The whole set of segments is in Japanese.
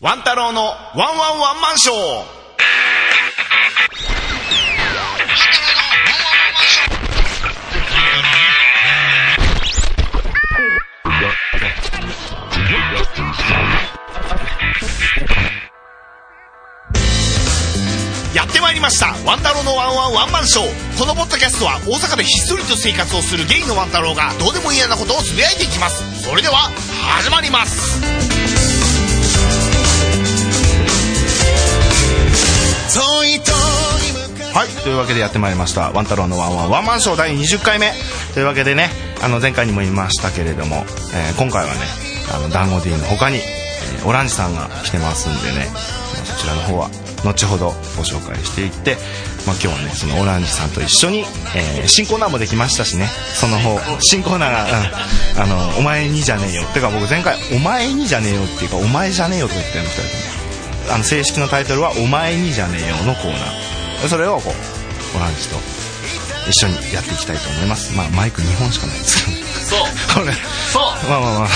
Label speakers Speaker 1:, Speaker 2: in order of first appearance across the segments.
Speaker 1: ワン太郎のワンワンワンマンショーやってまいりました「ワン太郎のワンワンワンマンショー」このポッドキャストは大阪でひっそりと生活をするゲイのワン太郎がどうでも嫌なことをつぶやいていきますそれでは始まりますはい。というわけでやってまいりました。ワン太郎のワンワンワンマンショー第20回目。というわけでね、あの、前回にも言いましたけれども、えー今回はね、あの、ダンゴディの他に、えーオランジさんが来てますんでね、まあそちらの方は、後ほどご紹介していって、まあ、今日はね、そのオランジさんと一緒に、えー新コーナーもできましたしね、その方、新コーナーが、うんあの、お前にじゃねえよ。てか僕前回、お前にじゃねえよっていうか、お前じゃねえよとか言ったよね、二人とも。あの正式のタイトルは「お前にじゃねえよ」のコーナーそれをこうオランジと一緒にやっていきたいと思いますまあマイク2本しかないですけどね
Speaker 2: そう
Speaker 1: これ
Speaker 2: そう
Speaker 1: まあまあまあ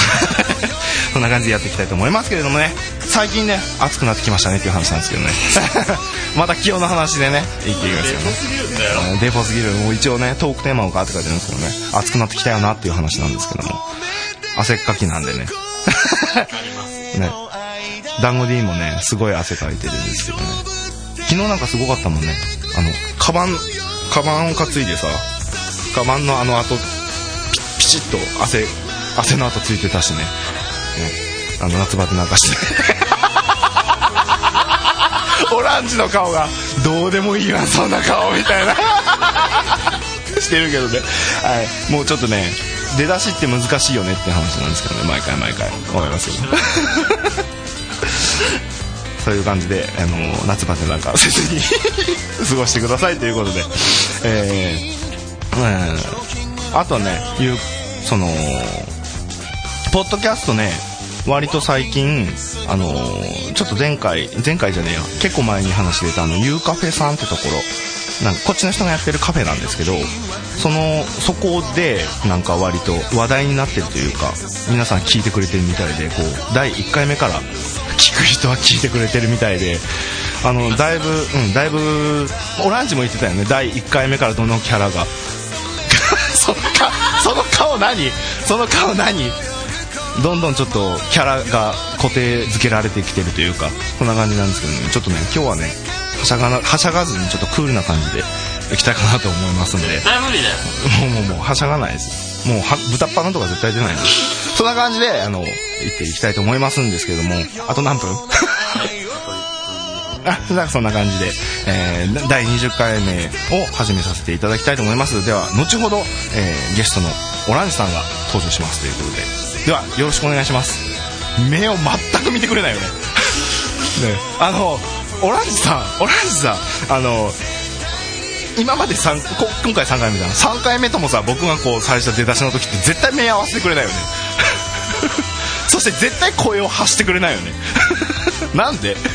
Speaker 1: そんな感じでやっていきたいと思いますけれどもね最近ね暑くなってきましたねっていう話なんですけどね また気温の話でね言っていきますよね
Speaker 2: すぎるんだよ
Speaker 1: えーデーポすぎるもう一応ねトークテーマをガーって書いてるんですけどね暑くなってきたよなっていう話なんですけども汗っかきなんでね ねダンゴディーンもねすごい汗かいてるんですけどね昨日なんかすごかったもんねあのカバンカバンを担いでさカバンのあの後ピピチッと汗汗の跡ついてたしねねあの夏バテなんかして オランジの顔がどうでもいいわそんな顔みたいなしてるけどね、はい、もうちょっとね出だしって難しいよねって話なんですけどね毎回毎回思いますけど そういう感じで、あの夏バテなんかせずに 過ごしてくださいということで、えーうんあとねゆそのポッドキャストね割と最近あのーちょっと前回前回じゃねえや結構前に話してたあのユーカフェさんってところなんかこっちの人がやってるカフェなんですけどそのそこでなんか割と話題になってるというか皆さん聞いてくれてるみたいでこう第1回目から聞く人は聞いてくれてるみたいであのだいぶうんだいぶオランジも言ってたよね第1回目からどのキャラが そのかその顔何その顔何どんどんちょっとキャラが固定づけられてきてるというかこんな感じなんですけどねちょっとね今日はねはしゃがなはしゃがずにちょっとクールな感じでいきたいかなと思いますんで
Speaker 2: 絶対無理だよ
Speaker 1: もうもうもうはしゃがないですもうは豚っ鼻とか絶対出ないのでそんな感じであの行っていきたいと思いますんですけどもあと何分 あなんかそんな感じで、えー第20回目を始めさせていただきたいと思いますでは後ほど、えーゲストのオランジさんが登場しますということでではよろしくお願いします目を全く見てくれないよね ねあのオランジさんオランジさんあの今まで三こ今回3回目だな3回目ともさ僕がこう最初出だしの時って絶対目合わせてくれないよね そして絶対声を発してくれないよね なんで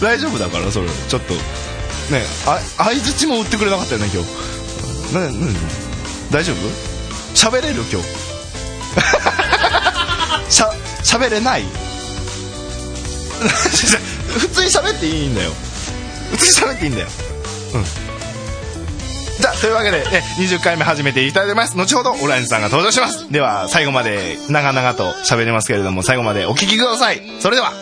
Speaker 1: 大丈夫だからそれちょっとねあ相づちも打ってくれなかったよね今日ななな大丈夫喋れる今日 しゃ喋れない 普通に喋っていいんだよ普通に喋っていいんだよじゃあというわけで、ね、20回目始めていただきます後ほどオランジさんが登場しますでは最後まで長々と喋れますけれども最後までお聞きくださいそれでは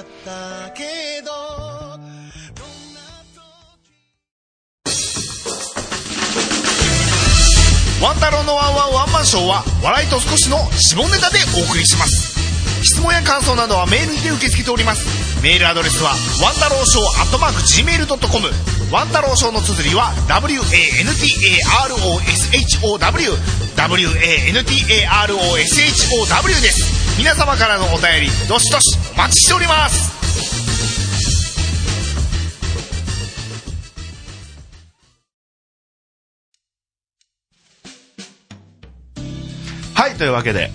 Speaker 1: 「ワン太郎のワンワンワンマンショー」は笑いと少しの下ネタでお送りします質問や感想などはメールにて受け付けておりますメールアドレスはワンタローショーアットマーク Gmail.com ワンタローショーの綴りは WANTAROSHOWWANTAROSHOW です皆様からのお便りどしどしお待ちしておりますはいというわけで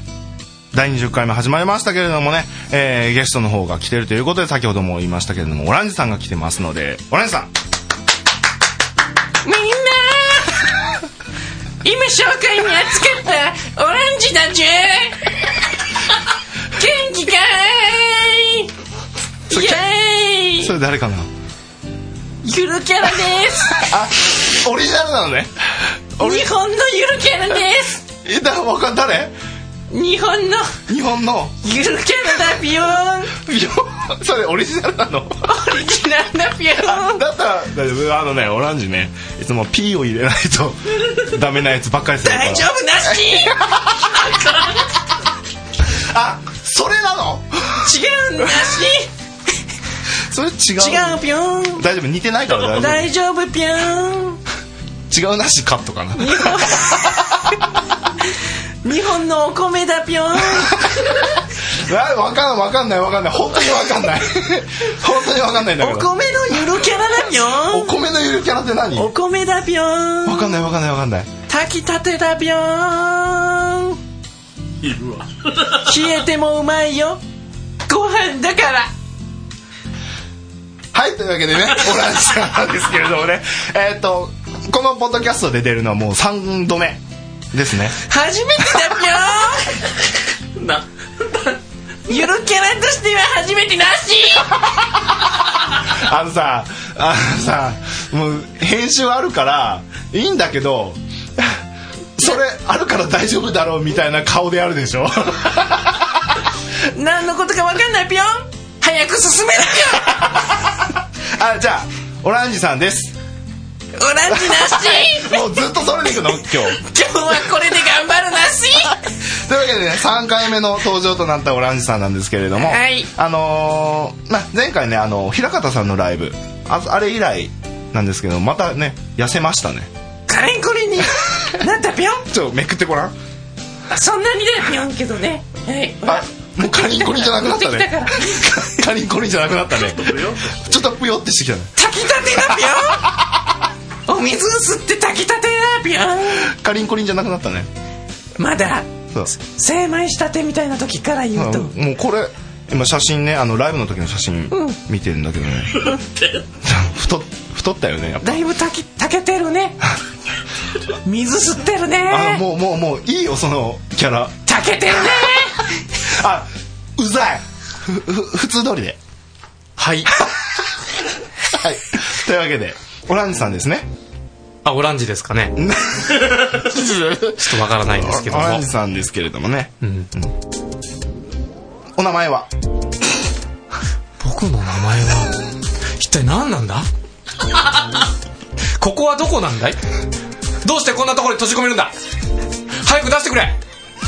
Speaker 1: 第20回目始まりましたけれどもね、えーゲストの方が来てるということで先ほども言いましたけれどもオランジさんが来てますのでオランジさん
Speaker 3: みんな今紹介に扱ったオランジだぜ元気かーい
Speaker 1: それ
Speaker 3: イエーイ
Speaker 1: それ誰かな
Speaker 3: ゆるキャラです
Speaker 1: あオリジナルなのねオリ
Speaker 3: 日本のゆるキャラです
Speaker 1: えだわかん誰
Speaker 3: 日本の
Speaker 1: 日本の
Speaker 3: ゆるキャラだビヨーン
Speaker 1: いやそれオリジナルなの
Speaker 3: オリジナルだビヨーン
Speaker 1: だったら大丈夫あのねオランジねいつも P を入れない とダメなやつばっかりするから
Speaker 3: 大丈夫なし
Speaker 1: あそれなの
Speaker 3: 違うんなし
Speaker 1: それ違う
Speaker 3: 違うビヨーン
Speaker 1: 大丈夫似てないから大
Speaker 3: 大丈夫ビヨーン
Speaker 1: 丈夫違うなしカットかな
Speaker 3: 日本日本のお米だビヨーン
Speaker 1: あわかんないわかんないわかんない本当にわかんない 本当にわかんないんだけ
Speaker 3: お
Speaker 1: ど
Speaker 3: 米のゆるキャラだビヨ
Speaker 1: お
Speaker 3: ーン
Speaker 1: 米のゆるキャラって何
Speaker 3: お
Speaker 1: わ
Speaker 3: 米だビヨーン
Speaker 1: かんないわかんないわかんない
Speaker 3: 炊きたてだビヨーン
Speaker 2: いるわ
Speaker 3: 冷えてもうまいよご飯だから
Speaker 1: はい、というわけでね、オランジさんなんですけれどもね、えっ、と、このポッドキャストで出るのはもう3度目ですね。
Speaker 3: 初めてだ
Speaker 2: な
Speaker 3: ぴょんゆるキャラとしては初めてなし
Speaker 1: あのさ、あのさ、もう編集あるから、いいんだけど、それあるから大丈夫だろうみたいな顔であるでしょ
Speaker 3: 何のことか分かんないぴょん早く進める
Speaker 1: あ、じゃあ、オランジさんです。
Speaker 3: ぴょんオランジなし
Speaker 1: もうずっとそれでい くの今日。
Speaker 3: 今日はこれで頑張るなし
Speaker 1: というわけでね3回目の登場となったオランジさんなんですけれども、
Speaker 3: はい
Speaker 1: あのーまあ、前回ねあの平方さんのライブああれ以来なんですけどまたね痩せましたね
Speaker 3: カレンコレになったぴょん
Speaker 1: ちょっとめくってごらん
Speaker 3: そんなにだぴょんけどねはい
Speaker 1: あもうカリンコリンじゃなくなった
Speaker 3: 持って
Speaker 1: ね
Speaker 3: きたから
Speaker 1: カリンコリンじゃなくなったね
Speaker 2: よ
Speaker 1: ちょっとぷよってしてきたね
Speaker 3: 炊きたてだぴょんお水を吸って炊きたてだぴょん
Speaker 1: カリンコリンじゃなくなったね
Speaker 3: まだ
Speaker 1: そう
Speaker 3: 精米したてみたいな時から言うと
Speaker 1: もうこれ今写真ねあのライブの時の写真見てるんだけどね、太っ太ったよねやっぱ
Speaker 3: だいぶ炊き炊けてるね水吸ってるね
Speaker 1: あもうもうもういいよそのキャラ
Speaker 3: 炊けてるね
Speaker 1: あうざいふふ普通通りで
Speaker 2: はい
Speaker 1: はいというわけでオランジさんですね
Speaker 2: あオランジですかねちょっとわからないんですけど
Speaker 1: オ
Speaker 2: も
Speaker 1: ランジさんですけれどもね、
Speaker 2: うん
Speaker 1: お名前は
Speaker 2: 僕の名前は一体何なんだ ここはどこなんだいどうしてこんなところに閉じ込めるんだ早く出してくれ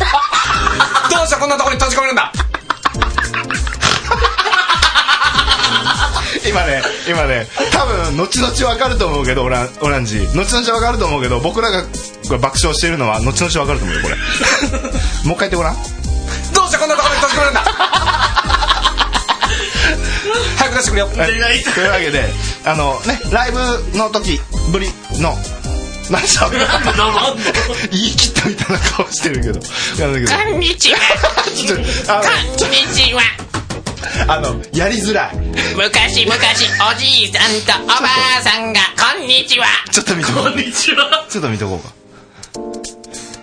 Speaker 2: どうしてこんなところに閉じ込めるんだ
Speaker 1: 今ね今ね多分後々わかると思うけどオランオランジ後々わかると思うけど僕らが爆笑してるのは後々わかると思うよこれ もう一回言ってごらん
Speaker 2: どうしてこんなところに閉じ込めるんだ早く出してくれよ
Speaker 1: はいというわけであのねライブの時ぶりの何しゃべる言い切ったみたいな顔してるけどなんだけど
Speaker 3: こんにちは
Speaker 1: ちょっとあの
Speaker 3: こんにちは
Speaker 1: あの、やりづらい。
Speaker 3: 昔々おじいさんとおばあさんがこんにちは
Speaker 1: ちょっと見とこう。
Speaker 2: にちは
Speaker 1: ちょっと見とこうか。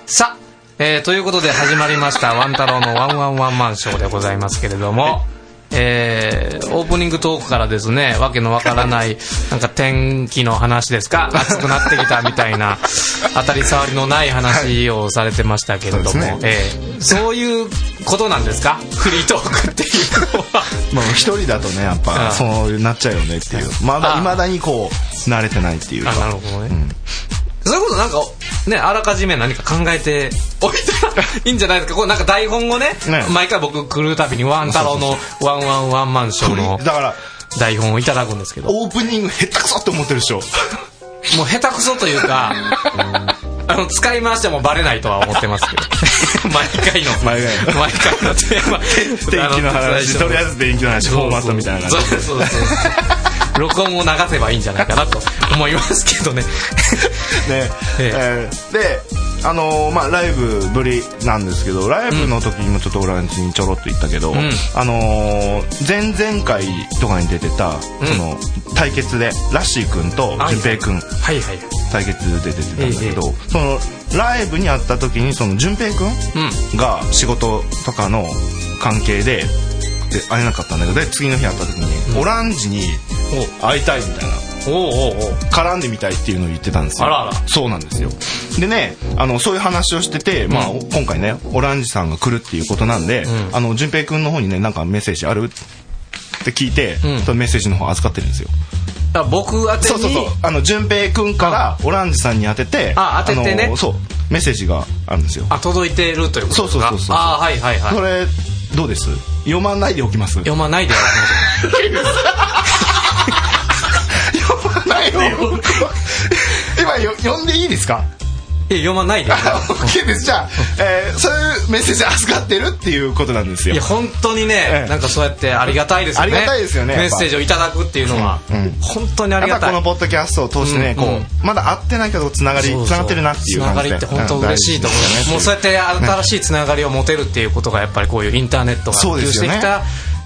Speaker 2: さあえーということで始まりました「ワン太郎のワンワンワンマンショー」でございますけれども、えーオープニングトークからですねわけのわからないなんか天気の話ですか暑くなってきたみた いな当たり障りのない話をされてましたけれども、
Speaker 1: そうですね
Speaker 2: えーそういうことなんですかフリートークっていうのは
Speaker 1: まあ、一人だとね、やっ
Speaker 2: あ
Speaker 1: ぱ、
Speaker 2: あ
Speaker 1: そうなっちゃうよねっていう。まだ、
Speaker 2: ああ
Speaker 1: 未だにこう、慣れてないっていうか
Speaker 2: あ。なるほどね、それこそなんかねあらかじめ何か考えておいたらいいんじゃないですかこうなんか台本をね
Speaker 1: ね
Speaker 2: 毎回僕来るたびにワン太郎のワンワンワンマンショーの
Speaker 1: だから、
Speaker 2: 台本をいただくんですけども
Speaker 1: オープニング下手くそって思ってるでしょ。
Speaker 2: う下手くそというかあの使い回してもバレないとは思ってますけ ど毎回の
Speaker 1: 毎回の
Speaker 2: 毎回のテーマ
Speaker 1: 天気の話、とりあえず天気の話、フォーマットみたいな
Speaker 2: そう
Speaker 1: 感
Speaker 2: そうそうそう録音を流せばいいんじゃないかなと思いますけどね
Speaker 1: じ。ね。
Speaker 2: え
Speaker 1: えーで、あのーまあ、ライブぶりなんですけど、ライブの時にもちょっとオランジにちょろっと言ったけど、
Speaker 2: ん
Speaker 1: あのー前々回とかに出てた、その、対決で、ラッシーくんと、淳平くん。
Speaker 2: はいはい
Speaker 1: 対決で出てたんだけど、そのライブに会った時にその淳平く
Speaker 2: うん
Speaker 1: んが仕事とかの関係でで会えなかったんだけどで次の日会った時にオランジに会いたいみたいな
Speaker 2: おおうおうおう
Speaker 1: 絡んでみたいっていうのを言ってたんですよ
Speaker 2: あらあら
Speaker 1: そうなんですよでねあのそういう話をしてて、まあ、
Speaker 2: う
Speaker 1: 今回ねオランジさんが来るっていうことなんで、
Speaker 2: ん
Speaker 1: あの順平君の方にねなんかメッセージあるって聞いて、
Speaker 2: うん
Speaker 1: そのメッセージの方預かってるんですよ
Speaker 2: だから僕宛て
Speaker 1: そう
Speaker 2: に
Speaker 1: そうそうあの順平君からオランジさんに当てて
Speaker 2: あ当ててね
Speaker 1: あのそうメッセージがあるんですよ
Speaker 2: あ届いてるということですか
Speaker 1: そうそうそうそう
Speaker 2: ああはいはい
Speaker 1: そ
Speaker 2: はい
Speaker 1: れどうです読まないでおきます
Speaker 2: 読 まないでよ
Speaker 1: 読まないでおきます 今よ読んでいい ですか
Speaker 2: いや読まない でよ
Speaker 1: OK ですじゃあ、えーそういうメッセージ預かってるっていうことなんですよ
Speaker 2: いや本当に
Speaker 1: え
Speaker 2: ね
Speaker 1: え
Speaker 2: なんかそうやってありがたいですよね
Speaker 1: ありがたいですよねやっぱ
Speaker 2: メッセージをいただくっていうのは
Speaker 1: うんうん
Speaker 2: 本当にあり
Speaker 1: や
Speaker 2: が
Speaker 1: っぱこ
Speaker 2: た
Speaker 1: の
Speaker 2: い
Speaker 1: ポッドキャストを通してね、
Speaker 2: うん
Speaker 1: こうまだ会ってないけどつながり
Speaker 2: そうそう
Speaker 1: つながってるなっていう
Speaker 2: つな
Speaker 1: 感
Speaker 2: が
Speaker 1: じ
Speaker 2: り
Speaker 1: で
Speaker 2: って本当嬉しいと思います、
Speaker 1: ん
Speaker 2: もうそうやって新しいつながりを持てるっていうことがやっぱりこういうインターネットが
Speaker 1: そうで
Speaker 2: 普及
Speaker 1: すよ
Speaker 2: して
Speaker 1: ね
Speaker 2: きた、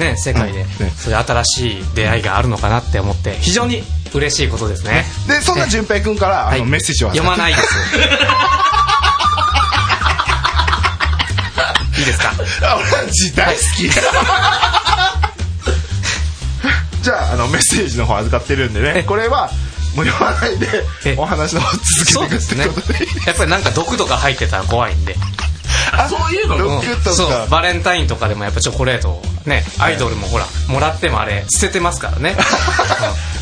Speaker 2: ね世界
Speaker 1: う
Speaker 2: で、
Speaker 1: んね
Speaker 2: そういう新しい出会いがあるのかなって思って非常に嬉しいことですね、
Speaker 1: でそんな順平君から、あ
Speaker 2: は
Speaker 1: の
Speaker 2: い
Speaker 1: メッセージを預
Speaker 2: 読
Speaker 1: かっ
Speaker 2: ま
Speaker 1: て
Speaker 2: ないです いいですか
Speaker 1: あオランジ大好 き、じゃああのメッセージの方預かってるんでね
Speaker 2: え
Speaker 1: これはもう読まないで
Speaker 2: え
Speaker 1: お話の方
Speaker 2: そ
Speaker 1: 続
Speaker 2: う
Speaker 1: け
Speaker 2: で
Speaker 1: て
Speaker 2: す
Speaker 1: い
Speaker 2: ね
Speaker 1: くってことで
Speaker 2: やっぱりなんか毒とか入ってたら怖いんで
Speaker 3: そういうの
Speaker 1: ロ
Speaker 3: も
Speaker 1: ックと
Speaker 2: そう
Speaker 1: か
Speaker 2: バレンタインとかでもやっぱチョコレートをねアイドルもほらもらってもあれ捨ててますか らね、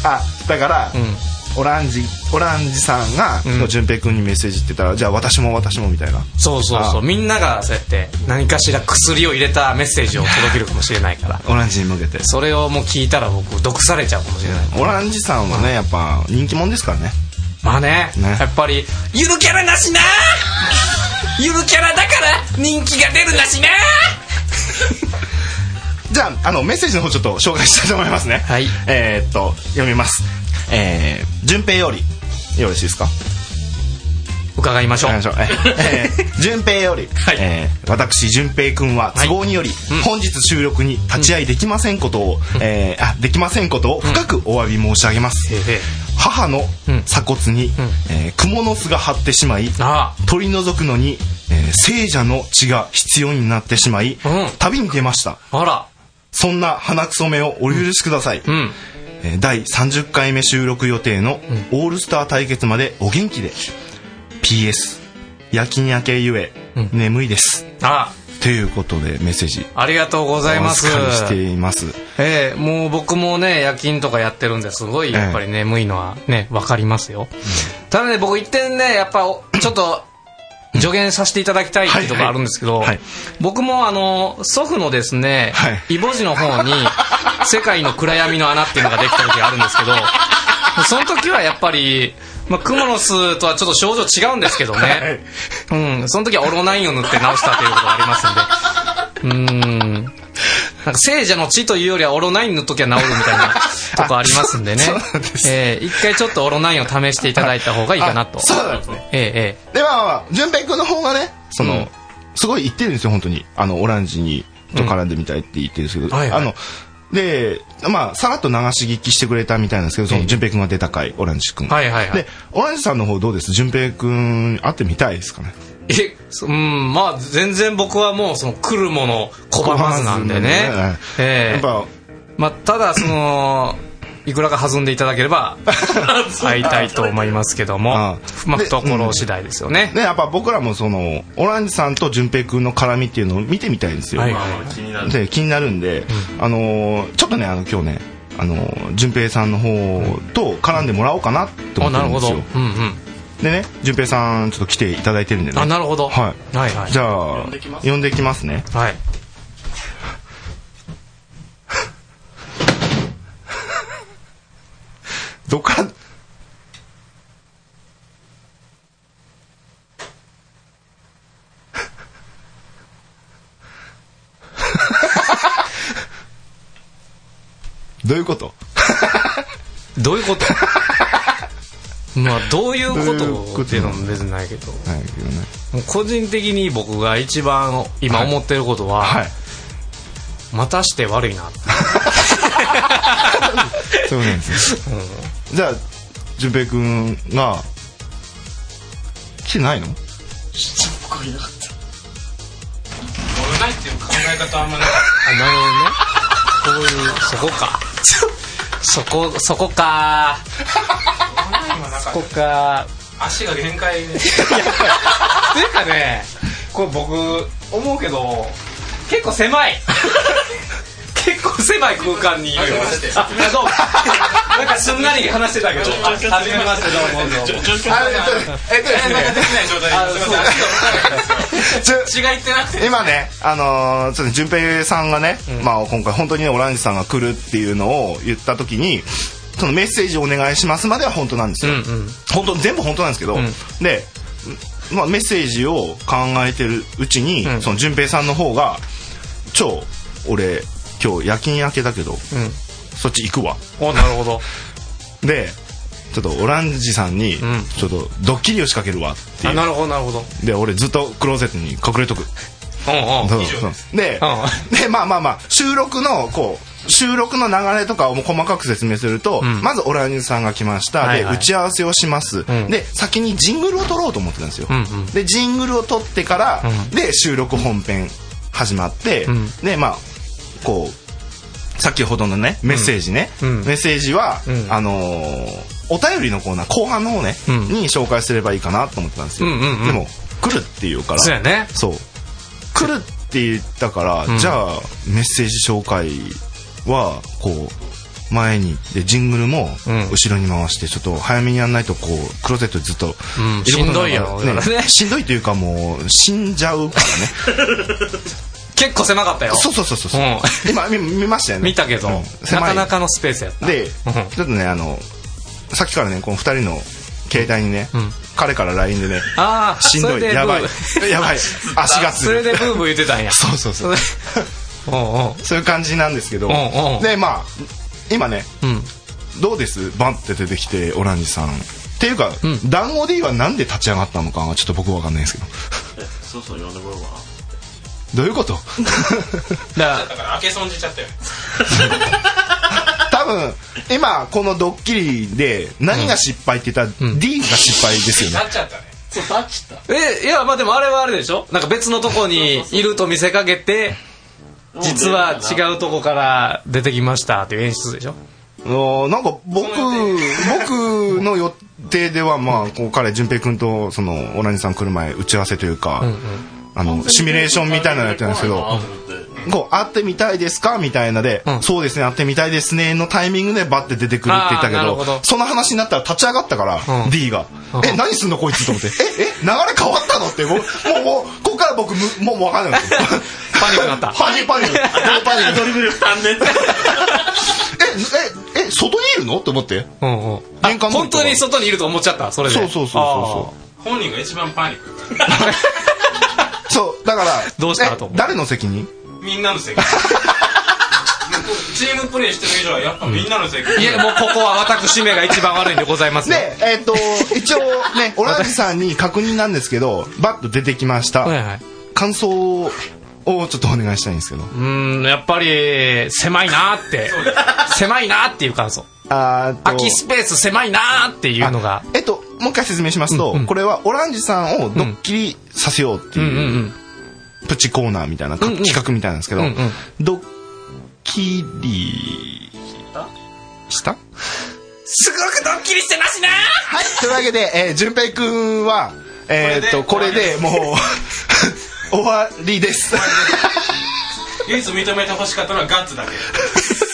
Speaker 1: あだから、
Speaker 2: うん
Speaker 1: オランジオランジさんが
Speaker 2: うん
Speaker 1: 順平君にメッセージって言ったら、じゃあ私も私もみたいな
Speaker 2: そうそうそ
Speaker 1: あ
Speaker 2: うみんながそうやって何かしら薬を入れたメッセージを届けるかもしれないから
Speaker 1: オランジに向けて
Speaker 2: それをもう聞いたら僕毒されちゃうかもしれない
Speaker 1: オランジさんはねやっぱ人気者ですからね
Speaker 2: まあね
Speaker 1: ね
Speaker 2: やっぱりゆるキャラなしなゆるキャラだから人気が出るなしな
Speaker 1: じゃああのメッセージの方ちょっと紹介したいと思いますね
Speaker 2: はい
Speaker 1: えー、っと読みますえー、順平よりよろしいですか
Speaker 2: 伺いましょう
Speaker 1: 行きましょうええー順平より、
Speaker 2: はい
Speaker 1: えー私順平くんは都合により、本日収録に立ち会いできませんことを、えーあできませんことを深くお詫び申し上げます、
Speaker 2: へえへえ
Speaker 1: 母の
Speaker 2: うん
Speaker 1: 鎖骨に、えー蜘蛛の巣が張ってしまい
Speaker 2: ああ
Speaker 1: 取り除くのに、えー聖者の血が必要になってしまい、
Speaker 2: ん
Speaker 1: 旅に出ました
Speaker 2: あら
Speaker 1: そんな鼻くそめをお許しください、
Speaker 2: うん
Speaker 1: えー第30回目収録予定のオールスター対決までお元気で PS 夜勤明けゆえ、
Speaker 2: うん
Speaker 1: 眠いです
Speaker 2: あ
Speaker 1: ということでメッセージ
Speaker 2: あありがとうございます
Speaker 1: お預かりしています
Speaker 2: ええもう僕もね、夜勤とかやってるんですごい、やっぱり眠いのはね、わかりますよ。ただね、僕一点ね、やっ ぱ、おちょっと、助言させていただきたいっていうところあるんですけど、
Speaker 1: はいはい
Speaker 2: 僕もあの、祖父のですね、
Speaker 1: はい
Speaker 2: イボジの方に、世界の暗闇の穴っていうのができた時があるんですけど、その時はやっぱり、まあ、クモの巣とはちょっと症状違うんですけどね、
Speaker 1: はい
Speaker 2: うん、その時はオロナインを塗って直したということがありますんで、うーん。なんか聖者の血というよりはオロナインの時は治るみた いなとこありますんでね
Speaker 1: そうなんで。す
Speaker 2: えー一回ちょっとオロナインを試していただいた方がいいかなと。
Speaker 1: あそうなんですね
Speaker 2: えええ
Speaker 1: でまあまあ順平君の方がねその、
Speaker 2: うん
Speaker 1: すごい言ってるんですよ本当にあのオランジにと絡んでみたいって言ってるんですけど、
Speaker 2: はいはい
Speaker 1: あのでまあさらっと流し聞きしてくれたみたいなんですけどその順平君が出た回オランジ君
Speaker 2: えはいはいはい
Speaker 1: で。オランジさんの方どうです順平君会ってみたいですかね
Speaker 2: え、そうん、まあ全然僕はもうその来るもの拒まずなんで
Speaker 1: 拒
Speaker 2: ね
Speaker 1: まずなんでね。や
Speaker 2: え
Speaker 1: っ
Speaker 2: え
Speaker 1: ぱ
Speaker 2: まあただその、 いくらか弾んでいただければ会いたいと思いますけども、
Speaker 1: ああ
Speaker 2: まあ
Speaker 1: で
Speaker 2: 懐次第ですよね。
Speaker 1: ねやっぱ僕らもそのオランジさんと順平君の絡みっていうのを見てみたいんですよ、
Speaker 2: はい
Speaker 3: まあまあ気になる
Speaker 1: で気になるんで、あのーちょっとねあの今日ねあのー順平さんの方と絡んでもらおうかなって思
Speaker 2: あ、
Speaker 1: って
Speaker 2: な
Speaker 1: る
Speaker 2: る
Speaker 1: んで
Speaker 2: ほ
Speaker 1: す
Speaker 2: ど。う
Speaker 1: よ
Speaker 2: んうん。
Speaker 1: でね順平さんちょっと来ていただいてるんでね
Speaker 2: あ、なるほど。
Speaker 1: はい
Speaker 2: はいはい。
Speaker 1: じゃあ
Speaker 3: 呼んできます
Speaker 1: 呼んできますね
Speaker 2: はい。
Speaker 1: どっから どういうこと
Speaker 2: どういうこと まあどういう
Speaker 1: どういう
Speaker 2: こ
Speaker 1: こと
Speaker 2: とっていうのも別にないけど
Speaker 1: ないけどね
Speaker 2: もう個人的に僕が一番今思ってることは、
Speaker 1: はい
Speaker 2: またして悪いなって
Speaker 1: そうなんですよ、じゃあ淳平君が来てないの
Speaker 3: 僕いなかった
Speaker 2: あなるほどねこういうそこかそこそこかそこか
Speaker 3: 足が限界で
Speaker 2: というかねこれ僕思うけど結構狭い結構狭い空間にいるよ
Speaker 3: 初めまして
Speaker 2: あどうもなんかすんなり話してたけど初めましてどうもどうも
Speaker 1: えっとですね
Speaker 3: できない状態
Speaker 2: あ
Speaker 3: で
Speaker 2: そう
Speaker 3: すいません足が
Speaker 1: ちょ
Speaker 3: 血がいってなくて
Speaker 1: 今ね、あのーちょっと順平さんがね、まあ今回本当にねオランジさんが来るっていうのを言った時に、そのメッセージをお願いしますまでは本当なんですよ。
Speaker 2: うんうん
Speaker 1: 本当全部本当なんですけど、
Speaker 2: ん
Speaker 1: で、まあメッセージを考えてるうちに、
Speaker 2: ん
Speaker 1: その順平さんの方が、超俺今日夜勤明けだけど、そっち行くわ。
Speaker 2: おなるほど
Speaker 1: で、ちょっとオランジさんに、
Speaker 2: ん
Speaker 1: ちょっとドッキリを仕掛けるわってい
Speaker 2: あ
Speaker 1: う。
Speaker 2: なるほどなるほど
Speaker 1: で、俺ずっとクローゼットに隠れとく。
Speaker 2: うんうん
Speaker 1: そうそうで、で、まあまあまあ、収録の、こう、収録の流れとかをもう細かく説明すると、
Speaker 2: ん
Speaker 1: まずオランジさんが来ました、
Speaker 2: はいはい
Speaker 1: で打ち合わせをします、
Speaker 2: ん
Speaker 1: で先にジングルを撮ろうと思ってたんですよ、
Speaker 2: うんうん
Speaker 1: でジングルを撮ってから、で収録本編始まって、
Speaker 2: ん
Speaker 1: でまあこう先ほどのねメッセージね、
Speaker 2: うん
Speaker 1: メッセージは、
Speaker 2: ん
Speaker 1: あのーお便りのコーナー後半の方ね、
Speaker 2: ん
Speaker 1: に紹介すればいいかなと思ってたんですよ、
Speaker 2: うんうんうん
Speaker 1: でも来るっていうから
Speaker 2: そうやね
Speaker 1: そう来るって言ったから、
Speaker 2: ん
Speaker 1: じゃあメッセージ紹介はこう前にでジングルも
Speaker 2: うん
Speaker 1: 後ろに回してちょっと早めにやんないとこうクローゼットでずっと
Speaker 2: うん
Speaker 1: ることになる
Speaker 2: しんどいよ
Speaker 1: ね
Speaker 2: だからね
Speaker 1: しんどいというかもう死んじゃう からね
Speaker 2: 結構狭かったよ
Speaker 1: そうそうそうそう、
Speaker 2: うん
Speaker 1: 今見見ましたよね
Speaker 2: 見たけど、
Speaker 1: うん
Speaker 2: な
Speaker 1: 狭
Speaker 2: か
Speaker 1: い
Speaker 2: なかのスペースやった
Speaker 1: で、
Speaker 2: うん
Speaker 1: ちょっとねあのさっきからねこの2人の携帯にね、
Speaker 2: ん
Speaker 1: 彼から LINE でね
Speaker 2: ああ
Speaker 1: しんどいや ばいやばい足がつ
Speaker 2: それ
Speaker 1: る
Speaker 2: でブーブー言ってたんや
Speaker 1: そうそうそう
Speaker 2: おうおう
Speaker 1: そういう感じなんですけど、
Speaker 2: んうん
Speaker 1: でまあ今ね
Speaker 2: うん
Speaker 1: どうですバンって出てきてオランジさんっていうか、
Speaker 2: ん
Speaker 1: 団子 D はなんで立ち上がったのかはちょっと僕わかんないですけど
Speaker 4: そうそう呼んでもらおうか
Speaker 1: どういうこと
Speaker 2: だか
Speaker 3: だから開け損じちゃったよ
Speaker 1: 多分今このドッキリで何が失敗って言ったら、D が失敗ですよね、
Speaker 3: なっちゃったね
Speaker 4: そう立ちた
Speaker 2: らえいやまあでもあれはあれでしょなんか別のとこにいると見せかけて実は違うとこから出てきましたっていう演出でしょ
Speaker 1: あーなんか僕僕の予定ではまあこう彼淳平君とそのオランジさん来る前打ち合わせというか、あのシミュレーションみたいなのやってたんですけど、こう会ってみたいですかみたいなで、
Speaker 2: うん
Speaker 1: そうですね会ってみたいですねのタイミングでバッて出てくるって言ったけ
Speaker 2: あーなる
Speaker 1: ど
Speaker 2: ほど
Speaker 1: その話になったら立ち上がったから、
Speaker 2: うん
Speaker 1: D が、え何すんのこいつと思ってええ流れ変わったのってもうもうもうここから僕むもうもう分かんないんですよ
Speaker 2: パニックになった
Speaker 1: パニックパニッ クパニック
Speaker 4: ドリブル3年って
Speaker 1: えええ外にいるのって思って
Speaker 2: うんうんあ
Speaker 1: 玄関の
Speaker 2: 本
Speaker 1: とこ
Speaker 2: 当に外にいると思っちゃったそれで
Speaker 1: そうそうそうそう
Speaker 3: 本人が一番パニック
Speaker 1: うそうだから
Speaker 2: どうしたと
Speaker 1: え
Speaker 2: 思う
Speaker 1: 誰の責任
Speaker 3: みんなのせいチームプレーしてる以上はやっぱみんなのせい
Speaker 2: いやもうここは私めが一番悪いんでございますよ
Speaker 1: でえっ、と一応 ねオランジさんに確認なんですけどバッと出てきました、
Speaker 2: はいはい
Speaker 1: 感想をちょっとお願いしたいんですけど
Speaker 2: うーんやっぱり狭いなーって狭いなーっていう感想
Speaker 1: あーと
Speaker 2: 空きスペース狭いなーっていうのが
Speaker 1: あえっともう一回説明しますと、これはオランジさんをドッキリさせようって
Speaker 2: うんう
Speaker 1: いうんプチコーナーみたいなか、
Speaker 2: うんうん
Speaker 1: 企画みたいなんですけど、
Speaker 2: うんうん
Speaker 1: ドッキリした
Speaker 2: すごくドッキリしてなしな
Speaker 1: はいというわけで、えー、順平くんはえーっとこ
Speaker 3: こ
Speaker 1: れ
Speaker 3: れ
Speaker 1: で
Speaker 3: で
Speaker 1: もう終わりです
Speaker 3: 唯一認めてほしかったのはガッツだけ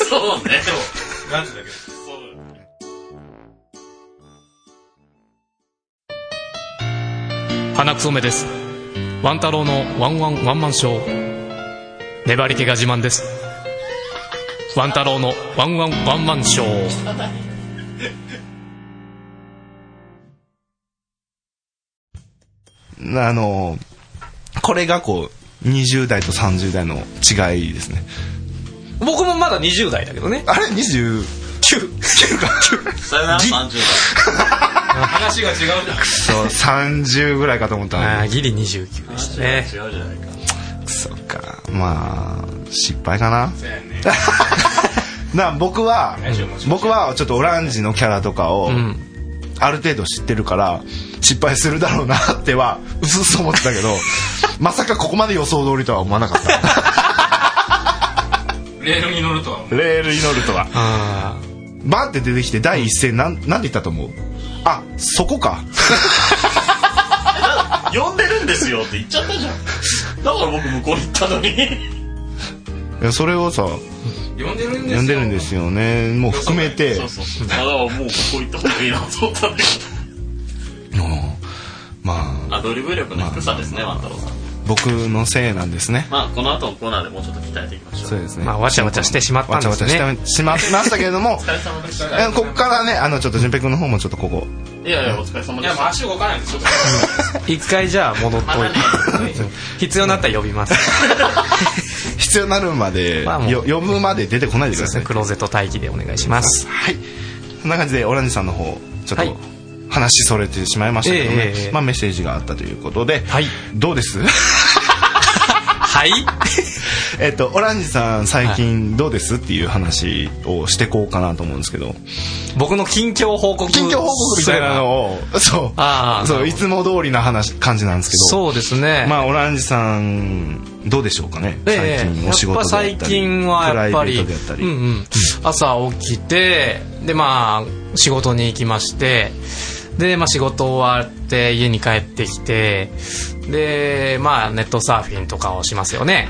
Speaker 4: そうね
Speaker 3: そうガッツだけ
Speaker 2: ー鼻くそめですワン太郎のワンワンワンマンショー粘り気が自慢ですワン太郎のワンワンワンマンショー
Speaker 1: あのこれがこう20代と30代の違いですね
Speaker 2: 僕もまだ20代だけどね
Speaker 1: あれ29 9か
Speaker 4: さよなら30
Speaker 3: 話が違うじゃ
Speaker 1: そう30ぐらいかと思ったのに
Speaker 2: ああギリ29でした
Speaker 4: 代
Speaker 2: ね
Speaker 4: 違うじゃないか
Speaker 1: そっかまあ失敗かなん
Speaker 3: ね
Speaker 1: な僕は
Speaker 3: 来週もしましょう
Speaker 1: 僕はちょっとオランジのキャラとかを、
Speaker 2: うん
Speaker 1: ある程度知ってるから失敗するだろうなってはうすうす思ってたけど まさかここまで予想通りとは思わなかった
Speaker 3: レールに乗るとは思う
Speaker 1: レールに乗るとは
Speaker 2: あ
Speaker 1: バンって出てきて第一声なんなんて言ったと思うあそこか
Speaker 4: 呼んでるんですよって言っちゃったじゃんだから僕向こう行ったのに
Speaker 1: いやそれをさ
Speaker 2: 呼んでるんです
Speaker 1: 呼んでるんですすよねもう含めて
Speaker 4: そうそうそうだからもうここ行った方がいいなと思ったんだけ
Speaker 1: うんまあ
Speaker 4: どアドリブ力の低さですね万太郎さん
Speaker 1: 僕のせいなんですね
Speaker 4: まあこの後のコーナーでもうちょっと鍛えていきましょう
Speaker 1: そうですね
Speaker 2: まあわちゃわちゃしてしまったんですね
Speaker 1: わちゃわちゃしてしまいましたけれども
Speaker 4: お疲れ様でし
Speaker 1: え
Speaker 4: た
Speaker 1: ここからねあのちょっと淳平君の方もちょっとここ
Speaker 4: いやいやお疲れ様でした
Speaker 3: 足動かないんですよ
Speaker 2: 一回じゃあ戻っと
Speaker 4: また ね
Speaker 2: いて必要になったら呼び ます
Speaker 1: 必要になるまで、
Speaker 2: まあもう
Speaker 1: よ呼ぶまで出てこないでください
Speaker 2: クローゼット待機でお願いします
Speaker 1: はいこんな感じでオランジさんの方ちょっと、
Speaker 2: はい
Speaker 1: 話それてしまいましたけどね
Speaker 2: ええ、ええ
Speaker 1: まあ、メッセージがあったということで、
Speaker 2: はい
Speaker 1: どうです
Speaker 2: はい
Speaker 1: えっとオランジさん最近どうですっていう話をしてこうかなと思うんですけど
Speaker 2: 僕の近況報告
Speaker 1: 近況報告みたいなのをそう
Speaker 2: ああ
Speaker 1: そういつも通りな話感じなんですけど
Speaker 2: そうですね
Speaker 1: まあオランジさんどうでしょうかね、
Speaker 2: ええ
Speaker 1: 最近お仕事であったり
Speaker 2: やっぱ最近はやっぱり
Speaker 1: プライベートであったり、
Speaker 2: うんうん、朝起きてでまあ仕事に行きましてで、まあ、仕事終わって家に帰ってきてでまあネットサーフィンとかをしますよね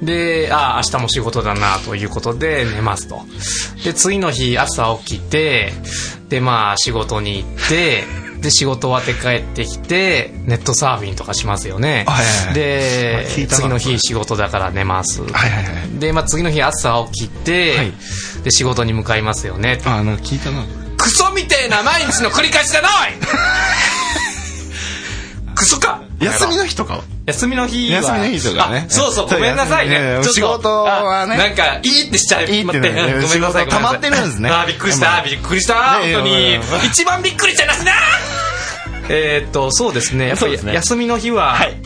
Speaker 2: でああ明日も仕事だなということで寝ますとで次の日朝起きてでまあ仕事に行ってで仕事終わって帰ってきてネットサーフィンとかしますよね、
Speaker 1: はいはいはい
Speaker 2: で
Speaker 1: 聞いたな
Speaker 2: 次の日仕事だから寝 ます、
Speaker 1: はいはいはい
Speaker 2: で、まあ、次の日朝起きて、
Speaker 1: はい
Speaker 2: で仕事に向かいますよね
Speaker 1: あなんか聞いたなこれ
Speaker 2: クソみてえな毎日の繰り返しだなおい クソか
Speaker 1: 休みの日とかは
Speaker 2: 休みの日は
Speaker 1: 休みの日とかね
Speaker 2: あそうそうごめんなさい
Speaker 1: いやい
Speaker 2: ね
Speaker 1: や
Speaker 2: ちょっと
Speaker 1: 仕事はね
Speaker 2: あなんかいいってしちゃい
Speaker 1: いいってね
Speaker 2: 待ってうんごめんなさい
Speaker 1: 仕事溜まってるんですね
Speaker 2: あーびっくりしたあーびっくりした
Speaker 1: ねえ
Speaker 2: 本当
Speaker 1: い
Speaker 2: に
Speaker 1: やまあ
Speaker 2: 一番びっくりしちゃいますなえーっとそうですねやっぱ
Speaker 1: そう
Speaker 2: り
Speaker 1: ですね
Speaker 2: 休みの日は
Speaker 1: はい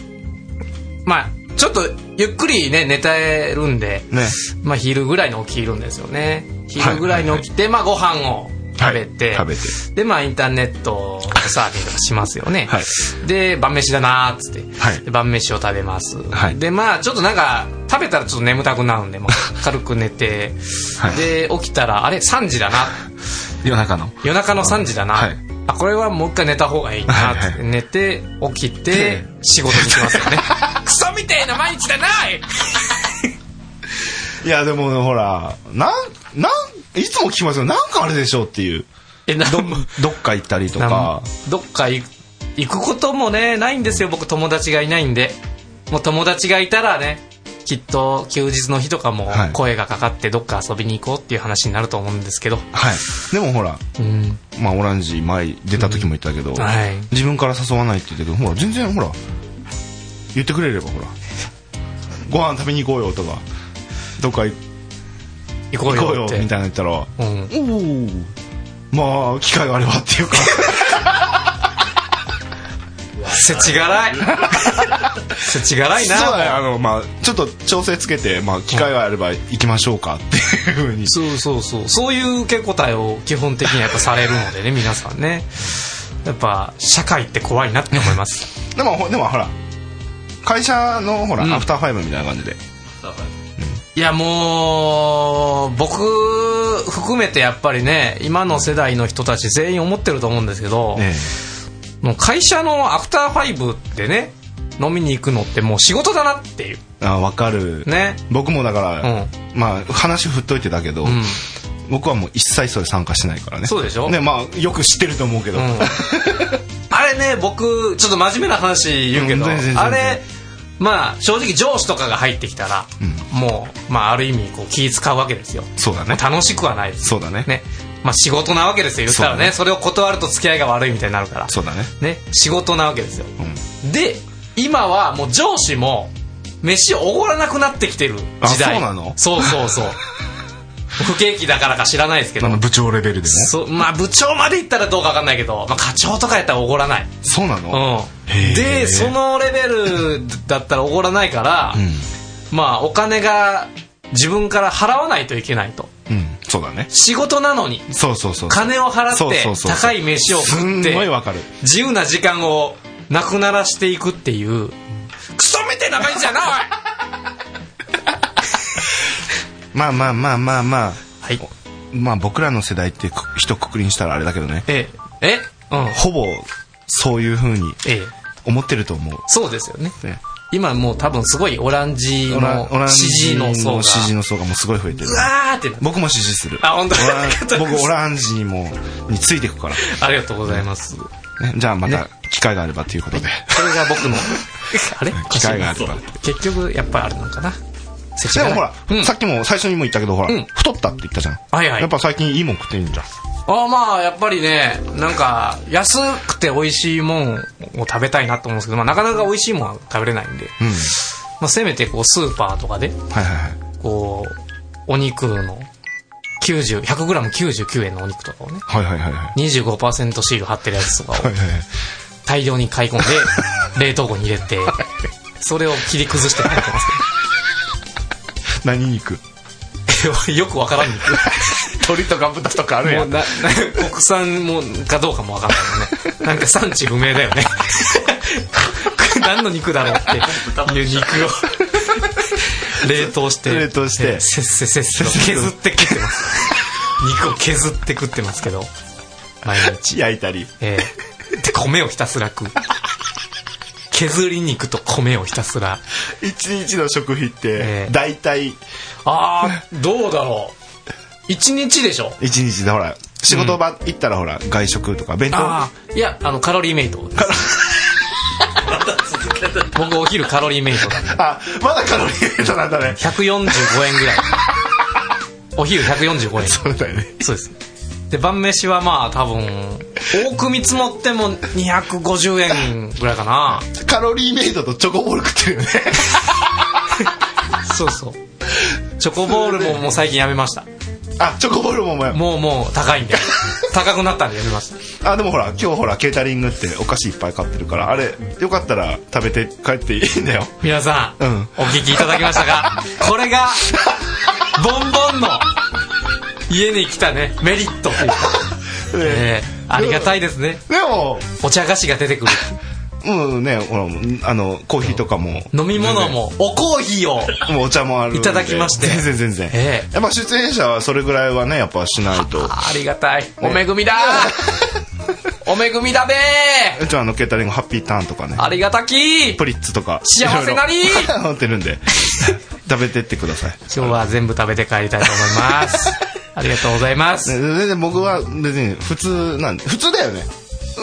Speaker 2: まあちょっとゆっくりね寝てるんで
Speaker 1: ね
Speaker 2: まあ、昼ぐらいに起きるんですよね昼ぐらいに起きて、まあ、ご飯を食べて、
Speaker 1: はい食べて
Speaker 2: でまあインターネットサーフィンとかしますよね、
Speaker 1: はい
Speaker 2: で晩飯だなーっつって、
Speaker 1: はい
Speaker 2: で晩飯を食べます、
Speaker 1: はい
Speaker 2: でまあちょっとなんか食べたらちょっと眠たくなるんで、ま あ、軽く寝て、
Speaker 1: はい
Speaker 2: で起きたらあれ3時だな
Speaker 1: 夜中の
Speaker 2: 夜中の3時だな、
Speaker 1: はい
Speaker 2: あこれはもう一回寝た方がいいなって、
Speaker 1: はいは
Speaker 2: 寝て起きて
Speaker 1: で
Speaker 2: 仕事に行きますよ ねクソみてえな毎日だない
Speaker 1: やでもほらなんなんいつも聞きますよなんかあれでしょうっていう
Speaker 2: えな
Speaker 1: どどっか行ったりとか
Speaker 2: なんどっかい行くこともねないんですよ僕友達がいないんでもう友達がいたらねきっと休日の日とかも
Speaker 1: はい
Speaker 2: 声がかかってどっか遊びに行こうっていう話になると思うんですけど、
Speaker 1: はいでもほら
Speaker 2: うん、
Speaker 1: まあオランジ前出た時も言ったけど、
Speaker 2: はい
Speaker 1: 自分から誘わないって言ったけどほら全然ほら言ってくれればほらご飯食べに行こうよとかどっか行
Speaker 2: 行こう
Speaker 1: こう
Speaker 2: よ
Speaker 1: よ
Speaker 2: っ
Speaker 1: み
Speaker 2: て
Speaker 1: たいなの言ったらお
Speaker 2: うん、
Speaker 1: おまあ機会があればってい うか
Speaker 2: せちがらい せちがらいな
Speaker 1: そうだねあのまあちょっと調整つけて、まあ、機会があれば行きましょうかっていうふうに
Speaker 2: そうそうそうそういう受け答えを基本的にはやっぱされるので ね皆さんねやっぱ社会って怖いなって思います
Speaker 1: でもほでもほら会社のほら、
Speaker 2: うん
Speaker 1: アフターファイブみたいな感じで
Speaker 2: いやもう僕含めてやっぱりね今の世代の人たち全員思ってると思うんですけど、
Speaker 1: え
Speaker 2: もう会社のアフターファイブでね飲みに行くのってもう仕事だなっていう
Speaker 1: えあ分かる、
Speaker 2: ね
Speaker 1: 僕もだから、
Speaker 2: うん
Speaker 1: まあ話振っといてだけど、
Speaker 2: うん
Speaker 1: 僕はもう一切それ参加しないからね
Speaker 2: そうでしょ
Speaker 1: ねまあよく知ってると思うけど、
Speaker 2: うんあれね僕ちょっと真面目な話言うけど、
Speaker 1: うん全然全然
Speaker 2: あれまあ正直上司とかが入ってきたら、もう、まあ、ある意味こう気使うわけですよ
Speaker 1: そうだね
Speaker 2: 楽しくはないです
Speaker 1: そうだね
Speaker 2: ねまあ、仕事なわけですよ言ったらねそれを断ると付き合いが悪いみたいになるから
Speaker 1: そうだね
Speaker 2: ね仕事なわけですよ、
Speaker 1: う
Speaker 2: で今はもう上司も飯をおごらなくなってきてる時
Speaker 1: あ
Speaker 2: 代
Speaker 1: そうなの
Speaker 2: そうそう そう不景気だからか知らないですけど
Speaker 1: あの部長レベルでね
Speaker 2: そうまあ部長まで行ったらどうか分かんないけど、まあ、課長とかやったらおごらない、
Speaker 1: そうなの、
Speaker 2: うん、
Speaker 1: へー
Speaker 2: でそのレベルだったらおごらないから、まあお金が自分から払わないといけないと
Speaker 1: うんそうだね
Speaker 2: 仕事なのに
Speaker 1: そうそうそう
Speaker 2: 金を払
Speaker 1: そう
Speaker 2: っ
Speaker 1: そう
Speaker 2: て
Speaker 1: そう
Speaker 2: 高い飯を
Speaker 1: す
Speaker 2: 食
Speaker 1: ん
Speaker 2: っ
Speaker 1: ご
Speaker 2: て
Speaker 1: いわかる
Speaker 2: 自由な時間をなくならしていくっていうクソみてえな感じじゃなおい
Speaker 1: まあまあまあまあまあ
Speaker 2: はい
Speaker 1: まあ僕らの世代ってこ一括りにしたらあれだけどね
Speaker 2: えええうん
Speaker 1: ほぼそういう風に
Speaker 2: ええ
Speaker 1: 思ってると思う
Speaker 2: そうですよね
Speaker 1: ね
Speaker 2: 今もう多分すごいオランジ
Speaker 1: オランオラン
Speaker 2: の支持の層が
Speaker 1: 支持の層がもうすごい増えてる
Speaker 2: うわーってなって
Speaker 1: 僕も支持する
Speaker 2: あ本当
Speaker 1: オラン
Speaker 2: ありがとうございます
Speaker 1: 僕オランジにもについていくから、
Speaker 2: ありがとうございますこ
Speaker 1: ね、じゃあまた機会があればということで、
Speaker 2: れが僕のあれ
Speaker 1: 機会があれば
Speaker 2: 結局やっぱりあれなんかな世知
Speaker 1: で
Speaker 2: 辛い
Speaker 1: もほら、
Speaker 2: うん、
Speaker 1: さっきも最初にも言ったけどほら、
Speaker 2: うん
Speaker 1: 太ったって言ったじゃん、
Speaker 2: はいはい
Speaker 1: やっぱ最近いいもん食っていいんじゃん
Speaker 2: ああまあやっぱりねなんか安くて美味しいもんを食べたいなと思うんですけど、まあ、なかなか美味しいもんは食べれないんで、
Speaker 1: うん
Speaker 2: まあ、せめてこうスーパーとかで
Speaker 1: はいはいはい
Speaker 2: こうお肉の 901000g99 円のお肉とかをね
Speaker 1: はいはいはいはい
Speaker 2: 25%シール貼ってるやつとかを
Speaker 1: はいはいはい
Speaker 2: 大量に買い込ん で冷凍庫に入れてそれを切り崩して食べてます
Speaker 1: 何肉
Speaker 2: けど よくわからん肉
Speaker 1: 鳥とか豚とかある
Speaker 2: も
Speaker 1: や
Speaker 2: うんなな国産もかどうかもわかんないよねなんか産地不明だよね 何の肉だろうっていう肉を冷凍して
Speaker 1: 冷凍して
Speaker 2: えーせっせせっせと削って食ってます肉を削って食ってますけど毎日
Speaker 1: 焼いたり
Speaker 2: えーで米をひたすら食う削り肉と米をひたすら
Speaker 1: 一日の食費っ
Speaker 2: え
Speaker 1: て
Speaker 2: え
Speaker 1: 大体
Speaker 2: あーどうだろう一日でしょ
Speaker 1: 一日でほら仕事場行ったらほら外食とか弁当
Speaker 2: ああいやあのカロリーメイトです僕お昼カロリーメイトだね
Speaker 1: あまだカロリーメイトなんだね
Speaker 2: 145円ぐらいお昼145円
Speaker 1: そうだよね
Speaker 2: そうですで晩飯はまあ多分多く見積もっても250円ぐらいかな
Speaker 1: カロリーメイトとチョコボール食ってるよ ね
Speaker 2: そうそうチョコボールももう最近やめました
Speaker 1: あチョコボールもお前
Speaker 2: もうもう高いんで高くなったんでやめました
Speaker 1: あでもほら今日ほらケータリングってお菓子いっぱい買ってるからあれよかったら食べて帰っていいんだよ
Speaker 2: 皆さん、
Speaker 1: うん
Speaker 2: お聞きいただきましたか これがボンボンの家に来たねメリットというか、えーありがたいですね
Speaker 1: でも
Speaker 2: お茶菓子が出てくる
Speaker 1: うんねほらあのコーヒーとかも
Speaker 2: 飲み物もおコーヒーを
Speaker 1: もうお茶もあるんで
Speaker 2: いただきまして
Speaker 1: 全然全然、
Speaker 2: ええ
Speaker 1: やっぱ出演者はそれぐらいはねやっぱしないと
Speaker 2: ありがたいお恵 みだお恵みだべ
Speaker 1: うちはあのケータリングハッピーターンとかね
Speaker 2: ありがたき
Speaker 1: プリッツとか
Speaker 2: 幸せなり
Speaker 1: いろいろ持ってるん で食べてってください
Speaker 2: 今日は全部食べて帰りたいと思います ありがとうございます、
Speaker 1: ね全然僕は別に普通なんで普通だよね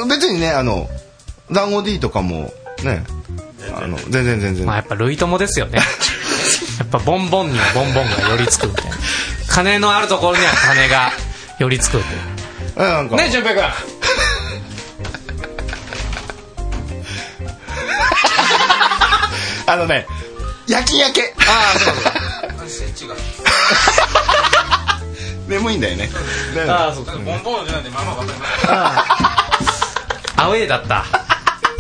Speaker 1: 別にねあの団子 D とかもねあの全然全然、
Speaker 2: まあやっぱ類友ですよ ね。やっぱボンボンにはボンボンが寄りつくみたいな。金のあるところには金が寄りつくみたい
Speaker 1: えなんか
Speaker 2: な。ねえ、淳平君
Speaker 1: あのね夜勤明け
Speaker 2: ああ、そうか
Speaker 1: 眠いんだよねだから
Speaker 2: ああ、そうか。ボンボンの時なんでまあまあアウェーだった。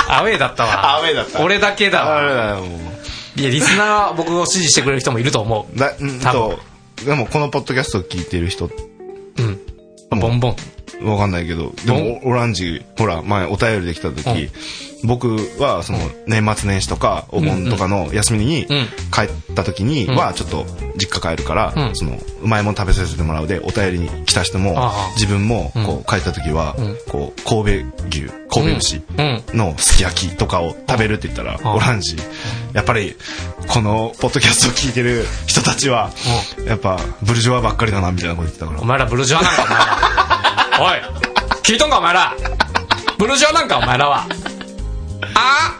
Speaker 2: アウェーだったわ。
Speaker 1: アウェーだった
Speaker 2: 俺だけだ
Speaker 1: あ
Speaker 2: わ。
Speaker 1: れだよも
Speaker 2: いや、リスナーは僕を支持してくれる人もいると思
Speaker 1: うだうん
Speaker 2: 多
Speaker 1: とでもこのポッドキャストを聞いてる人
Speaker 2: う。うん。ボンボン。
Speaker 1: わかんないけどでもオランジほら前お便りできた時、僕はその年末年始とかお盆とかの休みに
Speaker 2: ん
Speaker 1: 帰った時にはちょっと実家帰るから、
Speaker 2: うん
Speaker 1: そのうまいもん食べさせてもらうでお便りに来た人も
Speaker 2: ああ
Speaker 1: 自分もこう帰った時はこう神戸牛神戸牛
Speaker 2: うん。
Speaker 1: のすき焼きとかを食べるって言ったら
Speaker 2: あ
Speaker 1: オランジやっぱりこのポッドキャストを聞いてる人たちはやっぱブルジョワばっかりだなみたいなこと言ってたから
Speaker 2: お前らブルジョアなんかお前らおい聞いとんかお前らブルジョアなんかお前らはあ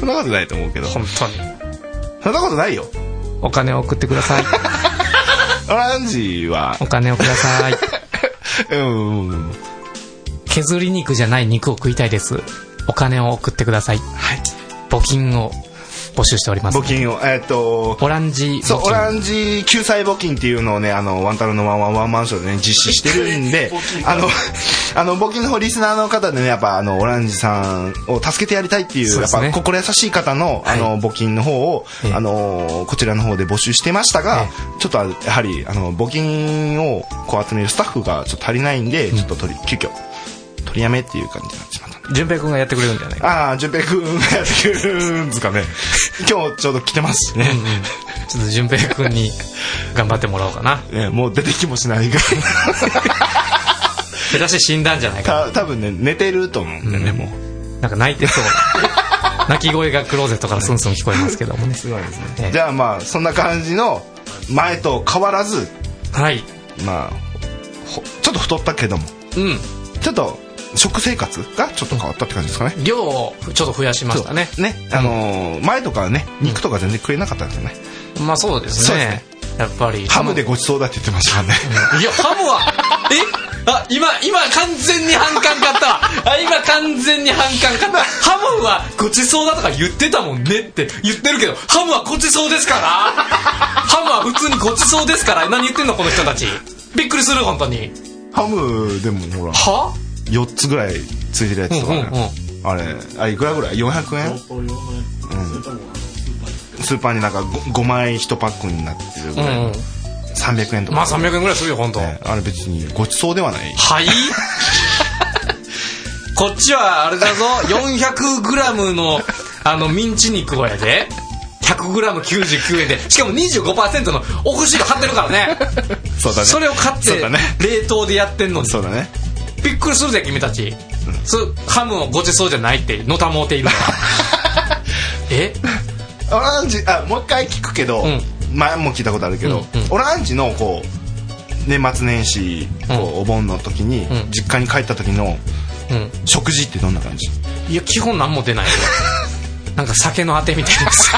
Speaker 1: そんなことないと思うけど
Speaker 2: 本当に
Speaker 1: そんなことないよ
Speaker 2: お金を送ってください
Speaker 1: オランジは
Speaker 2: お、金をください
Speaker 1: うん、うん
Speaker 2: 削り肉じゃない肉を食いたいですお金を送ってください募金を募集しております
Speaker 1: 募金を、えーっと、
Speaker 2: オランジ募金
Speaker 1: そう、オランジ救済募金っていうのをね、あの、ワンタロのワンワンワンマンションでね、実施してるんで、あの、 あの、募金の方、リスナーの方でね、やっぱ、あの、オランジさんを助けてやりたいっていう、
Speaker 2: そう
Speaker 1: や
Speaker 2: で
Speaker 1: っ
Speaker 2: すね
Speaker 1: ぱ、心優しい方の、あの、募金の方を
Speaker 2: ええ、
Speaker 1: あの、こちらの方で募集してましたが
Speaker 2: え、
Speaker 1: ちょっと、やはり、あの、募金をこう集めるスタッフがちょっと足りないんで、ちょっと取り、急遽、取りやめっていう感じになってしまった。
Speaker 2: 淳平君がやってくれるんじゃない か
Speaker 1: ああ、淳平くんがやってくれるんですかね。今日ちょうど来てますしね。
Speaker 2: ちょっと淳平君に頑張ってもらおうかな
Speaker 1: えもう出てきもしないぐらい
Speaker 2: 下手して死んだんじゃないか
Speaker 1: た多分ね寝てると思うんでね、もう
Speaker 2: なんか泣いて そう泣き声がクローゼットからスンスン聞こえますけどもね
Speaker 1: すごいですね、
Speaker 2: ええ
Speaker 1: じゃあまあそんな感じの前と変わらず
Speaker 2: はい
Speaker 1: まあほちょっと太ったけども
Speaker 2: うん
Speaker 1: ちょっと食生活がちょっと変わったって感じですかね
Speaker 2: 量をちょっと増やしましたね
Speaker 1: ね、あのー前とかはね肉とか全然食えなかったんですよね、
Speaker 2: まあそうです
Speaker 1: そうで
Speaker 2: ねやっぱり
Speaker 1: ハムでごちそうだって言ってましたからね、
Speaker 2: いやハムはえあ今今完全に反感買ったわあ今完全に反感買ったハムはごちそうだとか言ってたもんねって言ってるけどハムはごちそうですからハムは普通にごちそうですから何言ってんのこの人たちびっくりする本当に
Speaker 1: ハムでもほら
Speaker 2: は
Speaker 1: 4つぐらいついてるやつとかね、
Speaker 2: うんうんうん
Speaker 1: あれあれいくらぐらい400円スーパーになんか 5, 枚1パックになってるぐ
Speaker 2: う
Speaker 1: らい、
Speaker 2: んうん
Speaker 1: 300円とか、
Speaker 2: まあ300円ぐらいするよ本当
Speaker 1: ねあれ別にごちそうではない
Speaker 2: はいこっちはあれだぞ 400g のあのミンチ肉をやで 100g99 円でしかも25%のお節が張ってるからね
Speaker 1: そうだね
Speaker 2: それを買っ
Speaker 1: そう
Speaker 2: て
Speaker 1: だね
Speaker 2: 冷凍でやってんのに
Speaker 1: そうだね
Speaker 2: びっくりするぜ君たち、そうハムをごちそうじゃないってのたもうている のはえ
Speaker 1: オランジあもう一回聞くけど、
Speaker 2: ん
Speaker 1: 前も聞いたことあるけど、
Speaker 2: うんうん
Speaker 1: オランジのこう年末年始こう、お盆の時に、
Speaker 2: ん
Speaker 1: 実家に帰った時の
Speaker 2: うん
Speaker 1: 食事ってどんな感じ
Speaker 2: いや基本何も出ないよなんか酒のあてみたいなやつ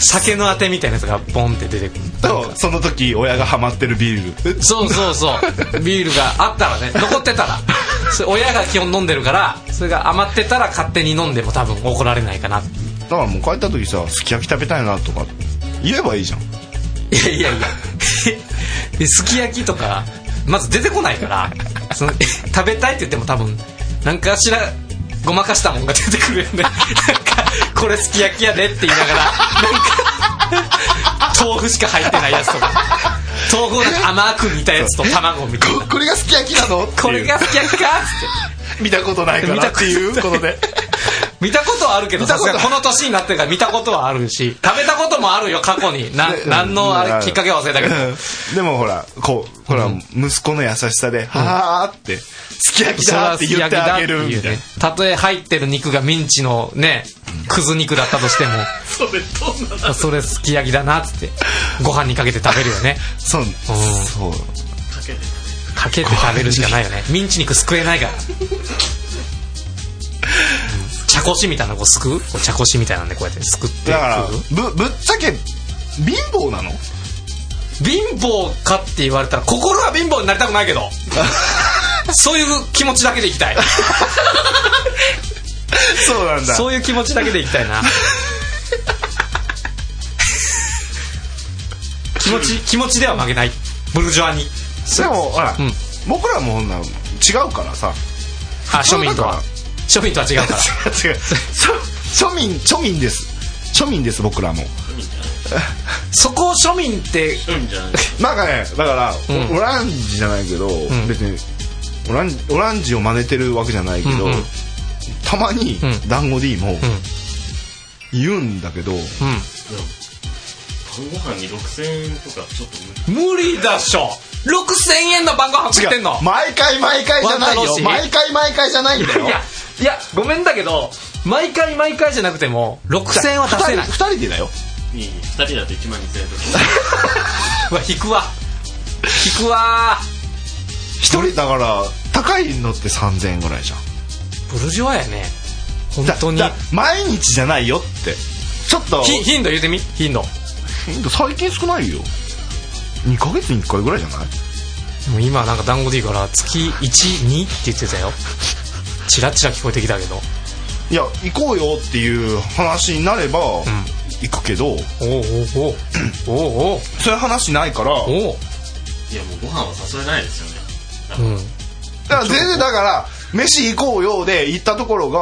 Speaker 2: 酒のあてみたいなやつがボンって出てくる
Speaker 1: とその時親がハマってるビール
Speaker 2: そうそうそう。ビールがあったらね、残ってたら。それ親が基本飲んでるから、それが余ってたら勝手に飲んでも多分怒られないかな。
Speaker 1: だからもう帰った時さすき焼き食べたいなとか言えばいいじゃん
Speaker 2: いやいやいや。ですき焼きとか、まず出てこないから、その食べたいって言っても多分、なんかしら、ごまかしたもんが出てくるよね。なんか、これすき焼きやでって言いながら、なんか、豆腐しか入ってないやつとか、豆腐をなんか甘く煮たやつと卵みたいな。
Speaker 1: これがすき焼きなのっていう
Speaker 2: これがすき焼きかっつって。
Speaker 1: 見たことないか
Speaker 2: 見
Speaker 1: ら
Speaker 2: た
Speaker 1: っ
Speaker 2: こと
Speaker 1: て
Speaker 2: ない
Speaker 1: いうことで
Speaker 2: 見たことはあるけど、
Speaker 1: た
Speaker 2: さ
Speaker 1: こと
Speaker 2: すがにこの年になってから見たことはあるし、食べたこともあるよ、過去に。な、何のあれ、きっかけは忘れたけど。
Speaker 1: うん でもほらこうこれは息子の優しさで「はあ」って「すき焼き
Speaker 2: それ
Speaker 1: だ」
Speaker 2: は
Speaker 1: って言ってあげる
Speaker 2: すき
Speaker 1: み
Speaker 2: 焼き
Speaker 1: たい
Speaker 2: だっていうねたとえ入ってる肉がミンチのね、くず肉だったとしても、
Speaker 4: それどんなだ
Speaker 2: それすき焼きだな、つって。ご飯にかけて食べるよね。
Speaker 1: なそうそう
Speaker 2: かけて食べるしかないよね。ミンチ肉すくえないから。茶こしみたいなのこうすくうこう茶こしみたいなんでこうやってすくって
Speaker 1: だから
Speaker 2: 食う
Speaker 1: ぶぶっちゃけ貧乏 なの
Speaker 2: 貧乏かって言われたら心は貧乏になりたくないけど そういう気持ちだけでいきたい
Speaker 1: そうなんだ
Speaker 2: そういう気持ちだけでいきたいな気持ち気持ちでは負けないブルジョアに
Speaker 1: でもほら、
Speaker 2: ん
Speaker 1: 僕らもほんなら違うからさ
Speaker 2: あ庶民とは庶民とは違うから
Speaker 1: 違う違う 庶民庶民です庶民です僕らも
Speaker 2: そこを庶民って
Speaker 4: うんじゃない
Speaker 1: なんかねだから、オオランジじゃないけど、別にオランジオランジを真似てるわけじゃないけど、
Speaker 2: うんうん
Speaker 1: たまに
Speaker 2: ん
Speaker 1: 団子 D も言うんだけど、
Speaker 2: う
Speaker 4: 晩ご飯に6000円とかちょっと無理
Speaker 2: ん無理だっしょ6000円の晩ご飯
Speaker 1: 違
Speaker 2: 食ってんの
Speaker 1: う毎回毎回じゃないよ
Speaker 2: ワンタロウシ
Speaker 1: 毎回毎回じゃないんだよ
Speaker 2: いやいやごめんだけど毎回毎回じゃなくても6000円は出せない
Speaker 1: 2人人でだよ
Speaker 4: いいい2人だと1万2000円とか
Speaker 2: うわ引くわ引くわ
Speaker 1: 1人だから高いのって3000円ぐらいじゃん
Speaker 2: ブルジョワやね本
Speaker 1: だ
Speaker 2: 当に
Speaker 1: だ毎日じゃないよってちょっと
Speaker 2: ひ頻度言うてみ頻度も
Speaker 1: 最近少ないよ2ヶ月に1回ぐらいじゃないう
Speaker 2: 今なんか団子でいいから月12って言ってたよチラチラ聞こえてきたけど
Speaker 1: いや行こうよっていう話になれば、行くけど
Speaker 2: おうおうおうおう
Speaker 1: そういう話ないから
Speaker 2: おうおう
Speaker 4: いやもうご飯は誘えないですよ
Speaker 2: う
Speaker 4: ね
Speaker 2: ん
Speaker 1: だから全然だから飯行こうよで行ったところが、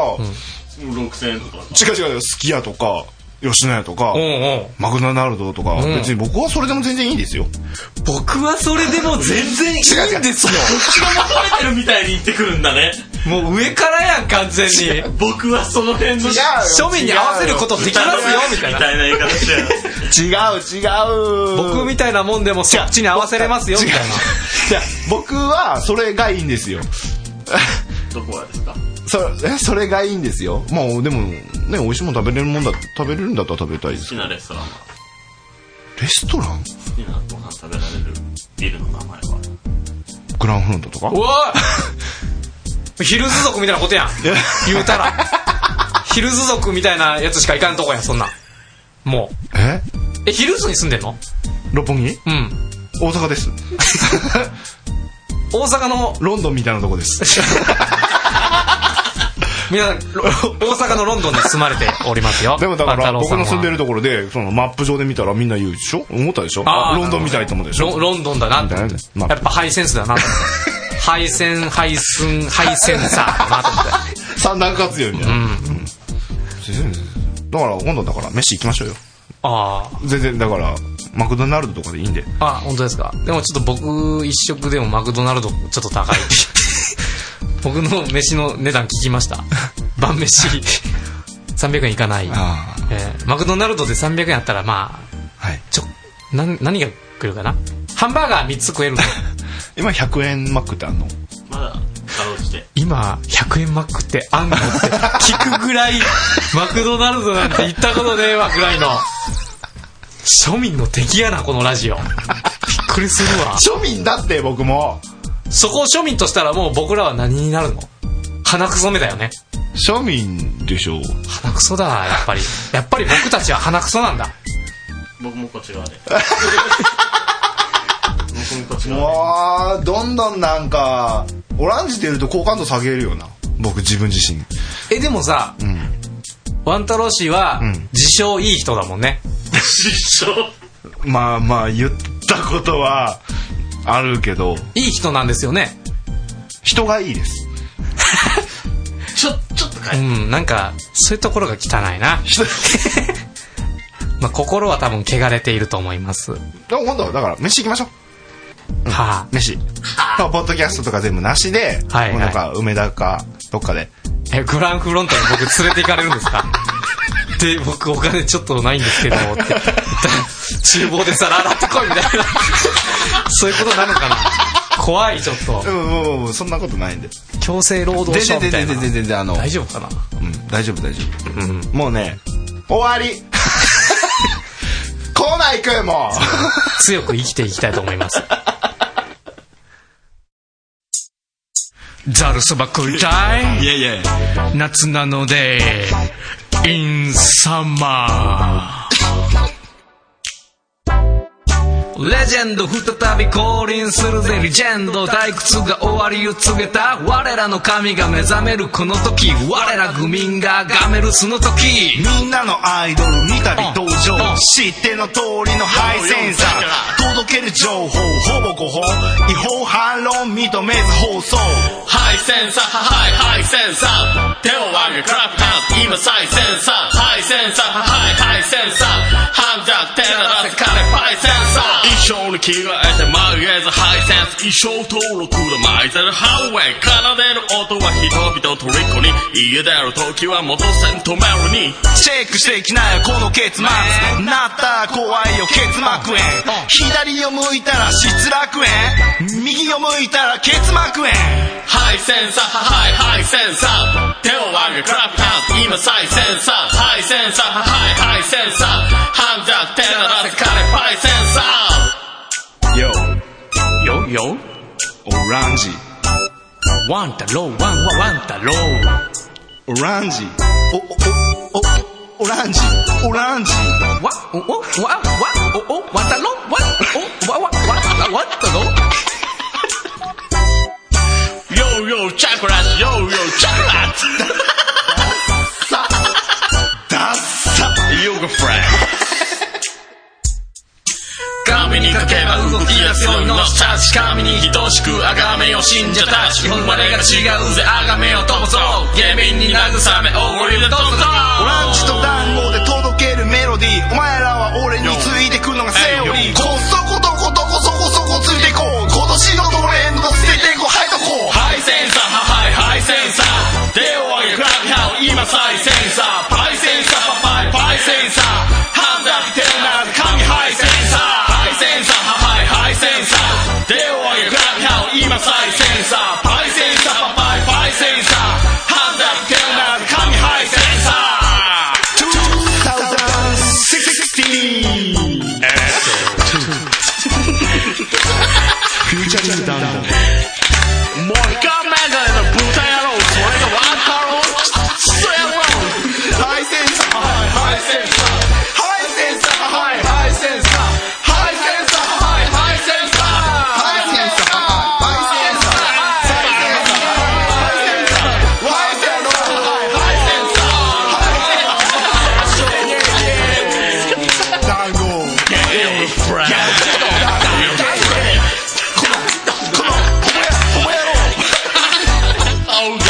Speaker 1: 違
Speaker 4: もう6000円とか
Speaker 1: う違う好き家とか吉野家とか、
Speaker 2: うんうん
Speaker 1: マクドナルドとか、
Speaker 2: ん
Speaker 1: 別に僕はそれでも全然いいんですよ。
Speaker 2: 僕はそれでも全然いいんですよ
Speaker 4: 血が求めてるみたいに言ってくるんだね。
Speaker 2: もう上からやん完全に
Speaker 4: 僕はその辺の。
Speaker 2: 庶民に合わせることできますよみたい
Speaker 4: み
Speaker 2: な
Speaker 4: たいな言い方してる。
Speaker 1: 違う違う。
Speaker 2: 僕みたいなもんでもそっちに合わせれますよみたいな
Speaker 1: 違ういや僕はそれがいいんですよ
Speaker 4: どこはですか
Speaker 1: そえそれがいいんですよまあでもね美味しいもの食べれるもんだ食べれるんだったら食べたいで
Speaker 4: 好
Speaker 1: す
Speaker 4: きなレストランは
Speaker 1: レストラン
Speaker 4: 好きなご飯食べられるビルの名前は
Speaker 1: グランフロントとか
Speaker 2: おいヒルズ族みたいなことやん言うたらヒルズ族みたいなやつしか行かんとこやんそんなんも
Speaker 1: え
Speaker 2: うえヒルズに住んでんの
Speaker 1: 六本木
Speaker 2: うん
Speaker 1: 大阪です
Speaker 2: 大阪の
Speaker 1: ロンドンみたいなとこです
Speaker 2: 皆さんロ大阪のロンドンに住まれておりますよ
Speaker 1: でもだか
Speaker 2: 万
Speaker 1: ら
Speaker 2: 太郎
Speaker 1: 僕
Speaker 2: さんは
Speaker 1: の住んでるところでそのマップ上で見たらみんな言うでしょ思ったでしょ
Speaker 2: あー
Speaker 1: あロンドンみたいと思うでし
Speaker 2: ロ
Speaker 1: ょ
Speaker 2: ロンドンだなって
Speaker 1: だよねまあ
Speaker 2: やっぱハイセンスだなと思ってハイセンハイスンハイセンサーだなと思って
Speaker 1: 三段活用みたいな、うん全然だから今度だから飯行きましょうよ
Speaker 2: あー
Speaker 1: 全然だからマクドナルドとかでいいんで
Speaker 2: あ本当ですかでもちょっと僕一食でもマクドナルドちょっと 高い僕の飯の値段聞きました晩飯300円いかない、え
Speaker 1: ああ
Speaker 2: ーマクドナルドで300円あったらまあ
Speaker 1: はい
Speaker 2: ちょなん何が来るかなハンバーガー3つ食 えるの
Speaker 1: 今100円マックってあんの
Speaker 4: まだかろうじて
Speaker 2: 今100円マックってあんのって聞くぐらいマクドナルドなんて行ったことねえわぐらいの庶民の敵やなこのラジオびっくりするわ
Speaker 1: 庶民だって僕も
Speaker 2: そこを庶民としたらもう僕らは何になるの鼻くそめだよね。
Speaker 1: 庶民でしょう
Speaker 2: 鼻くそだ、やっぱり。やっぱり僕たちは鼻くそなんだ。
Speaker 4: 僕もこっち側で僕もこっち側で
Speaker 1: わーどんどんなんかオランジでいると好感度下げるよな僕自分自身
Speaker 2: え、でもさ、
Speaker 1: ん
Speaker 2: ワン太郎氏は、
Speaker 1: ん
Speaker 2: 自称いい人だもんね。
Speaker 4: 失笑
Speaker 1: まあまあ言ったことはあるけど
Speaker 2: いい人なんですよね。
Speaker 1: 人がいいです
Speaker 4: ちょちょっと
Speaker 2: う
Speaker 4: 変え
Speaker 2: ん、なんか、そういうところが汚い な。
Speaker 1: 人
Speaker 2: まあ、心は多分汚れていると思います。は
Speaker 1: だから今度はだから飯行きましょう
Speaker 2: あ。
Speaker 1: 飯だからポッドキャストとか全部なしで、
Speaker 2: はいはい
Speaker 1: もうなんか梅田かどっかで
Speaker 2: え、グランフロントに僕連れて行かれるんですかで、僕お金ちょっとないんですけど、って言ったら厨房で皿洗ってこいみたいな。そういうことなのかな怖い、ちょっと
Speaker 1: う。んうんうんそんなことないんで
Speaker 2: 強制労働
Speaker 1: 全
Speaker 2: 者
Speaker 1: 然
Speaker 2: み
Speaker 1: 全
Speaker 2: たい
Speaker 1: 然
Speaker 2: な
Speaker 1: 全。然全然あの
Speaker 2: 大丈夫かな
Speaker 1: うん、大丈夫大丈夫、もうね終わり 来ないくんもう
Speaker 2: 強く生きていきたいと思います。ザルそば食いたい
Speaker 1: いやいや
Speaker 2: 夏なので、in summer。レジェンド再び降臨するぜリジェンド退屈が終わりを告げた我らの神が目覚めるこの時我ら愚民がガメルスの時
Speaker 1: みんなのアイドル見たび登場知っての通りのハイセンサー届ける情報ほぼ誤報違法反論認めず放送
Speaker 4: ハイセンサーハイハイセンサー手を上げクラップハン今サイセンサーハイセンサーハイハイセンサーハンザー手を出せ彼ハイセンサー衣装に着替えて眉毛ずハイセンス衣装登録のマイゼルハウェイ奏でる音は人々とりこに家出る時は元セントメロに
Speaker 1: チェックしていきなよこの結末なったら怖いよ結膜炎左を向いたら失楽園右を向いたら結膜炎
Speaker 4: ハイセンサーハイハイセンサー手を上げクラップハン今サイセンサーハイセンサーハイハイセンサーハンザー手を出せ彼ハイセンサー
Speaker 1: YO
Speaker 2: よよ
Speaker 1: オランジ
Speaker 2: ワン太郎ワンワワン太郎
Speaker 1: オランジおおおおオランジオランジ
Speaker 2: わおおわわおおワン太郎ワンおわわわワン太郎
Speaker 4: Yo yo chocolate, yo yo chocolate.
Speaker 1: ダッサ
Speaker 4: Yoga friend. 髪にかけば動きが強いのさし髪にに等しく崇めよ信者たち生まれが違うぜ崇めよともそう芸民に慰めおごりでどうぞ
Speaker 5: オランジと団子で届けるメロディーお前らは俺についてくのがセオリーこそこどこどこそこそこついていこう今年のトレンドついていこうはいとこう
Speaker 4: ハイセンサーハイハイセンサー手を上げクラブハウ今再センサーパイセンサーパパイパイセンサーハンダビテルナーズ神ハイセンサーハイセンサーハイハイセンサー手を上げクラブハウ今再センサーパイセンサーパパイパイセンサーハンダビテルナーズ神ハイセンサーもう一回目だよ豚野郎それがワンタロウクソ野郎
Speaker 5: ハイセンサー
Speaker 4: ハイセンサー
Speaker 5: ハイセンサー
Speaker 4: ハイハイセンサーハイセンサーハイハイセンサー
Speaker 5: ハイセンサーハイセンサーハイセンサーハイセンサーハイセンサー団子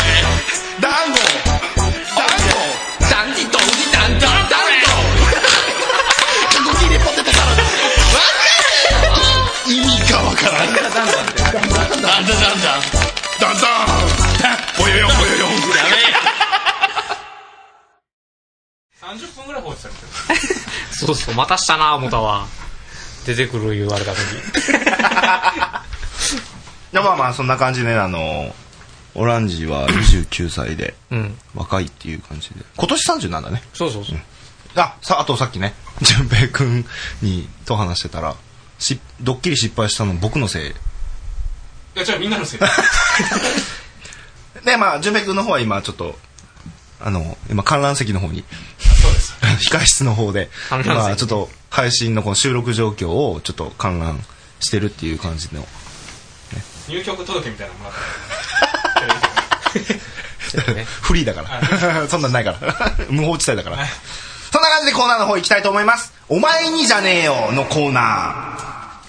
Speaker 2: 30分ぐらい放置されてるそうそうまたしたな思たわ出てくる言われた時
Speaker 1: でまあまあそんな感じでねあのオランジ は29歳で
Speaker 2: うん
Speaker 1: 若いっていう感じで今年37ね
Speaker 2: そうそうそう
Speaker 1: あさあとさっきね 淳平君にと話してたらしドッキリ失敗したの僕のせい
Speaker 2: いやじゃあみんなのせい
Speaker 1: でまあ淳平君の方は今ちょっとあの今観覧席の方に
Speaker 2: そうです
Speaker 1: 控室の方で
Speaker 2: 観覧席
Speaker 1: 今ちょっと配信のこの収録状況をちょっと観覧してるっていう感じの
Speaker 2: 入局届みたいなのもら ったね
Speaker 1: フリーだから。 そんなんない から。無法地帯だから。そんな感じでコーナーの方行きたいと思います。お前にじゃねえよのコーナー。は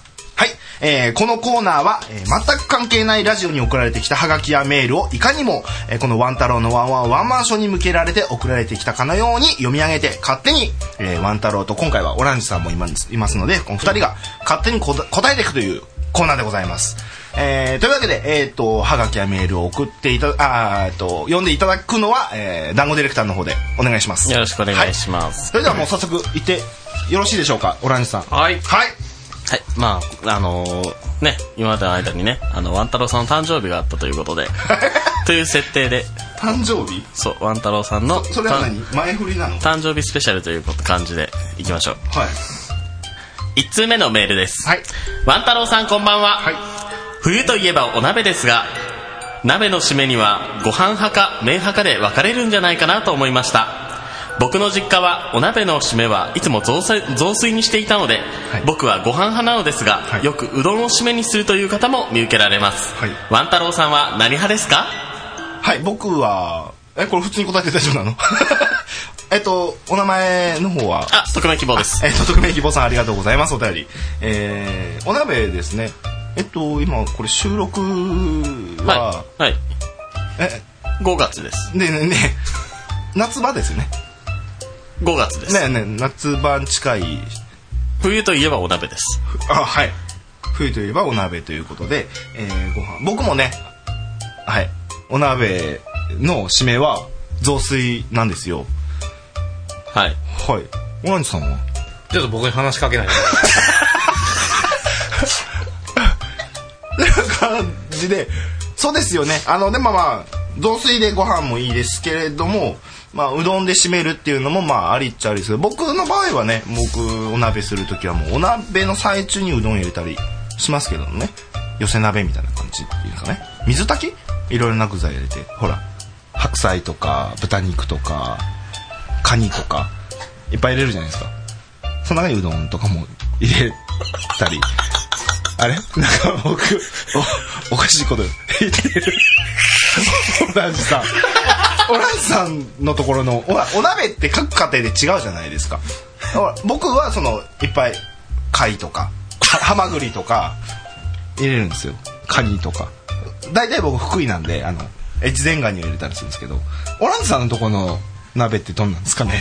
Speaker 1: い。えーこのコーナーは、えー全く関係ないラジオに送られてきたハガキやメールをいかにも、えーこのワン太郎のワンワンワンマンションに向けられて送られてきたかのように読み上げて勝手に、えーワン太郎と今回はオランジさんもいますいますので、この二人が勝手にこだ答えていくというコーナーでございます。えーというわけで、えっ、と、はがきやメールを送っていた、あーえーと、読んでいただくのは、えー、団子ディレクターの方でお願いします。
Speaker 4: よろしくお願いします
Speaker 1: はいそれではもう早速行ってよろしいでしょうか、オランジさん。はい。
Speaker 2: はい
Speaker 4: はい、まあ、あのーね、今までの間にね、あの、ワン太郎さんの誕生日があったというこ とで、という設定で、
Speaker 1: 誕生日
Speaker 4: そう、ワン太郎さんの
Speaker 1: それは
Speaker 4: 誕
Speaker 1: 何前振りなのはい。
Speaker 4: 誕生日スペシャルということ感じでいきましょう。1通目のメールです。
Speaker 1: はい。
Speaker 4: ワン太郎さんこんばんは。
Speaker 1: はい。
Speaker 4: 冬といえばお鍋ですが、鍋の締めにはご飯派か麺派かで分かれるんじゃないかなと思いました。僕の実家はお鍋の締めはいつも雑炊雑炊にしていたので、
Speaker 1: はい
Speaker 4: 僕はご飯派なのですが、
Speaker 1: はい
Speaker 4: よくうどんを締めにするという方も見受けられます。
Speaker 1: はい
Speaker 4: ワン太郎さんは何派ですか
Speaker 1: はい、僕は、え、これ普通に答えて大丈夫なのえっと、お名前の方は
Speaker 4: あ、匿名希望です。
Speaker 1: えっと、匿名希望さんありがとうございます、お便り。えー、お鍋ですね。えっと、今、これ収録は
Speaker 4: は、い。はい。
Speaker 1: え、
Speaker 4: 5月です。
Speaker 1: ねねね夏場ですよね。
Speaker 4: 5月で
Speaker 1: ね
Speaker 4: す。
Speaker 1: ね夏場近い、
Speaker 4: 冬といえばお鍋です。
Speaker 1: あ、はい。冬といえばお鍋ということで、えー、ご飯。僕もね、はい。お鍋の締めは、雑炊なんですよ。
Speaker 4: はい。
Speaker 1: はい。オランジさんは
Speaker 2: ちょっと僕に話しか けないで
Speaker 1: 感じでそうですよねあのでもまあ雑炊でご飯もいいですけれども、まあ、うどんで締めるっていうのもまあありっちゃありですけど僕の場合はね僕お鍋する時はもうお鍋の最中にうどん入れたりしますけどね寄せ鍋みたいな感じっていうかね水炊きいろいろな具材入れてほら白菜とか豚肉とかカニとかいっぱい入れるじゃないですかその中にうどんとかも入れたりあれなんか僕、お、おかしいこと言ってる。オランジさん。オランジさんのところのお、お鍋って各家庭で違うじゃないですか。だから僕はその、いっぱい、貝とか、はハマグリとか、入れるんですよ。カニとか大体僕福井なんであの越前ガニを入れたりするんですけどオランさんのとこの鍋ってどんなんですかね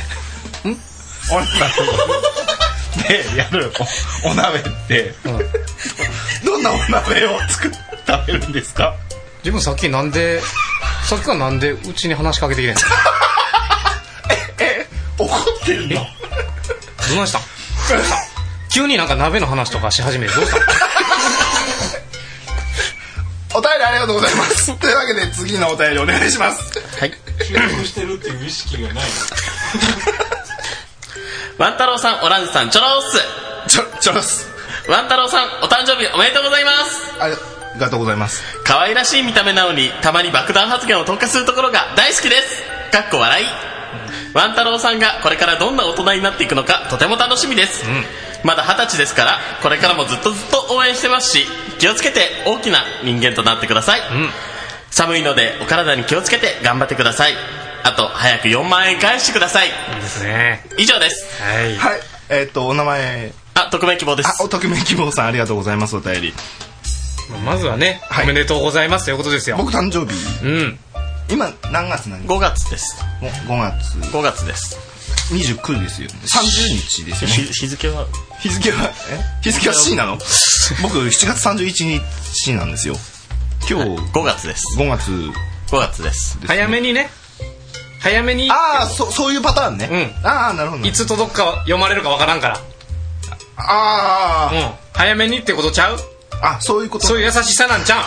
Speaker 1: んオランさんのとこでやるおお鍋って、どんなお鍋を作っ食べるんですか
Speaker 2: でもさっきなんでさっきからなんでうちに話しかけてきてんの
Speaker 1: 怒ってるの
Speaker 2: どないしたんどないしたん急になんか鍋の話とかし始めてどうしたん
Speaker 1: お便りありがとうございますというわけで次のお便りお願いします
Speaker 4: ワン太郎さん、オランジさん、チョロー
Speaker 1: ちょちょろっす
Speaker 4: スワン太郎さん、お誕生日おめでとうございます
Speaker 1: ありがとうございます
Speaker 4: 可愛らしい見た目なのに、たまに爆弾発言を投下するところが大好きですかっこ笑い。ワン太郎さんがこれからどんな大人になっていくのか、とても楽しみです。まだ二十歳ですから、これからもずっとずっと応援してますし、気をつけて大きな人間となってください。寒いので、お体に気をつけて頑張ってください。あと、早く4万円返してください。
Speaker 2: いいですね
Speaker 4: 以上です。
Speaker 2: はい
Speaker 1: はいえっとお名前
Speaker 4: あ、匿名希望です。
Speaker 1: あおときめ希望さんありがとうございますお便り
Speaker 2: まずはね、
Speaker 1: はい
Speaker 2: おめでとうございますということですよ
Speaker 1: 僕誕生日
Speaker 2: うん
Speaker 1: 今何月何日
Speaker 4: 5月です。
Speaker 1: もう5月
Speaker 4: 5月です。
Speaker 1: 29ですよね30日ですよね
Speaker 4: 日日付は
Speaker 1: 日付はえ日付は C なの僕7月31日なんですよ今日
Speaker 4: 5月です。
Speaker 1: 5月
Speaker 4: 5月です。
Speaker 1: ですね
Speaker 2: 早めにね早めに
Speaker 1: ああそそういうパターンね、
Speaker 2: うん
Speaker 1: ああなるほど
Speaker 2: いつ届くか読まれるかわからんから
Speaker 1: あ
Speaker 2: うん早めにってことちゃう
Speaker 1: ああそういうこと
Speaker 2: そういう優しさなんちゃ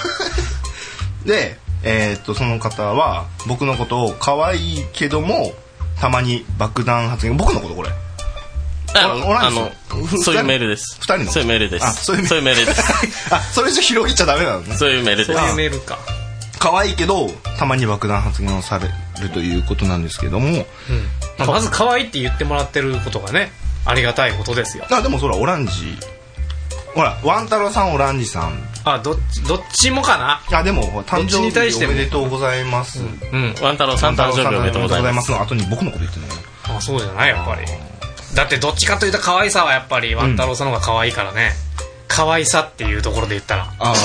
Speaker 2: う
Speaker 1: でえーっとその方は僕のことを可愛いけどもたまに爆弾発言僕のことこれ
Speaker 4: あ
Speaker 1: オラ
Speaker 4: あ
Speaker 1: ンジ
Speaker 4: の
Speaker 1: さん
Speaker 4: そういうメールです。
Speaker 1: 二人の
Speaker 4: そういうメールです。
Speaker 1: あそういうメール
Speaker 4: そういうメールで す。
Speaker 1: あそれじゃ広げちゃダメなのね
Speaker 4: そういうメール
Speaker 2: そ
Speaker 4: で
Speaker 2: う
Speaker 4: す。
Speaker 2: いうメールか
Speaker 1: 可愛いけどたまに爆弾発言をされるということなんですけども
Speaker 2: まあまず可愛いって言ってもらってることがねありがたいことですよ
Speaker 1: あでもそらオランジほらワン太郎さんオランジさん
Speaker 2: あどっちどっちもかな
Speaker 1: あでも誕
Speaker 2: どっち
Speaker 1: 生
Speaker 2: に対し
Speaker 1: 日
Speaker 2: て
Speaker 1: お
Speaker 2: も
Speaker 1: めでとうございます、
Speaker 2: うん
Speaker 4: ワン太郎さん誕生日おめでとうございます。
Speaker 1: すの後に僕のこと言ってない
Speaker 2: あそうじゃないやっぱりだってどっちかというと可愛さはやっぱり万太郎さんの方が可愛いからね、可愛さっていうところで言ったら
Speaker 1: ああ、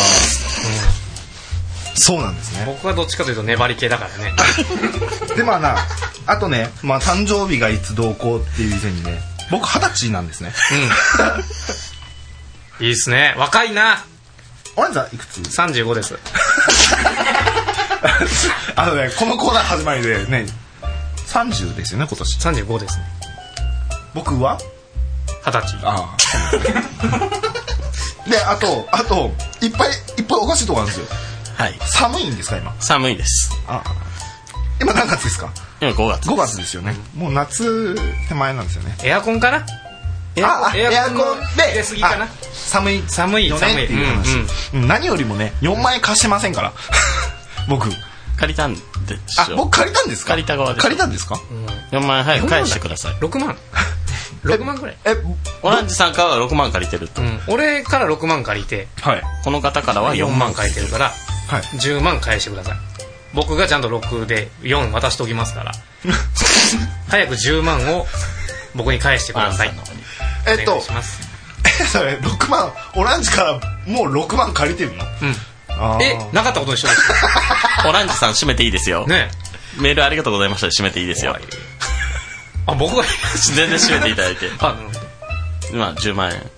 Speaker 1: そうなんですね
Speaker 2: 僕はどっちかというと粘り系だ からね
Speaker 1: でまあなあとね、まあ、誕生日がいつどうこうっていう以前にね僕二十歳なんですね
Speaker 2: いいっすね若いな
Speaker 1: オランジさんいくつ
Speaker 2: 35です
Speaker 1: あのねこのコーナー始まりでね30ですよね今年
Speaker 2: 35ですね
Speaker 1: 僕は
Speaker 2: 二十歳
Speaker 1: ああであとあといっぱいいっぱいおかしいとこあるんですよ
Speaker 4: はい。
Speaker 1: 寒いんですか今
Speaker 4: 寒いです。
Speaker 1: あ今何月ですか
Speaker 4: 今5月。
Speaker 1: 5月ですよねもう夏手前なんですよね
Speaker 2: エアコンかなエ
Speaker 1: ああエアコン
Speaker 2: の
Speaker 1: で
Speaker 2: 入れすぎかな
Speaker 1: あ寒い
Speaker 2: 寒い
Speaker 1: よ
Speaker 2: 寒
Speaker 1: ね
Speaker 2: い
Speaker 1: っていう話、うん何よりもね4万円貸してませんから僕
Speaker 4: 借りたんで
Speaker 1: あ
Speaker 4: しょ。
Speaker 1: 僕借りたんですか
Speaker 4: 借りた側です
Speaker 1: 借りたんですか
Speaker 4: 4万円早く返してください。
Speaker 2: 6万6万ぐらい、
Speaker 1: え
Speaker 4: オランジさんからは6万借りてると
Speaker 2: う。ん、俺から6万借りて
Speaker 1: はい
Speaker 4: この方からは
Speaker 2: 4
Speaker 4: 4万
Speaker 2: 万借
Speaker 4: 借り
Speaker 2: り
Speaker 4: て
Speaker 2: てるから
Speaker 1: はい
Speaker 2: 10万返してください僕がちゃんと6で4渡しときます から早く10万を僕に返してください
Speaker 1: えっ
Speaker 2: お願
Speaker 1: と
Speaker 2: いします
Speaker 1: それ6万オランジからもう6万借りてるの
Speaker 2: うん
Speaker 1: あー
Speaker 2: えなかったことにしよ
Speaker 4: る。オランジさん締めていいですよ
Speaker 2: う。ね
Speaker 4: メールありがとうございました。締めていいですよ。
Speaker 2: あ僕が
Speaker 4: 全然締めていただいて。
Speaker 2: あなるほど
Speaker 4: まあ10万円。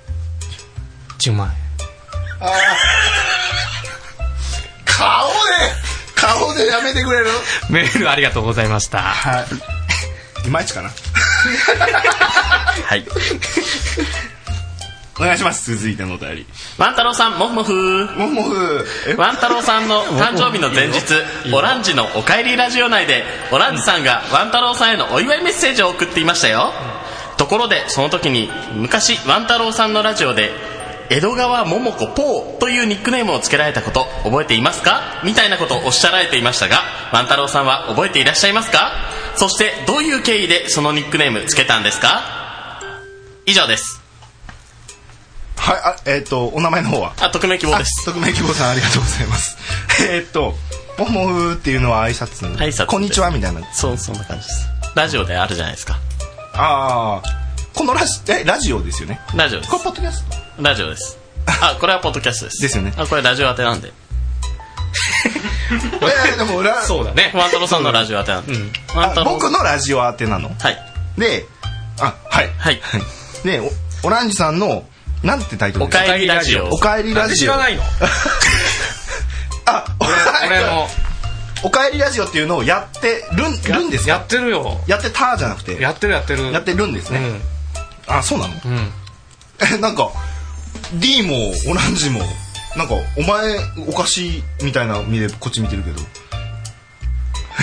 Speaker 2: 10万
Speaker 1: 顔で顔でやめてくれる
Speaker 2: 円メールありがとうございました
Speaker 1: はいいまいちかな
Speaker 4: はい。
Speaker 1: お願いします続いてのお便り
Speaker 4: ワン太郎さん、もふもふー。
Speaker 1: もうもうえ
Speaker 4: ワン太郎さんの誕生日の前日、オランジのおかえりラジオ内で、オランジさんがワン太郎さんへのお祝いメッセージを送っていましたよ。ところで、その時に、昔、ワン太郎さんのラジオで、江戸川桃子ポーというニックネームを付けられたこと覚えていますかみたいなことをおっしゃられていましたが、ワン太郎さんは覚えていらっしゃいますかそして、どういう経緯でそのニックネーム付けたんですか以上です。
Speaker 1: はいあえっ、とお名前の方は
Speaker 4: あ、匿名希望です。
Speaker 1: あ匿名希望さんありがとうございます えーっと「もふもふ」っていうのは挨拶なんで
Speaker 4: 挨拶です
Speaker 1: こんにちは」みたいな
Speaker 4: そう、そんな感じです。ラジオであるじゃないですか。
Speaker 1: ああこのラジえラジオですよね
Speaker 4: ラジオです
Speaker 1: これポッドキャスト
Speaker 4: ラジオです。あ、これはポッドキャストです。
Speaker 1: ですよね
Speaker 4: あ、これラジオ宛てなんで。
Speaker 1: いやで もラ
Speaker 2: そうだね
Speaker 4: ワンタロさんのラジオ宛てなんで
Speaker 2: ん
Speaker 4: ワンタ
Speaker 1: あ
Speaker 4: ロ
Speaker 1: 僕のラジオ宛てなの
Speaker 4: はい
Speaker 1: であはい
Speaker 4: はい
Speaker 1: でおオランジさんのなんてタイトル
Speaker 4: お
Speaker 1: で
Speaker 4: かえりラジオ
Speaker 1: おかえりラ
Speaker 2: なんで知
Speaker 1: ジオ
Speaker 2: らないの
Speaker 1: あ
Speaker 2: 俺も
Speaker 1: おかえりラジオっていうのをやってるんるんです
Speaker 2: や
Speaker 1: か
Speaker 2: ってるよ
Speaker 1: やってたじゃなくて
Speaker 2: やってるやってる
Speaker 1: やってるんです
Speaker 2: う
Speaker 1: ね
Speaker 2: ん
Speaker 1: あそうなの
Speaker 2: うん
Speaker 1: えなんか D もオランジもなんかお前おかしいみたいな目でこっち見てるけど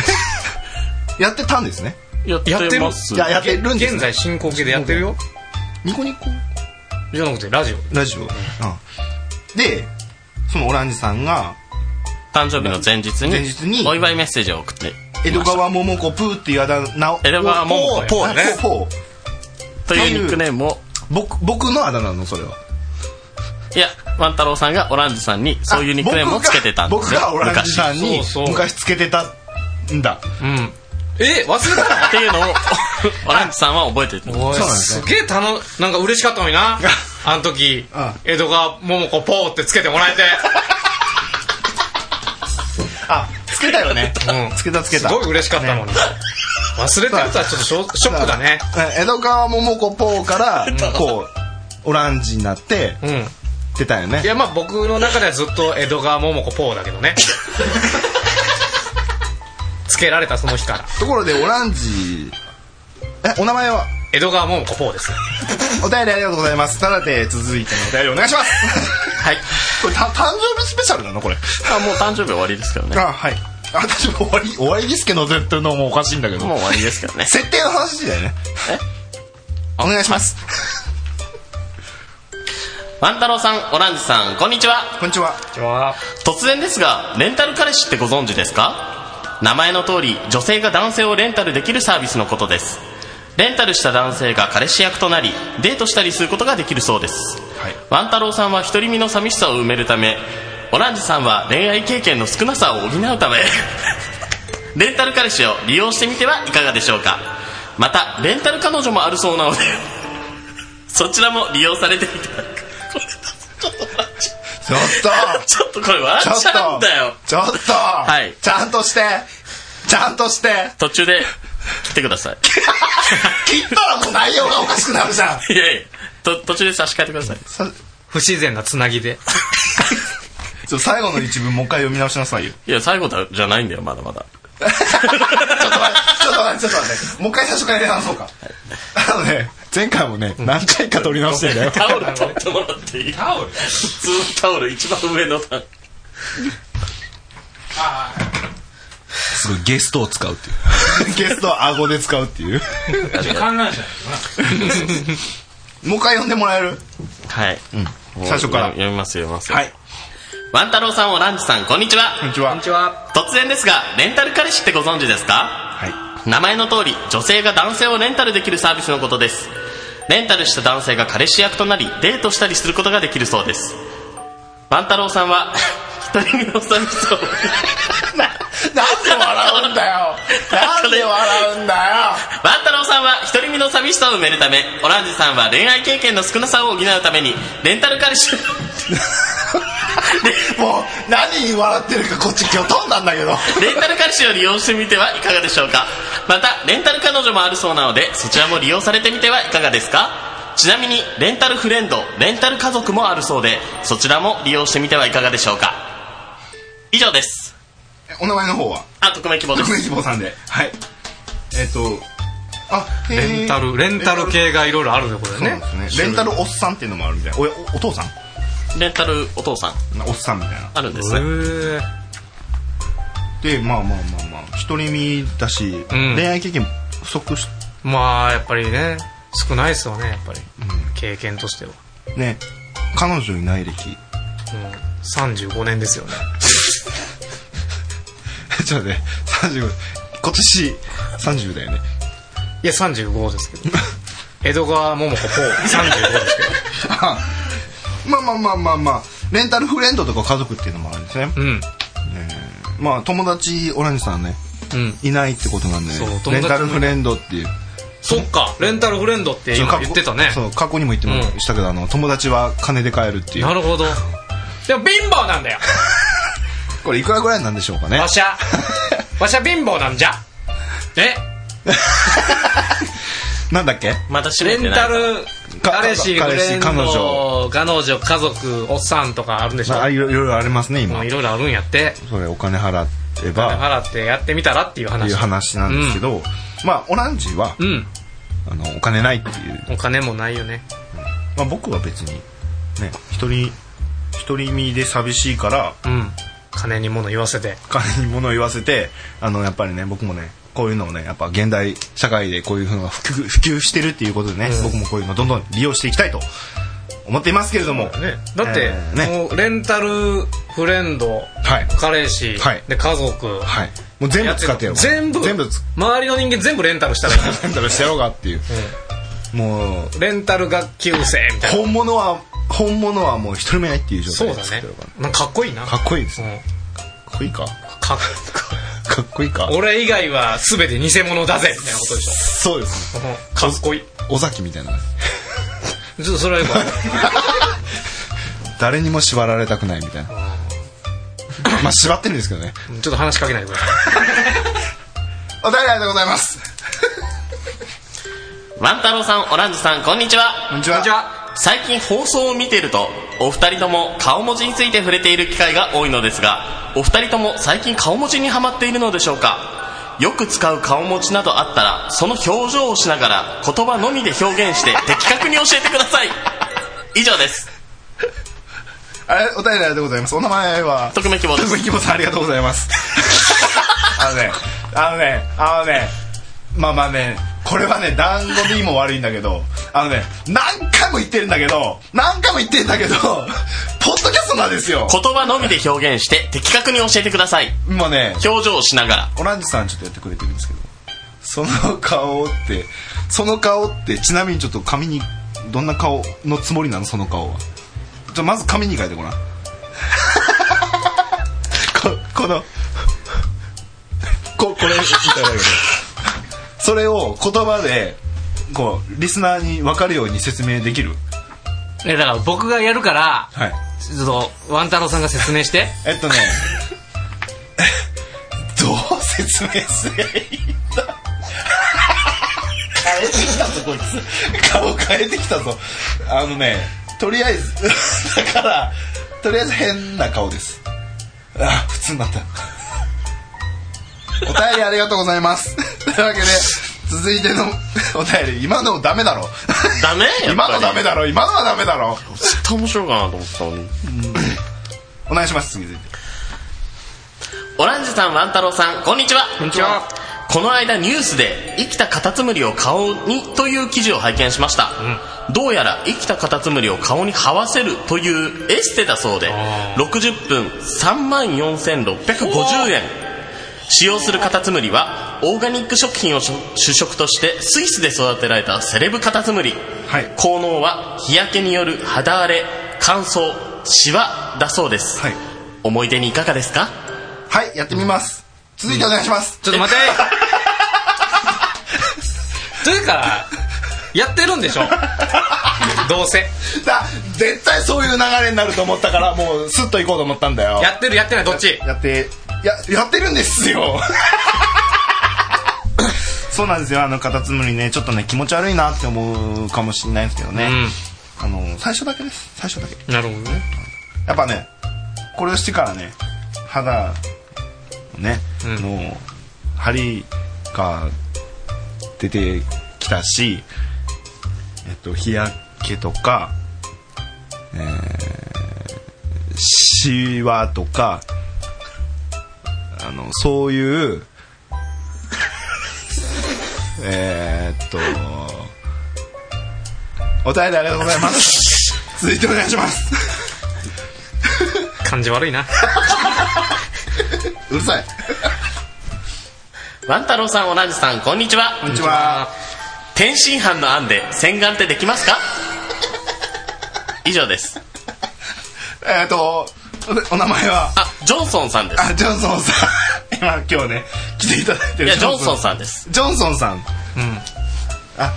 Speaker 1: やってたんですね
Speaker 4: やっ
Speaker 2: やって
Speaker 4: て
Speaker 2: る
Speaker 4: ます
Speaker 1: いややってるんです、ね、
Speaker 2: 現在進行形でやってるよ
Speaker 1: ニコニコ
Speaker 2: じゃなくてラジオ
Speaker 1: ラジオ、うんでそのオランジさんが
Speaker 4: 誕生日の前日に
Speaker 1: 前日に
Speaker 4: お祝いメッセージを送って
Speaker 1: 江戸川桃子プーっていうあだ名を
Speaker 4: 江戸川桃子
Speaker 1: ポーポー
Speaker 4: ね
Speaker 1: あポーポー
Speaker 4: というニックネームを
Speaker 1: 僕僕のあだ名なのそれはい
Speaker 4: やワンタロさんがオランジさんにそういうニックネームをつけてたんで
Speaker 1: 僕
Speaker 4: す
Speaker 1: が
Speaker 4: よ
Speaker 1: 僕がオランジ
Speaker 4: 昔っ
Speaker 1: さんに
Speaker 2: そうそう
Speaker 1: 昔つけてたんだ
Speaker 2: うんえ忘れた
Speaker 4: ていうのを オランジさんは覚えてて
Speaker 2: おい
Speaker 1: そうなんです
Speaker 2: すげえ楽なんか嬉しかったのになあの時
Speaker 1: ああ
Speaker 2: 江戸川桃子ポーってつけてもらえて
Speaker 1: あつけたよね、
Speaker 2: うん
Speaker 1: つけたつけ
Speaker 2: す
Speaker 1: た
Speaker 2: ごい嬉しかったのに忘れてるとはちょっとショショックだね
Speaker 1: え江戸川桃子ポーからこうオランジになって
Speaker 2: うん
Speaker 1: 出たよね
Speaker 2: いやまあ僕の中ではずっと江戸川桃子ポーだけどねつけられたその日から
Speaker 1: ところでオランジえお名前は
Speaker 2: 江戸川桃子ポーです
Speaker 1: お便りありがとうございますさらて続いてのお便りお願いします
Speaker 4: はい
Speaker 1: これた誕生日スペシャルなのこれ
Speaker 4: あもう誕生日終わりですけどね
Speaker 1: あはいあ私も終わり終わりですけど絶対のもおかしいんだけど
Speaker 4: もう終わりですけどね
Speaker 1: 設定の話だよねお願いします
Speaker 4: ワンタロさんオランジさんこんにちは
Speaker 1: こんにちは
Speaker 4: 突然ですがレンタル彼氏ってご存知ですか名前の通り女性が男性をレンタルできるサービスのことですレンタルした男性が彼氏役となりデートしたりすることができるそうです、
Speaker 1: はい
Speaker 4: ワンタロウさんは独り身の寂しさを埋めるためオランジさんは恋愛経験の少なさを補うため レンタル彼氏を利用してみてはいかがでしょうかまたレンタル彼女もあるそうなのでそちらも利用されてみてはいかがでしょうか
Speaker 1: ちょっと
Speaker 4: ちょっとこれ笑っち
Speaker 1: ちょっ
Speaker 4: ゃう
Speaker 1: と
Speaker 4: んだよ
Speaker 1: ちょっと、
Speaker 4: い
Speaker 1: ちゃんとしてちゃんとして
Speaker 4: 途中で来てください
Speaker 1: 切ったらもう内容がおかしくなるじゃん
Speaker 4: いやいやと途中で差し替えてください
Speaker 1: さ
Speaker 2: 不自然なつなぎで
Speaker 1: ちょ最後の一文もう一回読み直しなさいよ
Speaker 4: いや最後だじゃないんだよまだまだ
Speaker 1: ちょっと待ってちょっと待ってちょっと待ってもう一回最初からやり直そうかあのね前回もね何回か取り直してんだよ
Speaker 4: タオル 取ってもらっていいタオル普通のタオル一番上のタオル
Speaker 1: すごいゲストを使うっていうゲストは顎で使うっていう
Speaker 6: 観覧車
Speaker 1: もう一回読んでもらえる
Speaker 4: はい、
Speaker 1: 最初から
Speaker 4: 読みます読みます
Speaker 1: はい
Speaker 4: ワン太郎さんオランジさんこんにち
Speaker 1: こん
Speaker 4: は
Speaker 1: にちは
Speaker 2: は
Speaker 4: 突然ですがレンタル彼氏ってご存知ですか
Speaker 1: は
Speaker 4: 名前の通り女性が男性をレンタルできるサービスのことですレンタルした男性が彼氏役となりデートしたりすることができるそうです万太郎さんは 一人身の寂しさを
Speaker 1: い なんで笑うんだよなんで笑うんだよ
Speaker 4: 万太郎さんは一人身の寂しさを埋めるためオランジさんは恋愛経験の少なさを補うためにレンタル彼氏
Speaker 1: もう何に笑ってるかこっち今日飛んだんだけど
Speaker 4: レンタル彼氏を利用してみてはいかがでしょうかまたレンタル彼女もあるそうなのでそちらも利用されてみてはいかがですかちなみにレンタルフレンドレンタル家族もあるそうでそちらも利用してみてはいかがでしょうか以上です
Speaker 1: お名前の方は
Speaker 4: あ匿名希望で
Speaker 1: 匿名
Speaker 4: す
Speaker 1: 希望さんではいえっ、とあへー
Speaker 2: レンタルレンタル系がいろいろあるところだ
Speaker 1: そう
Speaker 2: よ
Speaker 1: なん
Speaker 2: ね
Speaker 1: ですねレンタルおっさんっていうのもあるみたいなおやおお父さん
Speaker 4: レンタルお父さん
Speaker 1: おっさんみたいな
Speaker 4: あるんですね
Speaker 2: へえ
Speaker 1: でまあまあまあまあ独り身だし、
Speaker 2: ん
Speaker 1: 恋愛経験不足し
Speaker 2: まあやっぱりね少ないですよねやっぱり、経験としては、
Speaker 1: ね彼女いない歴
Speaker 2: うん、35年ですよね
Speaker 1: ちょっとね30今年30だよね
Speaker 2: いや35ですけど 江戸川桃子ポー35ですけど
Speaker 1: あまあまあまあまあまあレンタルフレンドとか家族っていうのもあるんですね、
Speaker 2: うん
Speaker 1: まあ友達オランジさんね
Speaker 2: うん
Speaker 1: いないってことなんで
Speaker 2: そう友達の
Speaker 1: レンタルフレンドっていう
Speaker 2: そっかレンタルフレンドって今言ってたね
Speaker 1: そう過去にも言ってましたけど、あの友達は金で買えるっていう
Speaker 2: なるほどでも貧乏なんだよ
Speaker 1: これいくらぐらいなんでしょうかね
Speaker 2: わし ゃわしゃ貧乏なんじゃえ
Speaker 1: なんだっけ
Speaker 3: まだ閉
Speaker 2: レ
Speaker 3: めて
Speaker 2: ン
Speaker 3: な
Speaker 2: タ
Speaker 3: いから
Speaker 2: ル彼氏
Speaker 1: 彼氏
Speaker 2: フレンド
Speaker 1: 彼女
Speaker 2: 彼女家族おっさんとかあるんでしょ
Speaker 1: あいろいろありますね今
Speaker 2: いろいろあるんやって
Speaker 1: それお金払えば
Speaker 2: 払ってやってみたらっていう
Speaker 1: って
Speaker 2: 話
Speaker 1: いう話なんですけど、まあオランジは、
Speaker 2: うん
Speaker 1: あのお金ないっていう
Speaker 2: お金もないよね
Speaker 1: まあ、僕は別にね一人一人身で寂しいから
Speaker 2: うん金に物言わせて
Speaker 1: 金に物を言わせてあのやっぱりね僕もねこういうのをねやっぱ現代社会でこういうのが普及普及してるっていうことでね、僕もこういうのをどんどん利用していきたいと思っていますけれども、
Speaker 2: だって、
Speaker 1: えーね
Speaker 2: もうレンタルフレンド、
Speaker 1: はい
Speaker 2: 彼氏、
Speaker 1: はい
Speaker 2: で家族、
Speaker 1: はいもう全部使ってよ
Speaker 2: 全部
Speaker 1: 全部使
Speaker 2: 周りの人間全部レンタルしたらいい
Speaker 1: ったらしてやろうかっていう、もう
Speaker 2: レンタル学級生みたいな
Speaker 1: 本物は本物はもう一人目ないっていう状
Speaker 2: そう
Speaker 1: 態
Speaker 2: だ
Speaker 1: で作っ
Speaker 2: ね
Speaker 1: てるから、
Speaker 2: なんかかっこいいな
Speaker 1: かっこいいです
Speaker 2: う
Speaker 1: ね
Speaker 2: ん
Speaker 1: かっこいいか
Speaker 2: かっ
Speaker 1: かっこいいか
Speaker 2: 俺以外は全て偽物だぜみたいなことでし
Speaker 1: そうです
Speaker 2: ょうんかっこいい
Speaker 1: 尾崎みたいな
Speaker 2: ちょっとそれはよくわかんない
Speaker 1: 誰にも縛られたくないみたいなまあ縛ってるんですけどね
Speaker 2: ちょっと話しかけないでくださ
Speaker 1: お便りありがとうございます
Speaker 4: 万太郎さんオランジさんこんにちは
Speaker 1: こんにちは
Speaker 4: 最近放送を見てるとお二人とも顔文字について触れている機会が多いのですがお二人とも最近顔文字にはまっているのでしょうかよく使う顔文字などあったらその表情をしながら言葉のみで表現して 的確に教えてください以上です
Speaker 1: あれお便りありがとうございますお名前は
Speaker 4: 匿名希望で
Speaker 1: 徳
Speaker 4: す
Speaker 1: 井希望さんありがとうございますあのねあのねあのねまあまあねこれはね団子にも悪いんだけどあのね何回も言ってるんだけど何回も言ってるんだけどポッドキャストなんですよ
Speaker 4: 言葉のみで表現して的確に教えてください
Speaker 1: 今ね
Speaker 4: 表情をしながら
Speaker 1: オランジさんちょっとやってくれてるんですけどその顔ってその顔ってちなみにちょっと紙にどんな顔のつもりなのその顔はちょっとまず紙に書いてごらん ここのここれみたいなそれを言葉でこうリスナーに分かるように説明できる
Speaker 2: いえだから僕がやるから
Speaker 1: はい
Speaker 2: ちょっとワン太郎さんが説明して
Speaker 1: えっとね どう説明すりゃいいんだ変えてきたぞこいつ顔変えてきたぞあのねとりあえず だからとりあえず変な顔ですあ普通になったお便りありがとうございますというわけで続いてのお便り今のダメだろ
Speaker 4: ダメやっぱ
Speaker 1: 今
Speaker 4: り
Speaker 1: のダメだろ今のはダメだろ
Speaker 4: 絶対面白いかなと思ってたのに
Speaker 1: お願いします続いて
Speaker 4: オランジさん、ワン太郎さん、こんにちは。こんにちは。この間ニュースで生きたカタツムリを顔にという記事を拝見しました、どうやら生きたカタツムリを顔に這わせるというエステだそうで60分3万4650円使用するカタツムリはオーガニック食品を主主食としてスイスで育てられたセレブカタツムリ、
Speaker 1: はい
Speaker 4: 効能は日焼けによる肌荒れ乾燥シワだそうです、
Speaker 1: はい
Speaker 4: 思い出にいかがですか
Speaker 1: はいやってみます続いてお願いします、
Speaker 2: ちょっと待て というかやってるんでしょどうせ
Speaker 1: だ絶対そういう流れになると思ったからもうスッと行こうと思ったんだよ
Speaker 2: やってるやってないどっち
Speaker 1: やってややってるんですよ そうなんですよあのカタツムリねちょっとね気持ち悪いなって思うかもしれないんですけどね、あの最初だけです最初だけ
Speaker 2: なるほどね
Speaker 1: やっぱねこれをしてからね肌のね、の針が出てきたし、えっと、日焼けとか、えーシワとかあのそういう えーっとお便りありがとうございます 続いてお願いします
Speaker 2: 感じ悪いな
Speaker 1: うるさい
Speaker 4: ワン太郎さん、オランジさん、こんにち
Speaker 1: こん
Speaker 4: は。
Speaker 1: にちは。
Speaker 4: 天津飯の案で洗顔ってできますか以上です。
Speaker 1: えっ、と、おお名前は、
Speaker 4: あ、ジョンソンさんです。
Speaker 1: あ、ジョンソンさん。今、今日ね、来ていただいて
Speaker 4: い
Speaker 1: る。
Speaker 4: や、ジョンソンさんです。
Speaker 1: ん。ジョンソンさん。うん。あ、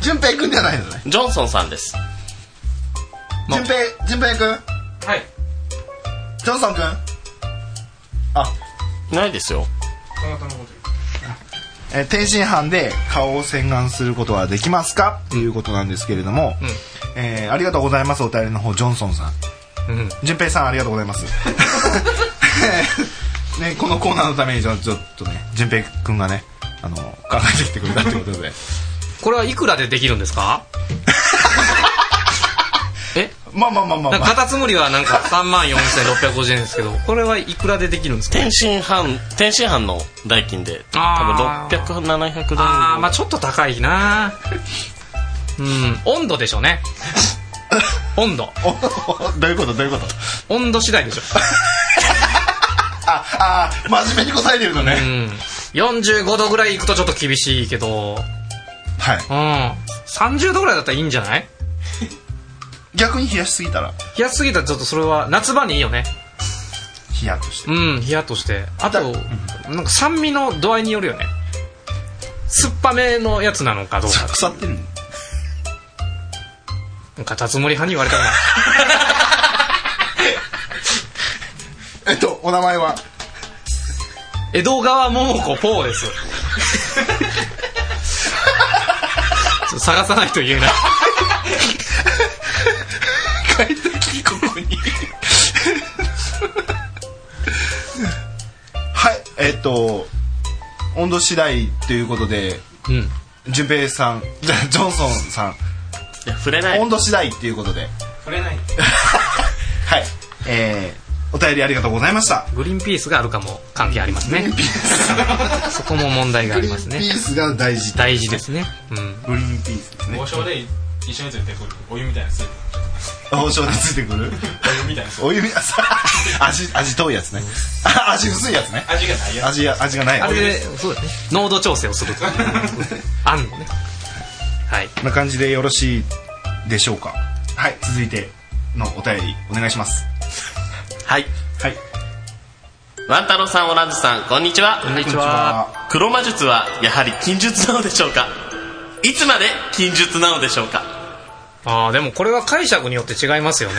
Speaker 1: 淳平くんじゃないのね。
Speaker 4: ジョンソンさんです。
Speaker 1: 淳平、淳平くん
Speaker 2: はい
Speaker 1: ジョンソンくんあ
Speaker 4: ないですよ
Speaker 1: えー天津飯で顔を洗顔することはできますかっていうことなんですけれども、えーありがとうございますお便りの方ジョンソンさん
Speaker 2: うん
Speaker 1: 順平さんありがとうございます ね、このコーナーのためにちょちょっとね順平くんがねあの考えてきてくれたということ で
Speaker 2: これはいくらでできるんですかえ
Speaker 1: まあまあまあまあ、
Speaker 2: なん
Speaker 1: ま
Speaker 2: か
Speaker 1: あ、
Speaker 2: カタツムリはなんか3万4650円ですけどこれはいくらでできるんですか
Speaker 4: 天津飯天津飯の代金で
Speaker 2: あー
Speaker 4: 多分600700ド
Speaker 2: ああまあ
Speaker 4: ル
Speaker 2: ちょっと高いなうん温度でしょう ね温度
Speaker 1: おどういうことどういうこと
Speaker 2: 温度次第でしょ
Speaker 1: ああ真面目に答えてるのね、
Speaker 2: うん45度ぐらいいくとちょっと厳しいけど
Speaker 1: はい
Speaker 2: うん30度ぐらいだったらいいんじゃない
Speaker 1: 逆に冷やしすぎたら
Speaker 2: 冷やしすぎたらちょっとそれは夏場にいいよね
Speaker 1: ヒヤッとして
Speaker 2: うん冷やっとしてあとなんか酸味の度合いによるよね酸っぱめのやつなのかどうか
Speaker 1: 腐ってるの
Speaker 2: なんかタツムリ派に言われた くない
Speaker 1: えっとお名前は
Speaker 2: 江戸川桃子ポー です ちょっと探さないと言えない
Speaker 1: はいえっと温度次第ということで
Speaker 2: うん
Speaker 1: 順平さんじゃあジョンソンさん
Speaker 4: いや触れない
Speaker 1: 温度次第っていうことで
Speaker 2: 触れない
Speaker 1: はいえー、お便りありがとうございました
Speaker 2: グリーンピースがあるかも関係ありますねそこも問題がありますね
Speaker 1: グリーンピースが大事
Speaker 2: 大事ですねうん
Speaker 1: グリーンピースですね
Speaker 6: 王将で一緒についてくるお湯みたいなスープ
Speaker 1: 王将についてく
Speaker 6: お
Speaker 1: る
Speaker 6: 湯みたいなスープ
Speaker 1: お湯み味味遠いやつねあ味薄いやつね
Speaker 6: 味がないや
Speaker 1: 味が味がない
Speaker 2: あ
Speaker 1: こ
Speaker 2: れそうだね濃度調整をするというあんのねはい
Speaker 1: んな感じでよろしいでしょうかはい続いてのお便りお願いします
Speaker 4: はい
Speaker 1: はい
Speaker 4: 万太郎さんオランジさんこんにちはこんに
Speaker 2: ちは
Speaker 4: 黒魔術はやはり禁術なのでしょうかいつまで禁術なのでしょうか
Speaker 2: ああでもこれは解釈によって違いますよね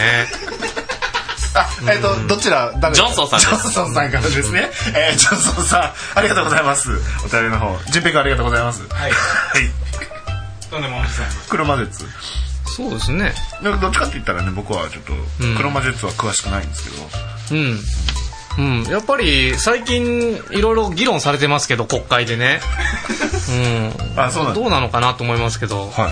Speaker 1: あえっ、とどちら誰
Speaker 4: ジョンソンさんです
Speaker 1: ジョンソンさんからですね、えージョンソンさんありがとうございますお便りの方純平君ありがとうございますはい、
Speaker 6: とんでもおじさん
Speaker 1: 黒魔術
Speaker 2: そうですね
Speaker 1: でもどっちかって言ったらね僕はちょっと
Speaker 2: ん
Speaker 1: 黒魔術は詳しくないんですけど、
Speaker 2: うんうん、やっぱり最近いろいろ議論されてますけど国会でね、うん、
Speaker 1: あそうなんだ
Speaker 2: どうなのかなと思いますけど、
Speaker 1: はい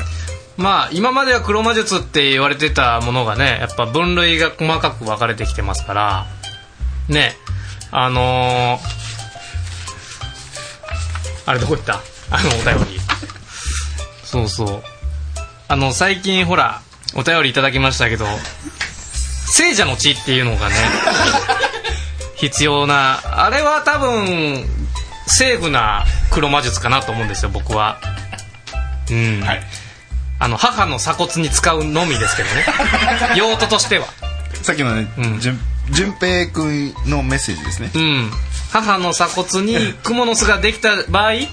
Speaker 2: まあ今までは黒魔術って言われてたものがねやっぱ分類が細かく分かれてきてますからねあのーあれどこ行ったあのお便りそうそうあの最近ほらお便りいただきましたけど聖者の血っていうのがね必要なあれは多分セーフな黒魔術かなと思うんですよ僕はうん、
Speaker 1: はい
Speaker 2: あの母の鎖骨に使うのみですけどね 用途としては
Speaker 1: さっきのね
Speaker 2: うん
Speaker 1: 順順平君のメッセージですね
Speaker 2: うん母の鎖骨に蜘蛛の巣ができた場合
Speaker 1: はい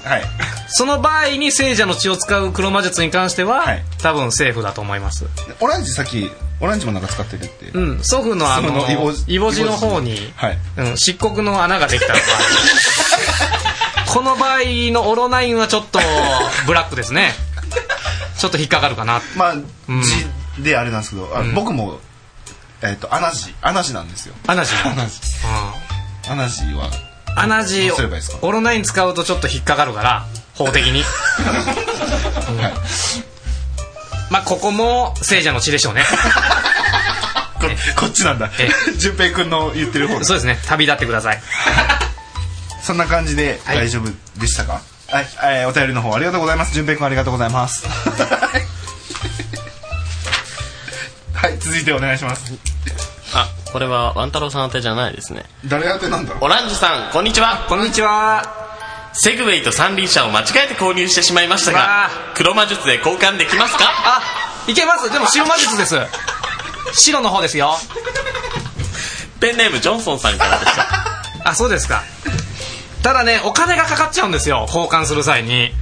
Speaker 2: その場合に聖者の血を使う黒魔術に関しては、
Speaker 1: はい
Speaker 2: 多分セーフだと思います
Speaker 1: オランジさっきオランジもなんか使ってるって、
Speaker 2: うん祖父のあ
Speaker 1: そ
Speaker 2: の
Speaker 1: のイボ
Speaker 2: イボ痔の方に、
Speaker 1: はい
Speaker 2: うん、漆黒の穴が できた場合この場合のオロナインはちょっとブラックですねちょっと引っかかるかな
Speaker 1: まあ字であれなんですけど、あ僕もえっ、とアナジアナジなんですよ
Speaker 2: アナジー
Speaker 1: アナジ
Speaker 2: うん
Speaker 1: アナジは
Speaker 2: アナジー
Speaker 1: どうすればいいですか
Speaker 2: オロナイン使うとちょっと引っかかるから法的 に、うん
Speaker 1: はい
Speaker 2: まあここも聖者の血で しょうね
Speaker 1: ここっちなんだ
Speaker 2: え
Speaker 1: 順平君の言ってる方だ
Speaker 2: そうですね旅立ってください
Speaker 1: そんな感じで
Speaker 2: い
Speaker 1: 大丈夫でしたかはい、えーお便りの方ありがとうございます順平君ありがとうございますはい続いてお願いします
Speaker 4: あこれは万太郎さん宛てじゃないですね
Speaker 1: 誰宛てなんだろう
Speaker 4: オランジさんこんにちは
Speaker 2: こんにちは
Speaker 4: セグウェイと三輪車を間違えて購入してしまいました
Speaker 2: うわ
Speaker 4: が黒魔術で交換できま すか
Speaker 2: あいけますでも白魔術です白の方ですよ
Speaker 4: ペンネームジョンソンさんからでした
Speaker 2: あそうですかただねお金がかかっちゃうんですよ交換する際に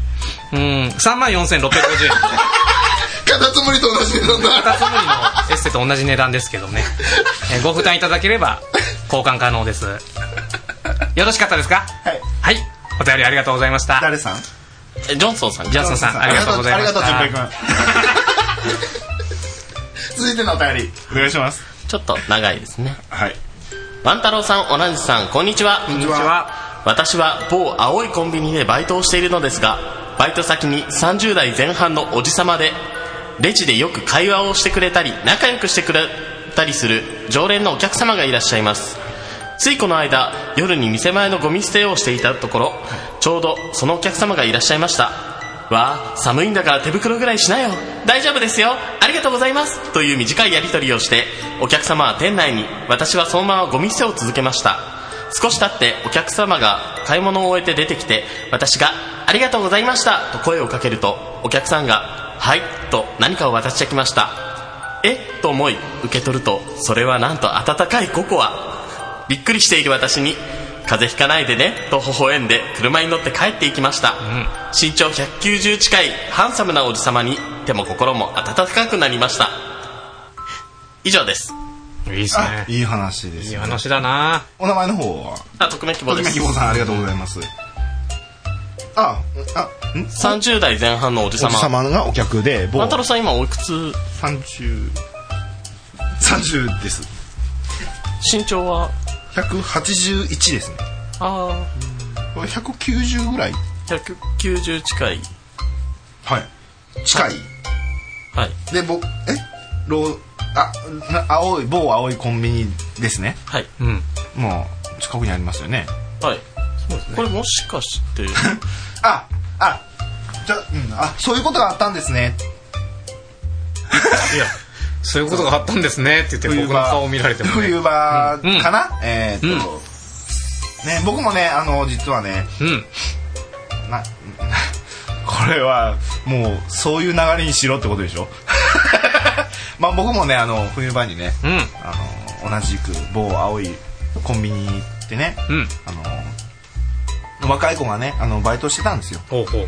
Speaker 2: うん3万4650円
Speaker 1: カタツムリと同じ値段だ
Speaker 2: カタツムリのエステと同じ値段ですけどね、えーご負担いただければ交換可能ですよろしかったですか
Speaker 5: はい
Speaker 2: はいお便りありがとうございました
Speaker 5: 誰さん
Speaker 4: えジョンソンさん
Speaker 2: ジャストさんありがとうございました
Speaker 5: あり がとう淳平君続いてのお便りお願いします
Speaker 4: ちょっと長いですね
Speaker 5: はい
Speaker 4: 万太郎さんオランジさんこんにちはこんに
Speaker 5: ちはこんにち
Speaker 4: 私は某青いコンビニでバイトをしているのですがバイト先に30代前半のおじさまでレジでよく会話をしてくれたり仲良くしてくれたりする常連のお客様がいらっしゃいますついこの間夜に店前のゴミ捨てをしていたところちょうどそのお客様がいらっしゃいましたわあ寒いんだから手袋ぐらいしなよ大丈夫ですよありがとうございますという短いやり取りをしてお客様は店内に私はそのままゴミ捨てを続けました少し経ってお客様が買い物を終えて出てきて私が「ありがとうございました」と声をかけるとお客さんが「はい」と何かを渡してきましたえっと思い受け取るとそれはなんと温かいココアびっくりしている私に「風邪ひかないでね」と微笑んで車に乗って帰っていきました、身長190近いハンサムなおじさまに手も心も温かくなりました以上です
Speaker 2: いいっすね
Speaker 5: いい話です
Speaker 2: いい話だな
Speaker 5: お名前の方は
Speaker 4: あ匿名希望
Speaker 5: 小
Speaker 4: で
Speaker 5: 島
Speaker 4: す
Speaker 5: 希望さんありがとうございますああん
Speaker 4: 30代前半のおじ
Speaker 5: お
Speaker 4: さ
Speaker 5: じ様
Speaker 4: ま
Speaker 5: がお客で某
Speaker 4: 万太郎さん今おいくつ
Speaker 5: 30 30です
Speaker 4: 身長は
Speaker 5: 181ですね
Speaker 4: ああ
Speaker 5: これ190ぐらい
Speaker 4: 190近い
Speaker 5: はい近い
Speaker 4: はい
Speaker 5: で僕えローあな青い某青いコンビニですね
Speaker 4: はい
Speaker 2: うん
Speaker 5: もう近くにありますよね
Speaker 4: はいこれもしかして
Speaker 5: ああじゃ、うん、あそういうことがあったんですね
Speaker 2: いやそういうことがあったんですねって言って
Speaker 5: 冬
Speaker 2: 僕の
Speaker 5: 場
Speaker 2: 顔見られてもね
Speaker 5: 冬場
Speaker 2: うん
Speaker 5: かな、えーっと、
Speaker 2: うん
Speaker 5: ね僕もねあの実はね
Speaker 2: うん
Speaker 5: な これはもうそういう流れにしろってことでしょ まあ僕もねあの冬場にね
Speaker 2: うん
Speaker 5: あの同じく某青いコンビニ行ってね、
Speaker 2: うん
Speaker 5: あの若い子がねあのバイトしてたんですよ
Speaker 2: ほうほ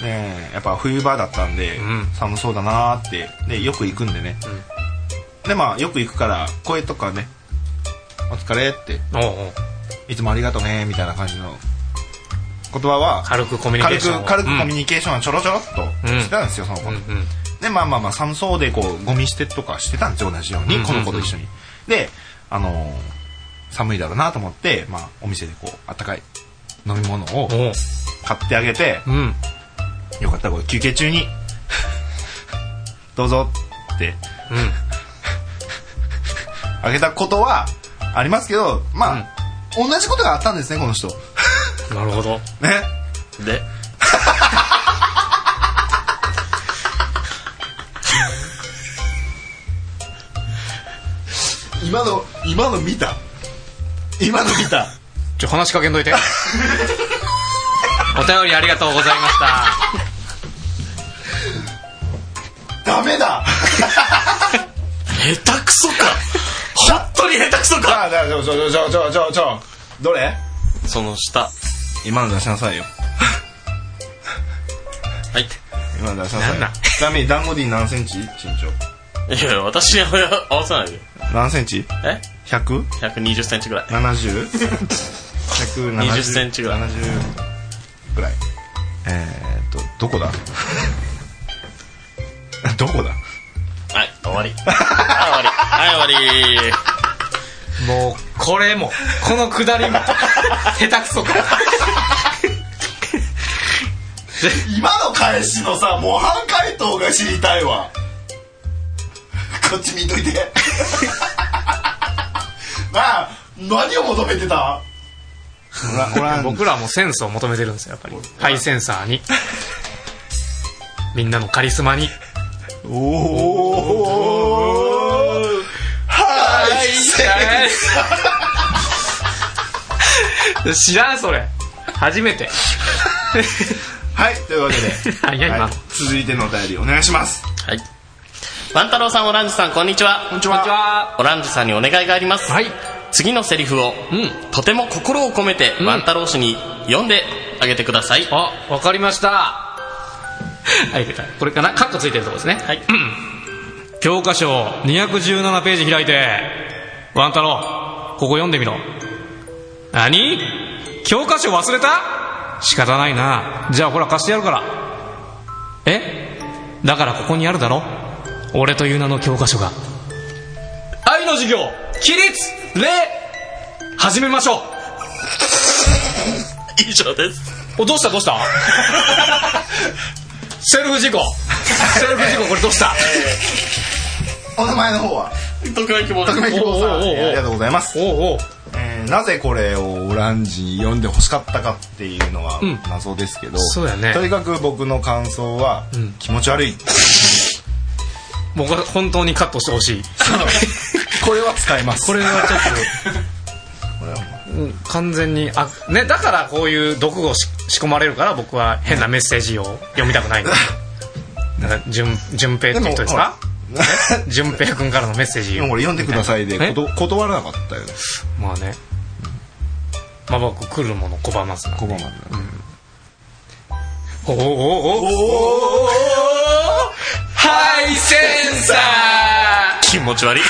Speaker 2: う
Speaker 5: でやっぱ冬場だったんで、
Speaker 2: ん
Speaker 5: 寒そうだなーってでよく行くんでね、でまあよく行くから声とかね「お疲れ」って
Speaker 2: おうおう
Speaker 5: 「いつもありがとね」みたいな感じの言葉は
Speaker 2: 軽くコミュ
Speaker 5: 軽
Speaker 2: ニケーション
Speaker 5: く
Speaker 2: を
Speaker 5: 軽くコミュニケーションはちょろちょろっと
Speaker 2: うん
Speaker 5: してたんですよ、その子
Speaker 2: うん
Speaker 5: と、
Speaker 2: うん
Speaker 5: でまあまあまあ寒そうでこうゴミ捨てとかしてたんですよ同じように、
Speaker 2: うんうんうん
Speaker 5: この子と一緒にであのー寒いだろうなと思って、まあ、お店でこうあったかい飲み物を
Speaker 2: おう
Speaker 5: 買ってあげて
Speaker 2: うん
Speaker 5: よかったらこれ休憩中にどうぞって
Speaker 2: うん
Speaker 5: あげたことはありますけどまあ、同じことがあったんですねこの人ね
Speaker 2: なるほど
Speaker 4: で
Speaker 5: 今の今の見た今の見た
Speaker 2: ちょ話しかけんとい てお便りありがとうございました
Speaker 5: ダメだ
Speaker 4: 下手くそか本当に下手くそか
Speaker 5: ああちょちょちょちょちょちょどれ
Speaker 4: その下
Speaker 5: 今の出しなさいよ
Speaker 4: はい
Speaker 5: 今の出しなさい
Speaker 2: なんなん
Speaker 5: ちなみに団子 D 何センチ身長
Speaker 4: いやいや私に合わせないで
Speaker 5: 何センチ
Speaker 4: え
Speaker 5: ?100?70?
Speaker 4: 1 2 0ンチぐらい
Speaker 5: 120
Speaker 4: センチぐらい
Speaker 5: 70ぐらいえー、っとどこだ どこだ
Speaker 4: はい終 わりはい終わりはい終わり
Speaker 2: もうこれもこのくだ りも下手くそか
Speaker 5: 今の返しのさ模範解答が知りたいわこっち見と いてなあ何を求めてた
Speaker 2: 僕らもセンスを求めてるんですよやっぱりハイセンサーにみんなのカリスマに 知らんそれ初めて
Speaker 5: はいというわけで、
Speaker 2: 早いな、
Speaker 5: はい続いてのお便りお願いします
Speaker 4: はい万太郎さんオランジさんこんにちはこんにち
Speaker 2: こんにちは
Speaker 4: オランジさんにお願いがあります、
Speaker 2: はい
Speaker 4: 次のセリフを、
Speaker 2: ん
Speaker 4: とても心を込めて
Speaker 2: ん
Speaker 4: 万太郎氏に読んであげてください、は
Speaker 2: あわかり ましたはいこれかなカッコついてるとこですね
Speaker 4: い
Speaker 2: 教科書217ページ開いてワン太郎ここ読んでみろ何教科書忘れた仕方ないなじゃあほら貸してやるからえだからここにあるだろ俺という名の教科書が愛の授業起立礼始めましょ
Speaker 4: 以上です
Speaker 2: うおどうしたどうした セルフ事故セルフ事故これどうした
Speaker 1: お名前の方は
Speaker 4: 特命希望
Speaker 1: 匿名希望さん
Speaker 2: おうおうおうおう
Speaker 1: えーありがとうございます、
Speaker 2: おうおう
Speaker 1: えーなぜこれをオランジに読んでほしかったかっていうのは
Speaker 2: うん
Speaker 1: 謎ですけど、
Speaker 2: そうやね
Speaker 1: とにかく僕の感想は、気持ち悪い
Speaker 2: もうこれ本当にカットしてほしい
Speaker 1: これは使えます
Speaker 2: これはちょっとうん完全にあねだからこういう毒をし仕込まれるから僕は変なメッセージを読みたくないんだなんか順順平って人ですか
Speaker 1: で
Speaker 2: 順平君からのメッセージ
Speaker 1: も
Speaker 2: を
Speaker 1: 俺読んでくださいで
Speaker 2: え
Speaker 1: こと断らなかったよね
Speaker 2: まあねまあ僕来るもの拒ますな
Speaker 1: ここまで
Speaker 2: おおおおおハイセンサ
Speaker 4: 気持ち悪い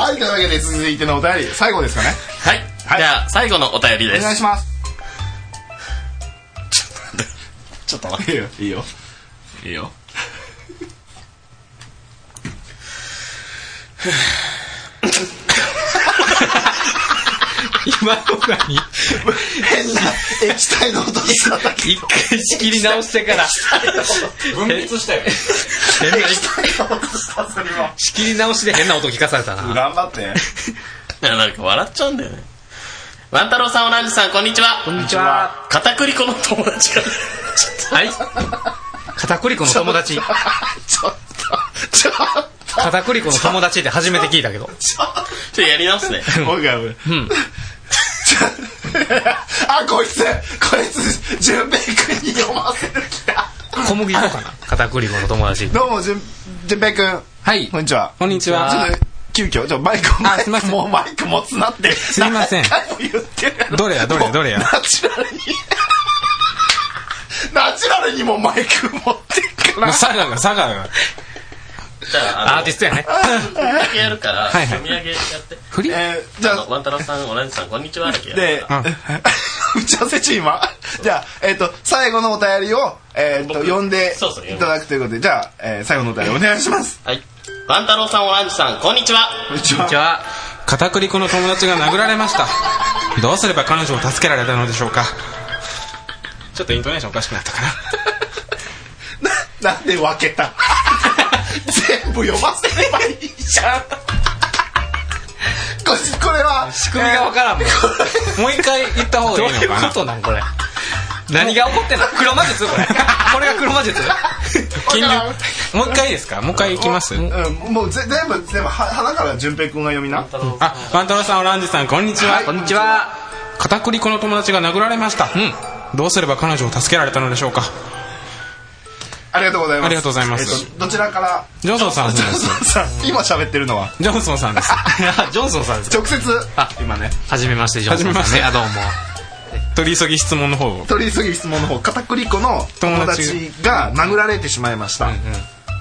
Speaker 1: はいというわけで続いてのお便り最後ですかね
Speaker 4: はい、
Speaker 1: はい
Speaker 4: じゃあ最後のお便りで
Speaker 1: お願い
Speaker 4: す
Speaker 1: します
Speaker 4: ちょっと待
Speaker 1: いいよいいよ
Speaker 4: っていいよ
Speaker 2: ー今の何
Speaker 1: 変な液体の音しただけ
Speaker 2: 一回仕切り直してから
Speaker 7: 分裂したよね
Speaker 2: 変な
Speaker 1: 液体の音したそれは
Speaker 2: 仕切り直しで変な音聞かされたな
Speaker 1: 頑張って
Speaker 4: いやなんか笑っちゃうんだよね万太郎さんオランジさんこんにちはこんに
Speaker 2: ちは
Speaker 4: 片栗粉の友達が
Speaker 2: はい。片栗粉の友達。片栗粉の友達って初めて聞いたけど。
Speaker 4: ちょっとやり直すね
Speaker 1: もう一回もう一回あこいつこいつ純平君に読ませる気だ
Speaker 2: 小麦粉かな片栗粉の友達。
Speaker 1: どうも純純平君
Speaker 5: はい。
Speaker 1: こんにちは
Speaker 5: こんにちは
Speaker 1: ちょっと急遽ちょマイク
Speaker 5: あすいません
Speaker 1: もうマイク持つなってす
Speaker 5: いません
Speaker 1: 何回も言ってるやろ
Speaker 5: どれやどれやどれや
Speaker 1: もうナチュラルにナチュラルにもうマイク持ってっから
Speaker 5: 佐賀が佐賀が。
Speaker 4: じゃああ
Speaker 2: アーティストやね。
Speaker 4: の読み上げやるから、
Speaker 5: はいはい
Speaker 4: 読み上げやって
Speaker 5: フリ
Speaker 1: えーじゃ
Speaker 4: あ
Speaker 1: あ
Speaker 4: の万太郎さんオランジさんこんにちはだけやる
Speaker 1: で、 打ち合わせ中今じゃあ、えっと最後のお便りを、えっと
Speaker 4: 僕
Speaker 1: 読んで
Speaker 4: そうそう
Speaker 1: いただくということでじゃあ、えー最後のお便りお願いします
Speaker 4: はい万太郎さんオランジさんこんにちは
Speaker 1: こんにちは
Speaker 2: じゃあ、
Speaker 5: 片栗粉の友達が殴られました。どうすれば彼女を助けられたのでしょうか。ちょっとイントネーションおかしくなったかな。
Speaker 1: ななんで分けた 全部読ませればいいじゃんここれは
Speaker 2: 仕組みがわからんもん。
Speaker 5: もう一回言った方
Speaker 2: ど
Speaker 5: が
Speaker 2: う
Speaker 5: いいの
Speaker 2: いう
Speaker 5: か
Speaker 2: こ
Speaker 5: な。
Speaker 2: となんこれ。何が起こってんの黒魔術これ。これが黒魔 術
Speaker 5: 金流もう一回いいですかもう一回行きます
Speaker 1: うん、もうぜ全部全部は鼻から順平君が読みな
Speaker 5: あ、万太郎さん、オランジさん、こんにちは。こんにちは。片栗粉の友達が殴られました。どうすれば彼女を助けられたのでしょうか。
Speaker 1: ありがとうございます
Speaker 5: ありがとうございます
Speaker 1: えっとどちらから
Speaker 5: ジョンソンさんです。
Speaker 1: さ今喋ってるのは
Speaker 5: ジョンソンさんです。
Speaker 2: ジョンソンさんです。
Speaker 1: 直接
Speaker 2: あ
Speaker 1: 今ね
Speaker 2: はじめまして、ジョンソンさんね。あ、どうも。
Speaker 5: 取り急ぎ質問の方を。
Speaker 1: 取り急ぎ質問の方片栗粉の友達が殴られてしまいました、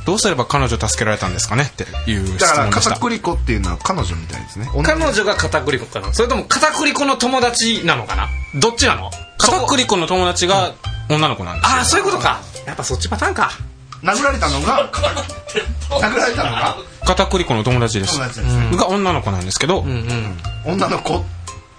Speaker 5: どうすれば彼女を助けられたんですかねっていう質
Speaker 1: だから
Speaker 5: 問でし
Speaker 1: 片
Speaker 5: た。
Speaker 1: 栗粉っていうのは彼女みたいですね
Speaker 2: 彼女が片栗粉かなそれとも片栗粉の友達なのかなどっちなの
Speaker 5: 片栗粉の友達が女の子なんです。
Speaker 2: ああ、そういうことか。やっぱそっちパターンか。
Speaker 1: 殴られたのが殴られたのが
Speaker 5: 片栗粉の友達です
Speaker 1: 友。達です、ね
Speaker 5: が女の子なんですけど、
Speaker 1: 女の子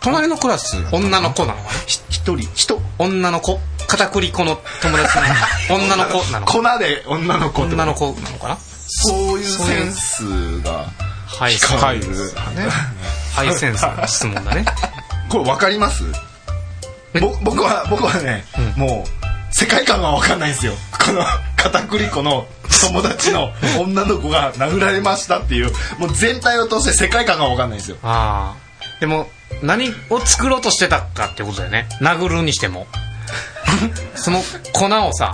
Speaker 5: 隣のクラス、
Speaker 2: 女の子なのかな
Speaker 1: ひ一人人
Speaker 2: 女の子片栗粉の友達 の女の子なのか
Speaker 1: 粉で女の子って
Speaker 2: 女の子なのかな
Speaker 1: そういうセンスが
Speaker 2: ハイセン
Speaker 5: カイ
Speaker 1: ね
Speaker 5: ル。
Speaker 2: ハイセンスの質問だね
Speaker 1: これ分かります
Speaker 2: え
Speaker 1: ぼ僕は僕はね、もう世界観が分かんないんですよこの片栗粉の友達の女の子が殴られましたっていうもう全体を通して世界観が分かんないんですよ
Speaker 2: ああでも何を作ろうとしてたかってことだよね殴るにして もその粉をさ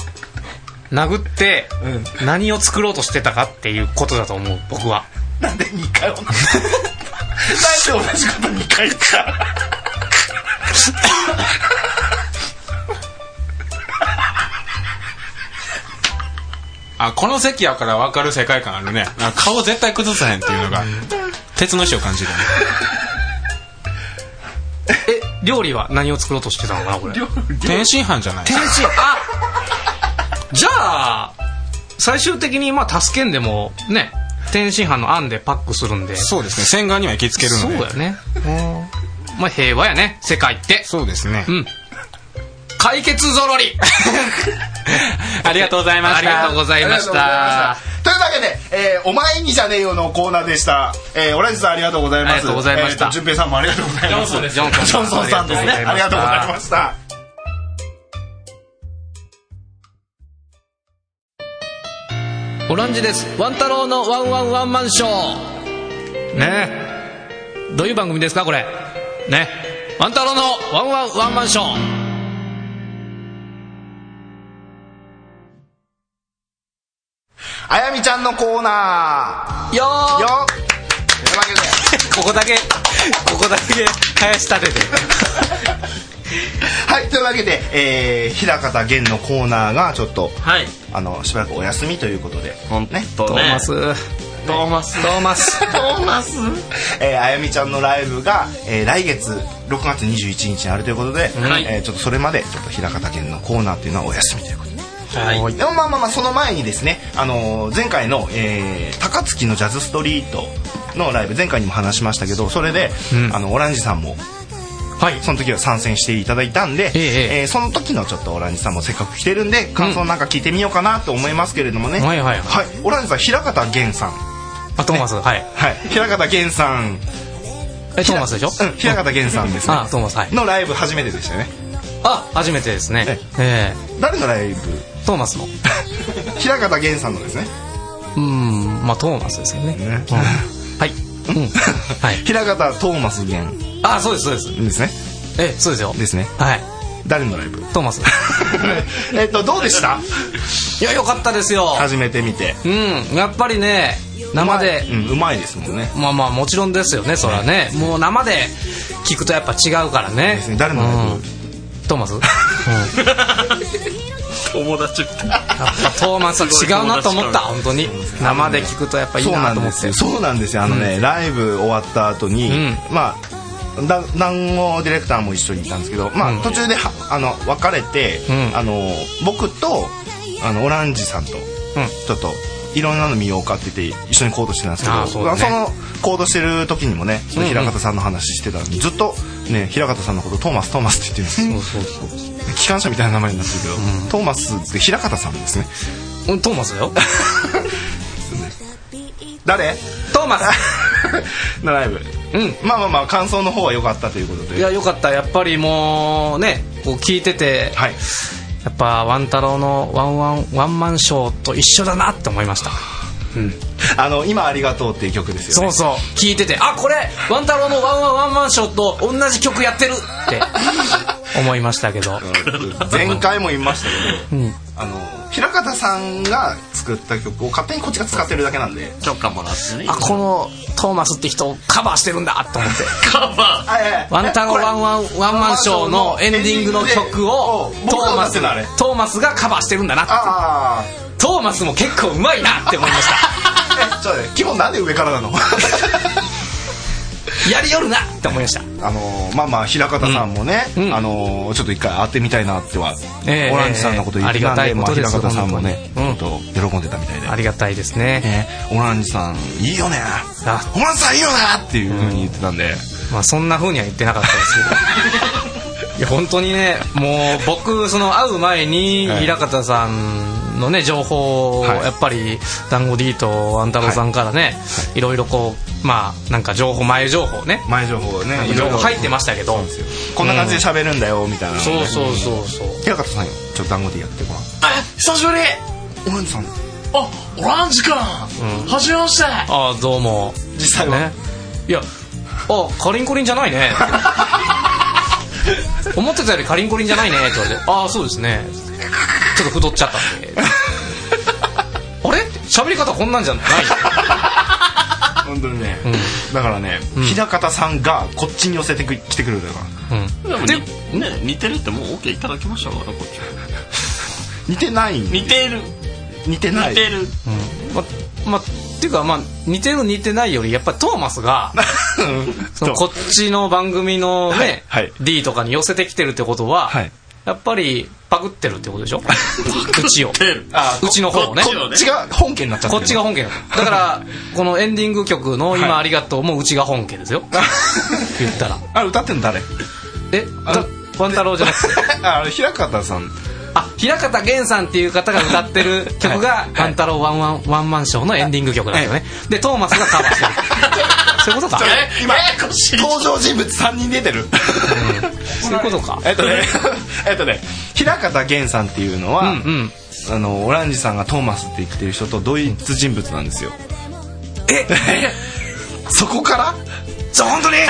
Speaker 2: 殴って
Speaker 1: うん
Speaker 2: 何を作ろうとしてたかっていうことだと思う僕は
Speaker 1: なんで2回同じなんで同じこと2回言った
Speaker 5: あ、この席やから分かる世界観ある ね。あ顔絶対崩さへんっていうのが、鉄の意志を感じるね。
Speaker 1: え
Speaker 2: 料理は何を作ろうとしてたのかなこれ
Speaker 8: 天津飯じゃない
Speaker 2: 天 津あじゃあ最終的にまあ助けんでもね天津飯の案でパックするんで
Speaker 8: そうですね洗顔には行きつけるので
Speaker 2: そうだよねうんまあ平和やね世界って
Speaker 8: そうですね、
Speaker 2: うん解決ぞろり
Speaker 8: ありがとうございました
Speaker 2: ありがとうございました
Speaker 5: というわけで、えーお前にじゃねえよ」のコーナーでした、えー、オランジさんありがとうございます
Speaker 2: ありがとうございまし
Speaker 5: えー
Speaker 2: た
Speaker 5: と順平さんもありがとうございます
Speaker 2: ジョンソン
Speaker 5: ジョンソンさんですねありがとうございました
Speaker 2: オランジですワン太郎のワンワンワンマンショーねえどういう番組ですかこれねワン太郎のワンワンワンマンショー
Speaker 5: あやみちゃんのコーナ
Speaker 2: よ
Speaker 5: ーよ
Speaker 2: ー
Speaker 5: っというわけで
Speaker 2: ここだけここだけ林立てて
Speaker 5: はいというわけで、えー、平方源のコーナーがちょっと
Speaker 3: はい
Speaker 5: あのしばらくお休みということで
Speaker 3: 本当
Speaker 2: トーマス
Speaker 3: トーマス
Speaker 2: トーマス
Speaker 3: トーマス
Speaker 5: えーあやみちゃんのライブが、えー来月6月21日にあるということで、
Speaker 3: はい
Speaker 5: えーちょっとそれまでちょっと平方県のコーナーというのはお休みということで。
Speaker 3: はい
Speaker 5: でもまあまあまあその前にですね、あのー前回の、えー高槻のジャズストリートのライブ前回にも話しましたけどそれで、あのオランジさんも
Speaker 2: はい
Speaker 5: その時は参戦していただいたんで、
Speaker 2: ええええ
Speaker 5: ーその時のちょっとオランジさんもせっかく来てるんで感想なんか聞いてみようかなと思いますけれどもね、
Speaker 2: はいはいはい
Speaker 5: オランジさん平方源さん、は
Speaker 2: あトーマスはい
Speaker 5: い、平方源さん、
Speaker 2: えトーマスでしょ
Speaker 5: うん、平方源さんですね
Speaker 2: あトーマスはい
Speaker 5: のライブ初めてでしたよね
Speaker 2: あ初めてですねええ
Speaker 5: 誰のライブ
Speaker 2: トーマスの
Speaker 5: 平方源さんのですね
Speaker 2: うんまあトーマスですよね
Speaker 5: ね
Speaker 2: うんはいうんはい
Speaker 5: 平方トーマス源
Speaker 2: あそうですそうです
Speaker 5: ですね
Speaker 2: ええそうですよ
Speaker 5: ですね
Speaker 2: はい
Speaker 5: 誰のライ ブ
Speaker 2: トーマス
Speaker 5: えっとどうでした
Speaker 2: いやよかったですよ
Speaker 5: 始めてみて
Speaker 2: うんやっぱりね生で
Speaker 5: うまい,、うん、うまいですもんね
Speaker 2: まあまあもちろんですよねそれはねもう生で聞くとやっぱ違うからね
Speaker 5: ですね誰のライブ
Speaker 2: うんトーマス、うん、やっ
Speaker 4: 友達みたい
Speaker 2: ぱトーマスは違うなと思った本当に生で聞くとやっぱいい
Speaker 5: そう
Speaker 2: な
Speaker 5: な
Speaker 2: と
Speaker 5: んで
Speaker 2: 思って
Speaker 5: すよそうなんですよあのね、ライブ終わった後に、
Speaker 2: うん
Speaker 5: まあだ南郷ディレクターも一緒にいたんですけど、まあ、途中ではあの別れて、
Speaker 2: うん
Speaker 5: あの僕とあのオランジさんと、ちょっといろんなの見ようかって言って一緒に行動してたんですけ
Speaker 2: あ
Speaker 5: ど
Speaker 2: ーそうだね
Speaker 5: その行動してる時にもねその平方さんの話してたんで、ずっと、ね、平方さんのことトーマストーマスって言ってるんですよ
Speaker 2: そうそうそ
Speaker 5: 機関車みたいな名前になってるけど、トーマスって平方さんですね
Speaker 2: ううんトーマスだよ
Speaker 5: 誰
Speaker 2: トーマス
Speaker 5: のライブ
Speaker 2: うん
Speaker 5: まあまあまあ感想の方は良かったということで
Speaker 2: いやよかったやっぱりもうねこう聞いてて、
Speaker 5: はい
Speaker 2: やっぱワン太郎のワンワンワンマンショーと一緒だなって思いました
Speaker 5: あの今ありがとうっていう曲ですよ
Speaker 2: そう
Speaker 5: ね
Speaker 2: そう聞いててあこれワン太郎のワンワンワンマンショーと同じ曲やってるって 思いましたけど
Speaker 5: 前回も言いましたけど、あの平方さんが作った曲を勝手にこっちが使ってるだけなんで
Speaker 3: 許可もらってね
Speaker 2: あこのトーマスって人をカバーしてるんだと思って
Speaker 4: カバ
Speaker 5: あいやいや
Speaker 2: ワンタロ
Speaker 5: これ
Speaker 2: ワンワンワンマンショーのエンディングの曲を
Speaker 5: エンディングで
Speaker 2: ト
Speaker 5: 僕が
Speaker 2: ー
Speaker 5: 歌
Speaker 2: マ
Speaker 5: って
Speaker 2: ス
Speaker 5: るのあれ
Speaker 2: トーマスがカバーしてるんだな
Speaker 5: ああ
Speaker 2: トーマスも結構うまいなって思いまし
Speaker 5: えちょっとね基本なんで上からなの
Speaker 2: たやりよるなって思いました
Speaker 5: あのまあまあ平方さんもね、
Speaker 2: うんうん
Speaker 5: あのちょっと一回会ってみたいなっては、
Speaker 2: ええ
Speaker 5: オランジさんのこと言ってたん
Speaker 2: ええあ
Speaker 5: で、
Speaker 2: りが
Speaker 5: まあ、
Speaker 2: たいこと
Speaker 5: 平
Speaker 2: です
Speaker 5: 方さんもね、
Speaker 2: 本
Speaker 5: ちょっと喜んでたみたいで
Speaker 2: ありがたいですね、
Speaker 5: ね、オランジさんいいよね
Speaker 2: あ
Speaker 5: オランジさんいいよねっていうふうに言ってたんで、
Speaker 2: まあ、そんな風には言ってなかったです けどいや本当にねもう僕その会う前に
Speaker 5: はい
Speaker 2: 平方さんのね情報を
Speaker 5: はい
Speaker 2: やっぱり団子 D とワンタロウさんからねいろいろこうまあなんか情報前情報ね
Speaker 5: 前情報をねいろ
Speaker 2: 情
Speaker 5: い
Speaker 2: 報
Speaker 5: ろ
Speaker 2: 入ってましたけど
Speaker 5: こんな感じで喋るんだよみたいなのをね、
Speaker 2: そうそうそうそう
Speaker 5: 平方さんよちょっと団子でやってごらん
Speaker 4: あ久しぶり
Speaker 5: オランジさん
Speaker 4: あオランジかはじめまして
Speaker 2: ああどうも
Speaker 5: 実際は
Speaker 2: ねいやあカリンコリンじゃない ね思ってたよりカリンコリンじゃないねって言われてああそうですねちょっと太っちゃったん であれ喋り方こんなんじゃない
Speaker 5: 本当にね、だからね、平方さんがこっちに寄せてく来てくれるだから
Speaker 2: うん
Speaker 4: でもにね似てるってもう OK いただきましたからこっち
Speaker 5: 似てない
Speaker 4: 似てる
Speaker 5: 似てな
Speaker 4: 似
Speaker 5: い
Speaker 4: てる
Speaker 2: ままっていうかまあ似てる似てないよりやっぱりトーマスがそのこっちの番組のね、
Speaker 1: はいはい
Speaker 2: D とかに寄せてきてるってことは、
Speaker 1: はい
Speaker 2: やっぱりパクってるって ことでしょうちをうちの方をね
Speaker 1: こっちが本家になっちゃって
Speaker 2: こ
Speaker 1: る
Speaker 2: っちが本家だだ からこのエンディング曲の「今ありがとう」もうちが本家です よ言ったら
Speaker 1: あれ歌ってんの誰
Speaker 2: えだワン太郎じゃなくて
Speaker 1: ああれ平方さん
Speaker 2: あ平方源さんっていう方が歌ってる曲が「万太郎ワンワンワンマンショー」のエンディング曲なんですよねでトーマスがカバー してるそういうことか
Speaker 1: 今登場人物3人出てる
Speaker 2: そういうことか
Speaker 1: えっとねえっとね平方源さんっていうのは、
Speaker 2: うんうん
Speaker 1: あのオランジさんがトーマスって言ってる人と同一人物なんですよえそこから
Speaker 3: そう本 当にそ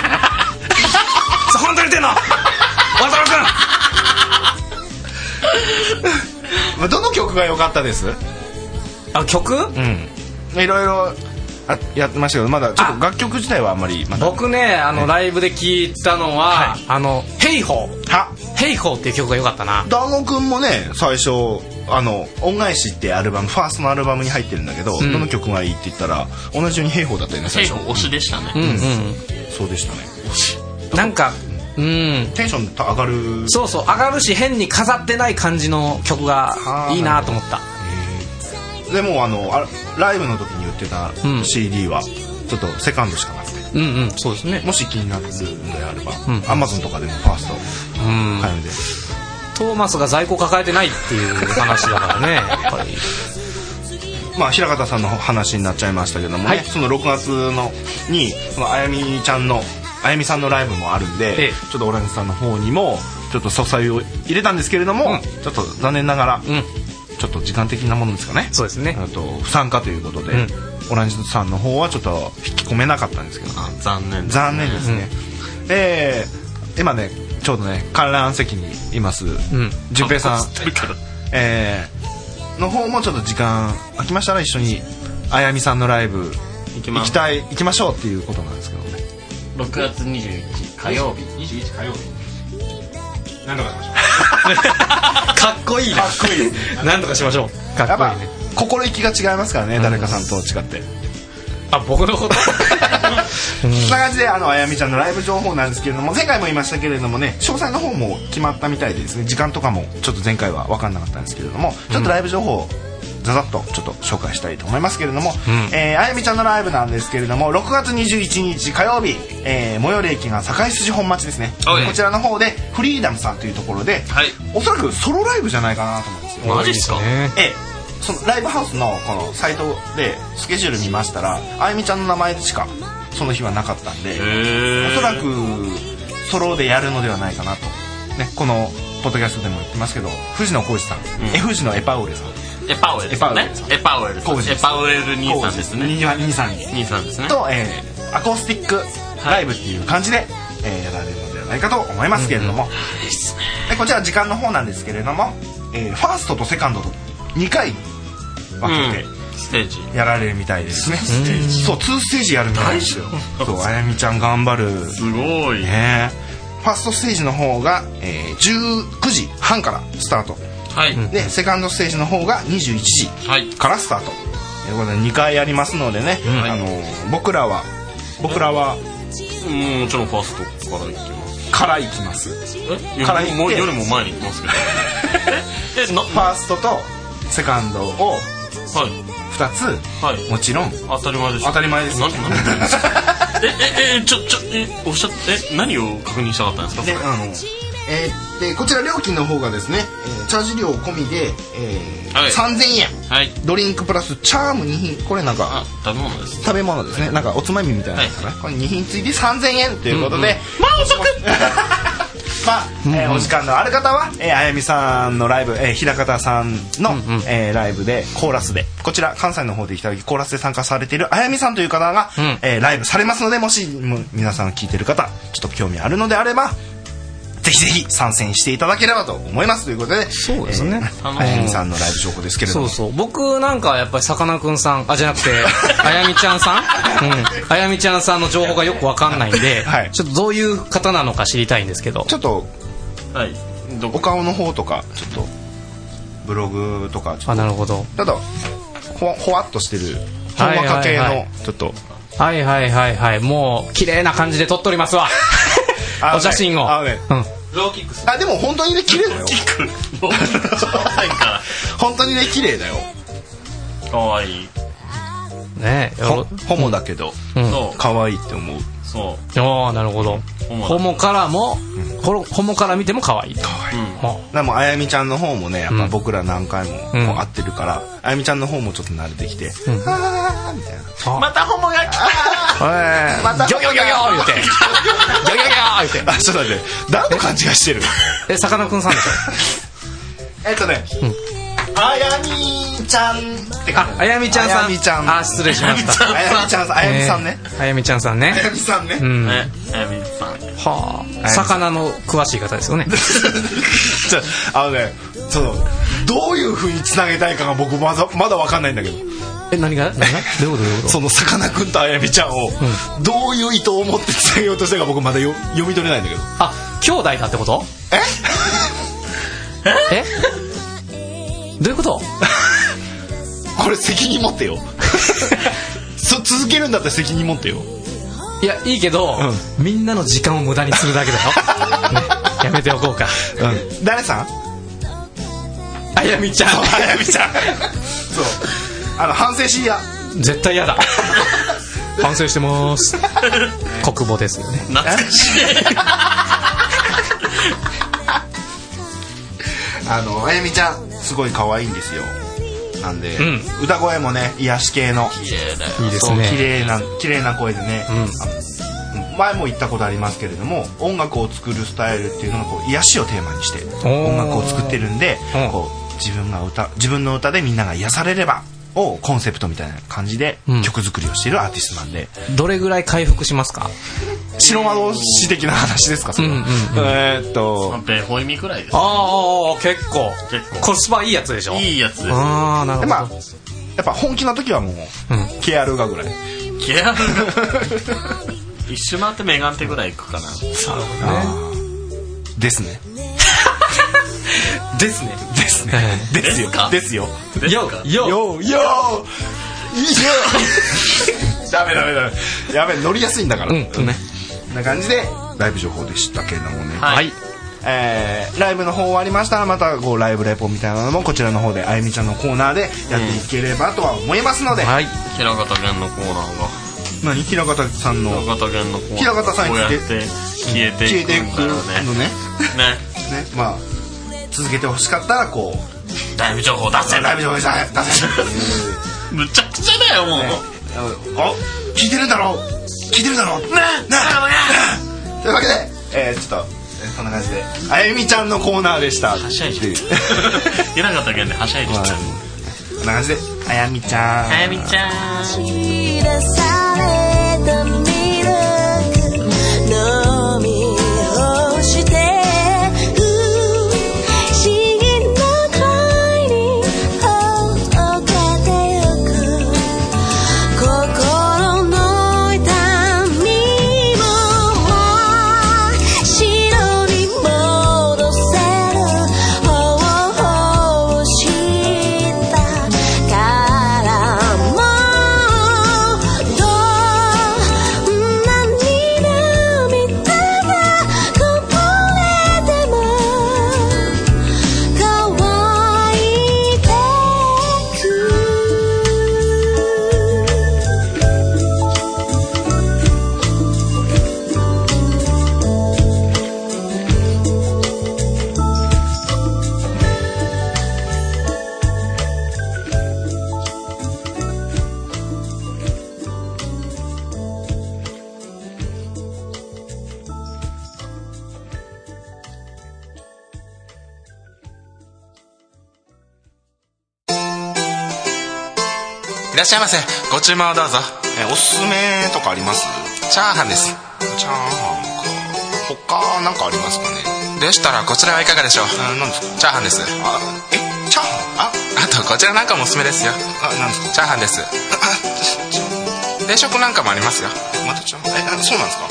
Speaker 3: う本当に言ってんの渡辺君
Speaker 1: まあどの曲が良かったです
Speaker 2: あ曲、
Speaker 1: いろいろあやってましたけどまだちょっと楽曲自体はあんまりまだ
Speaker 2: 僕ねあのライブで聞いたのは、あの「ヘイホー」
Speaker 1: は
Speaker 2: 「ヘイホー」っていう曲が良かったな
Speaker 1: 団子くんもね最初あの「恩返し」ってアルバムファーストのアルバムに入ってるんだけど、
Speaker 2: ん
Speaker 1: どの曲がいいって言ったら同じように「兵法」だったよね最
Speaker 4: 結
Speaker 1: 初
Speaker 4: 構推しでしたね
Speaker 2: うんうん
Speaker 1: そうでしたね
Speaker 2: なんかうん
Speaker 1: テンション上がる
Speaker 2: そうそう上がるし変に飾ってない感じの曲がいいなと思った
Speaker 1: でもうあのあライブの時に売ってた
Speaker 2: うん
Speaker 1: CD はちょっとセカンドしかなくて、
Speaker 2: うんうんそうですね
Speaker 1: もし気になるんであれば、
Speaker 2: ん
Speaker 1: Amazon とかでもファースト
Speaker 2: うん
Speaker 1: 買えるんで、
Speaker 2: トーマスが在庫抱えてないっていう話だから ねやっぱり
Speaker 1: まあ、平方さんの話になっちゃいましたけどもね、
Speaker 2: はい
Speaker 1: その6月のにそのあやみちゃんのあやみさんのライブもあるんで、
Speaker 2: ええ
Speaker 1: ちょっとオランジさんの方にもちょっと素材を入れたんですけれども、ちょっと残念ながら、
Speaker 2: ん
Speaker 1: ちょっと時間的なものですかね
Speaker 2: そうですね
Speaker 1: あと不参加ということで、
Speaker 2: うん
Speaker 1: オランジさんの方はちょっと引き込めなかったんですけど
Speaker 4: あ残念だ
Speaker 1: 残念ですね、えー今ねちょうどね観覧席にいます
Speaker 2: ん
Speaker 1: 淳、平さん
Speaker 4: 知ってるから
Speaker 1: えーの方もちょっと時間空きましたら一緒にあやみさんのライブ
Speaker 4: 行き
Speaker 1: 行
Speaker 4: ま
Speaker 1: き
Speaker 4: す
Speaker 1: たい行きましょうっていうことなんですけどね
Speaker 6: 6月21日火曜日
Speaker 8: 21火曜日何とかしましょ
Speaker 2: かっこいいかっこいいなんとかしましょうか
Speaker 1: や
Speaker 2: っ
Speaker 1: っ
Speaker 2: こ
Speaker 1: ぱ
Speaker 2: いいね
Speaker 1: 心意気が違いますからね誰かさんと違って、
Speaker 2: あ僕のこと
Speaker 1: そんな感じであのあやみちゃんのライブ情報なんですけれども前回も言いましたけれどもね詳細の方も決まったみたいでですね時間とかもちょっと前回は分かんなかったんですけれどもちょっとライブ情報をざざっとちょっと紹介したいと思いますけれども、えーあやみちゃんのライブなんですけれども6月21日火曜日、えー最寄り駅が堺筋本町ですね
Speaker 4: はい
Speaker 1: こちらの方でフリーダムさんというところで、
Speaker 4: はい
Speaker 1: おそらくソロライブじゃないかなと思うんですよ
Speaker 4: マジっすか
Speaker 1: ええそのライブハウスのこのサイトでスケジュール見ましたらあゆみちゃんの名前しかその日はなかったんで
Speaker 4: ー
Speaker 1: おそらくソロでやるのではないかなと、ね、このポッドキャストでも言ってますけど藤野浩二さん、え藤野エパウレさん
Speaker 4: エパウエルですねエパウエルさん
Speaker 1: 浩二
Speaker 4: エパウエル兄さんですね
Speaker 1: 浩二兄さんに
Speaker 4: 兄さんですね
Speaker 1: と、えーアコースティックライブっていう感じで、えーやられるのではないかと思いますけれども、でこちら時間の方なんですけれども、えーファーストとセカンドと2回分けて、
Speaker 4: ステージ
Speaker 1: やられるみたいですねそう2ステージやるみたいですよそうあやみちゃん頑張る
Speaker 4: すごい
Speaker 1: ねファーストステージの方が、えー19時半からスタート
Speaker 4: はい
Speaker 1: でセカンドステージの方が21時
Speaker 4: はい
Speaker 1: からスタートということで2回やりますのでね、あのー僕らは僕らは
Speaker 4: うんもちろんファーストから行きます
Speaker 1: から行きます
Speaker 4: いや
Speaker 1: から行って
Speaker 4: もうよりも前に行きますけど ええな
Speaker 1: ファーストとセカンドを
Speaker 4: はい
Speaker 1: 2つ、
Speaker 4: はい
Speaker 1: もちろん
Speaker 4: 当たり前でしょ
Speaker 1: 当たり前ですよ
Speaker 4: 何何言ってるんです かえええちょちょえおっしゃえ何を確認したかったんですか
Speaker 1: で、あの、えーで、こちら料金の方がですね、えーチャージ料込みで、えー
Speaker 4: はい
Speaker 1: 3000円。
Speaker 4: はい
Speaker 1: ドリンクプラスチャーム2品。これなんか、
Speaker 4: あ食べ物です
Speaker 1: 食べ物ですね。なんかおつまみみたいなのかな。これ2品ついて3000円ということで。 まあ、えーお時間のある方は、えーあやみさんのライブ、えー、平方さんの、えーライブでコーラスでこちら関西の方でいただきコーラスで参加されているあやみさんという方が、えーライブされますのでもしも皆さん聞いてる方ちょっと興味あるのであればぜひぜひ参戦していただければと思いますということでそうですね、えーあやみさんのライブ情報ですけれど
Speaker 2: そ
Speaker 1: も
Speaker 2: うそう僕なんかはやっぱりさかなクンさんあじゃなくてあやみちゃ んさん、うん、あやみちゃんさんの情報がよくわかんないんで、
Speaker 1: はい
Speaker 2: ちょっとどういう方なのか知りたいんですけど
Speaker 1: ちょっと
Speaker 4: はいど
Speaker 1: お
Speaker 4: こ
Speaker 1: 顔の方とかちょっとブログとかちょっと
Speaker 2: あなるほど
Speaker 1: ただほわほわっとしてるほんわか系
Speaker 2: はいはいは
Speaker 1: の
Speaker 2: い
Speaker 1: ちょっと
Speaker 2: はいはいはいはいもう綺麗な感じで撮っておりますわ
Speaker 1: あのね
Speaker 2: お写真を
Speaker 1: あのね
Speaker 2: うん
Speaker 8: ローキッ クス
Speaker 1: あでも本当にね綺麗 だよ
Speaker 4: もう いから
Speaker 1: 本当にね綺麗だよ
Speaker 4: かわいい
Speaker 2: ねえ
Speaker 1: ほホモだけど
Speaker 2: うん
Speaker 4: そ
Speaker 1: 可愛いって思う
Speaker 4: うそ
Speaker 2: ああなるほど
Speaker 4: うホモだ
Speaker 2: ホモからも、ホロホモから見ても可愛いとほ
Speaker 1: だからもうあやみちゃんの方もねやっ
Speaker 2: う
Speaker 1: ぱ
Speaker 2: ん
Speaker 1: 僕ら何回もこう
Speaker 2: うん
Speaker 1: 会ってるから、あやみちゃんの方もちょっと慣れてきて「
Speaker 2: ん
Speaker 1: あー」みたいな
Speaker 2: あ
Speaker 4: またホモが来た
Speaker 1: 「また
Speaker 2: ギョギョギョギョ言うてギョギョギョ言うて
Speaker 1: あちょっと待って何の勘違いしてる
Speaker 2: えさかなクンさんでしょ
Speaker 1: えっとね、あやみちゃんって感
Speaker 2: ああやみちゃんさん
Speaker 1: あやみちゃん
Speaker 2: あ失礼しました
Speaker 1: あやみちゃんさんあやみさんね、
Speaker 2: えーあやみちゃんさんね
Speaker 1: あやみさんね、
Speaker 2: うん
Speaker 4: ねえみさん
Speaker 2: はあ魚の詳しい方で すよね
Speaker 1: ちょあのねそのどういうふうにつなげたいかが僕まだまだ分かんないんだけど
Speaker 2: え何が何がどういうことどういうこと
Speaker 1: そのさかなクンとあやみちゃんをどういう意図を持ってつなげようとしたか僕まだよ読み取れないんだけど
Speaker 2: あ兄弟だってこと
Speaker 1: え
Speaker 2: えどういうこと
Speaker 1: これ責任持って よそ続けるんだったら責任持ってよ
Speaker 2: いやいいけど、みんなの時間を無駄にするだけ だよ、ね、やめておこうか
Speaker 1: うん誰さん
Speaker 2: あやみちゃ
Speaker 1: あ
Speaker 2: ん
Speaker 1: やみちゃんそうあの反省しや
Speaker 2: 絶対嫌だ反省してます国母ですよね
Speaker 1: あのあやみちゃんすごい可愛いんですよなんで、
Speaker 2: ん
Speaker 1: 歌声もね癒し系の
Speaker 2: いいです
Speaker 1: そう綺
Speaker 2: ね
Speaker 1: 麗な綺麗な声でね、あの前も言ったことありますけれども音楽を作るスタイルっていうのがこう癒しをテーマにして
Speaker 2: ー
Speaker 1: 音楽を作ってるんで
Speaker 2: うん
Speaker 1: こう自分が歌自分の歌でみんなが癒されればをコンセプトみたいな感じで
Speaker 2: うん
Speaker 1: 曲作りをしているアーティストなんで、
Speaker 2: どれぐらい回復しますか
Speaker 1: 白魔導士的な話ですかそれは、
Speaker 2: うんうん
Speaker 1: えーっと
Speaker 4: 三平ホイミくらいです
Speaker 2: ああ結構
Speaker 4: 結構
Speaker 2: コスパいいやつでしょ
Speaker 4: いいやつです
Speaker 2: ああなるほど、
Speaker 1: まあやっぱ本気の時はもう、
Speaker 2: う
Speaker 1: KR がぐらい
Speaker 4: ケア一周回ってメガンテぐらい行くかな
Speaker 1: ですね
Speaker 2: ですね
Speaker 1: ですねですよ
Speaker 4: ですか
Speaker 1: ですよ
Speaker 2: よよ
Speaker 1: よよダメダメダメやべえ乗りやすいんだから、
Speaker 2: うんとね
Speaker 1: こんな感じでライブ情報でしたけれどもね、
Speaker 2: はい
Speaker 1: えーライブの方終わりましたらまたこうライブレポみたいなのもこちらの方であゆみちゃんのコーナーでやっていければとは思いますので、
Speaker 2: はい
Speaker 4: 平方源のコーナーが
Speaker 1: 何平方さんの
Speaker 4: 平方源のコーナー
Speaker 1: 平方さん
Speaker 4: こうやっ
Speaker 1: 来
Speaker 4: て
Speaker 1: て
Speaker 4: 消えて
Speaker 1: 消
Speaker 4: い
Speaker 1: え
Speaker 4: く
Speaker 1: ていく
Speaker 4: んだろうね
Speaker 1: のね
Speaker 4: ね
Speaker 1: ねまあ続けてほしかったらこう
Speaker 4: ライブ情報出せ
Speaker 1: ライブ情報でした出せ
Speaker 4: むちゃくちゃだよもう、
Speaker 1: お聞いてるんだろう聞いてるんだろうねねというわけで、えー、ちょっと、えーこんな感じであゆみちゃんのコーナーでした
Speaker 4: はし ゃい
Speaker 1: って
Speaker 4: じゃ
Speaker 1: い
Speaker 4: ん
Speaker 1: う
Speaker 4: 平方源ではしゃいで
Speaker 1: ま
Speaker 4: し
Speaker 1: あ
Speaker 4: た
Speaker 1: こんな感じであやみちゃん
Speaker 4: あやみちゃん
Speaker 9: 散らされたミルク飲み干して不思議な恋に追っかけゆく心の痛みも白に戻せる方法を知ったからもうどんなに涙がこぼれても乾いてく
Speaker 8: いらっしゃいませご注文をどうぞ
Speaker 5: えおすすめとかあります
Speaker 8: チャーハンです
Speaker 5: チャーハンか他なんかありますかね
Speaker 8: でしたらこちらはいかがでしょう
Speaker 5: えー、なんですか
Speaker 8: チャーハンです
Speaker 5: あえチャーハン
Speaker 8: あとこちらなんかもおすすめですよ
Speaker 5: ああなんですか
Speaker 8: チャーハンです定食なんかもありますよ
Speaker 5: またチャーハンえあそうなんですか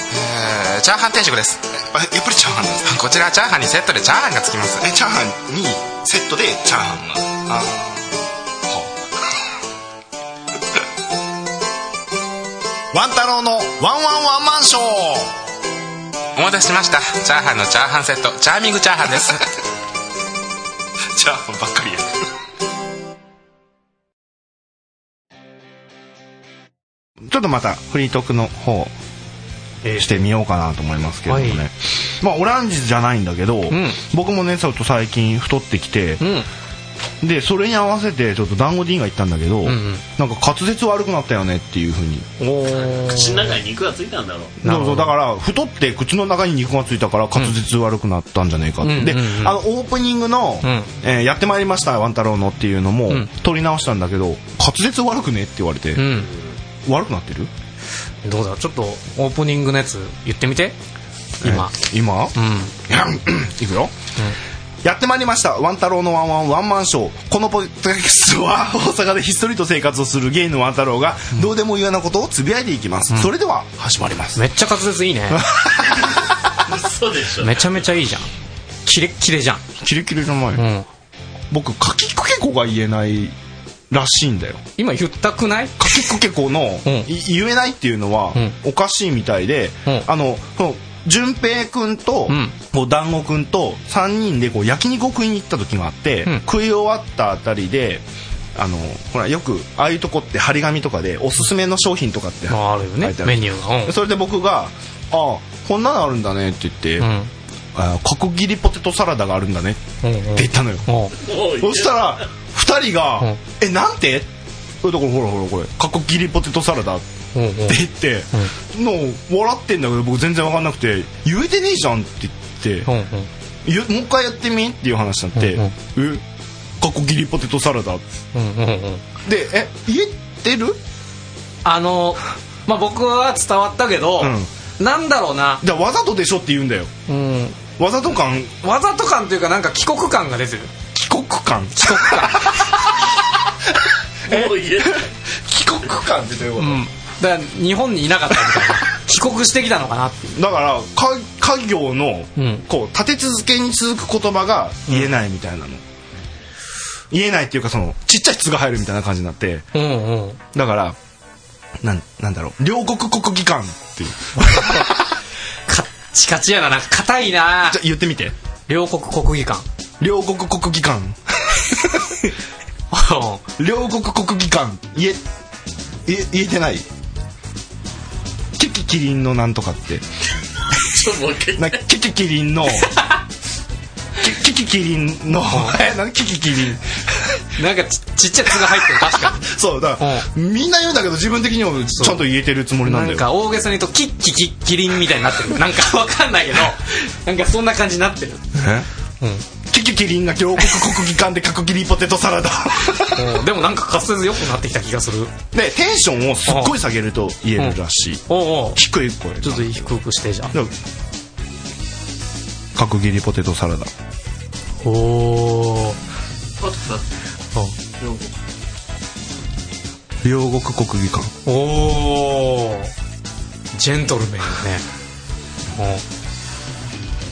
Speaker 8: えーチャーハン定食です
Speaker 5: あやっぱりチャーハンなんですか
Speaker 8: こちらチャーハンにセットでチャーハンがつきます
Speaker 5: えチャーハンにセットでチャーハンがあーはワン太郎のワンワンワンマンショー
Speaker 8: お待たせしましたチャーハンのチャーハンセットチャーミングチャーハンです
Speaker 5: チャーハンばっかりや
Speaker 1: ちょっとまたフリートークの方してみようかなと思いますけれどもね、
Speaker 2: は
Speaker 1: まあオランジじゃないんだけど、
Speaker 2: ん
Speaker 1: 僕もねちょっと最近太ってきて、でそれに合わせてちょっと団子ディーンが言ったんだけど、
Speaker 2: ん
Speaker 1: なんか滑舌悪くなったよねっていうふうに
Speaker 2: うんおー
Speaker 4: 口の中に肉がついたんだろう
Speaker 2: なる
Speaker 1: そう
Speaker 2: ほど
Speaker 1: そうだから太って口の中に肉がついたから滑舌悪くなったんじゃねえかって、
Speaker 2: うん
Speaker 1: で、
Speaker 2: うんうんうん
Speaker 1: あのオープニングの、
Speaker 2: ん
Speaker 1: えーやってまいりましたワン太郎の」っていうのも、
Speaker 2: うん
Speaker 1: 撮り直したんだけど滑舌悪くねって言われて、
Speaker 2: うん
Speaker 1: 悪くなってる
Speaker 2: どうだちょっとオープニングのやつ言ってみて今
Speaker 1: え今
Speaker 2: うん
Speaker 1: いくよ、やってまいりましたワン太郎のワンワンワンマンショーこのポッドキャストは大阪でひっそりと生活をするゲイのワン太郎がどうでもいいようなことをつぶやいていきます、それでは始まります
Speaker 2: めっちゃ滑舌いいね
Speaker 4: 嘘でしょ
Speaker 2: めちゃめちゃいいじゃんキレッキレじゃん
Speaker 1: キレキレじゃない、
Speaker 2: うん
Speaker 1: 僕かきくけこが言えないらしいんだよ
Speaker 2: 今言ったくない
Speaker 1: かきくけこの、
Speaker 2: うん
Speaker 1: い言えないっていうのは
Speaker 2: う
Speaker 1: おかしいみたいで、
Speaker 2: うん
Speaker 1: あのこの淳平君と、
Speaker 2: うん
Speaker 1: こう団子君と3人でこう焼肉を食いに行った時があって、
Speaker 2: うん
Speaker 1: 食い終わったあたりであのほらよくああいうとこって張り紙とかでおすすめの商品とかって
Speaker 2: まああるよ
Speaker 1: 書
Speaker 2: ね
Speaker 1: いてある
Speaker 2: メニューがうん
Speaker 1: それで僕が「ああこんなのあるんだね」って言って
Speaker 2: う
Speaker 1: 「ああ角切りポテトサラダがあるんだね」って
Speaker 2: んうんうん
Speaker 1: 言ったのよ、
Speaker 2: おう
Speaker 4: おい
Speaker 1: そしたら2人が
Speaker 2: うん
Speaker 1: 「えなんて?」これだからほらほらこれ角切りポテトサラダって
Speaker 2: おうおう
Speaker 1: 言って、の笑ってんだけど僕全然分かんなくて「言えてねえじゃん」って言って
Speaker 2: うんうん
Speaker 1: 「ゆもう一回やってみ?」っていう話になって
Speaker 2: うん
Speaker 1: 「え角切りポテトサラダ」
Speaker 2: うんうんうん
Speaker 1: で「え言えてる?
Speaker 2: あのまあ僕は伝わったけどなんだろうな」
Speaker 1: じゃあわざとでしょって言うんだよ
Speaker 2: うん
Speaker 1: わざと感
Speaker 2: わざと感というかなんか帰国感が出てる
Speaker 1: 帰国感
Speaker 2: 帰国感
Speaker 4: もう言えない
Speaker 1: 帰国感ってどういうこ
Speaker 2: うんだから日本にいなかったみたいな帰国してきたのかなっていう
Speaker 1: とだからか家業の
Speaker 2: うん
Speaker 1: こう立て続けに続く言葉が言えないみたいなの、言えないっていうかそのちっちゃい「つ」が入るみたいな感じになって
Speaker 2: うんうん
Speaker 1: だからなんなんだろう両国国技館っていう
Speaker 2: カッチカチやななんか硬いな
Speaker 1: じゃ言ってみて
Speaker 2: 両国国技館
Speaker 1: 両国国技 館両国国技館言え言え言えてないキキキリンのなんとかって
Speaker 4: ちょもう一回
Speaker 1: なキキキリン のキキキキリンのえ なんキキキリン
Speaker 2: なんかちちっちゃい「つ」が入ってる確か
Speaker 1: そうだから、みんな言うんだけど自分的にもちゃんと言えてるつもり
Speaker 2: に
Speaker 1: なん
Speaker 2: な
Speaker 1: だ
Speaker 2: ん
Speaker 1: よ
Speaker 2: か大げさに言うとキッキキッキリンみたいになってるなんかわかんないけどなんかそんな感じになってる
Speaker 1: キキキリンが両国国技館で角切りポテトサ ラダ
Speaker 2: うんでもなんか滑舌良くなってきた気がする
Speaker 1: でテンションをすっごい下げると言えるらしい、
Speaker 2: おうおう
Speaker 1: 低い声
Speaker 2: ちょっと低くしてじゃん
Speaker 1: と角切りポテトサラダ
Speaker 2: おお
Speaker 1: 両国国技館
Speaker 2: おおジェントルメンよね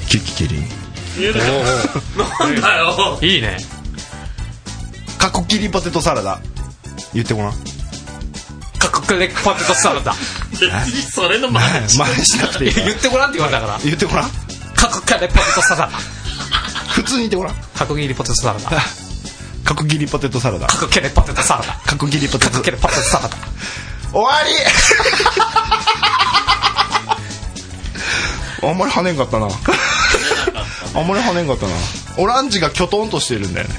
Speaker 1: キキキリン
Speaker 4: だよ
Speaker 2: いいね
Speaker 1: 角切りポテトサラダ言ってごら ん
Speaker 2: カクカレポテトサラ ダ
Speaker 4: それの前に
Speaker 1: 真似しなくていいから
Speaker 2: 言ってごらんって言われたから
Speaker 1: 言ってごらん
Speaker 2: カクカレポテトサラダ
Speaker 1: 普通に言ってごらん
Speaker 2: 角切りポテトサラダ
Speaker 1: 角切りポテトサラダ
Speaker 2: 角切りポテトサラダ
Speaker 1: 角切りポテト
Speaker 2: 角切りポテトサラダ
Speaker 1: 終わりあんまり跳ねんか ったなあんまり跳ねんかったなオランジがキョトンとしてるんだよね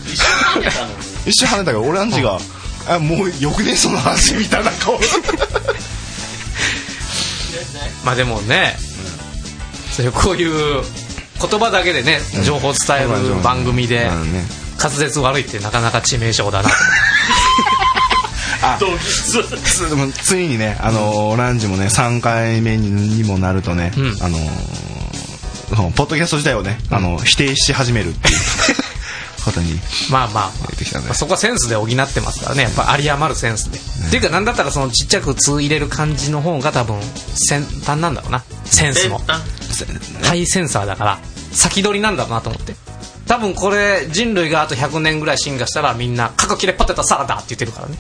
Speaker 1: 一瞬跳ねたけどオランジが、あもうよくねその話みたいな顔
Speaker 2: まあでもねそういうこういう言葉だけでね情報を伝える番組で
Speaker 1: うんね
Speaker 2: 滑舌悪いってなかなか致命傷だなと
Speaker 4: 同期
Speaker 1: つでもついにね、あのーオランジもね3回目ににもなるとね、
Speaker 2: ん
Speaker 1: あのーそのポッドキャスト自体をね、あの否定し始めるっていうことに
Speaker 2: まあまあ、ま
Speaker 1: なってきたね
Speaker 2: あ、そこはセンスで補ってますからねやっぱ有り余るセンスで、っていうかなんだったらそのちっちゃく「つ」入れる感じの方が多分先端なんだろうなセンスもハイセンサーだから先取りなんだろうなと思って多分これ人類があと100年ぐらい進化したらみんな「過去切れポテトサラダ」って言ってるからね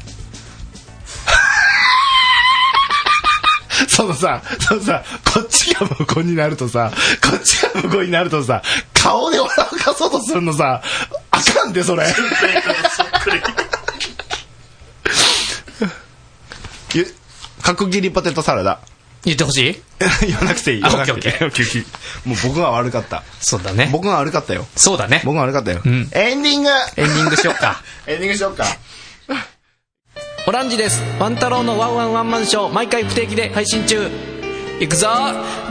Speaker 1: そのさ、そのさ、こっちが向こうになるとさ、こっちが向こうになるとさ、顔で笑かそうとするのさ、あかんで、それ。ゆ角切りポテトサラダ。
Speaker 2: 言ってほしい
Speaker 1: 言わなくていい。
Speaker 2: あ
Speaker 1: 言わなくていい
Speaker 2: オッケー
Speaker 1: もう僕が悪かった。
Speaker 2: そうだね。
Speaker 1: 僕が悪かったよ。
Speaker 2: そうだね。
Speaker 1: 僕が悪かったよ。
Speaker 2: ん
Speaker 1: エンディング
Speaker 2: エンディングしよっか。
Speaker 1: エンディングしようか。
Speaker 2: オランジです。ワン太郎のワンワンワンマンショー、毎回不定期で配信中。いくぞ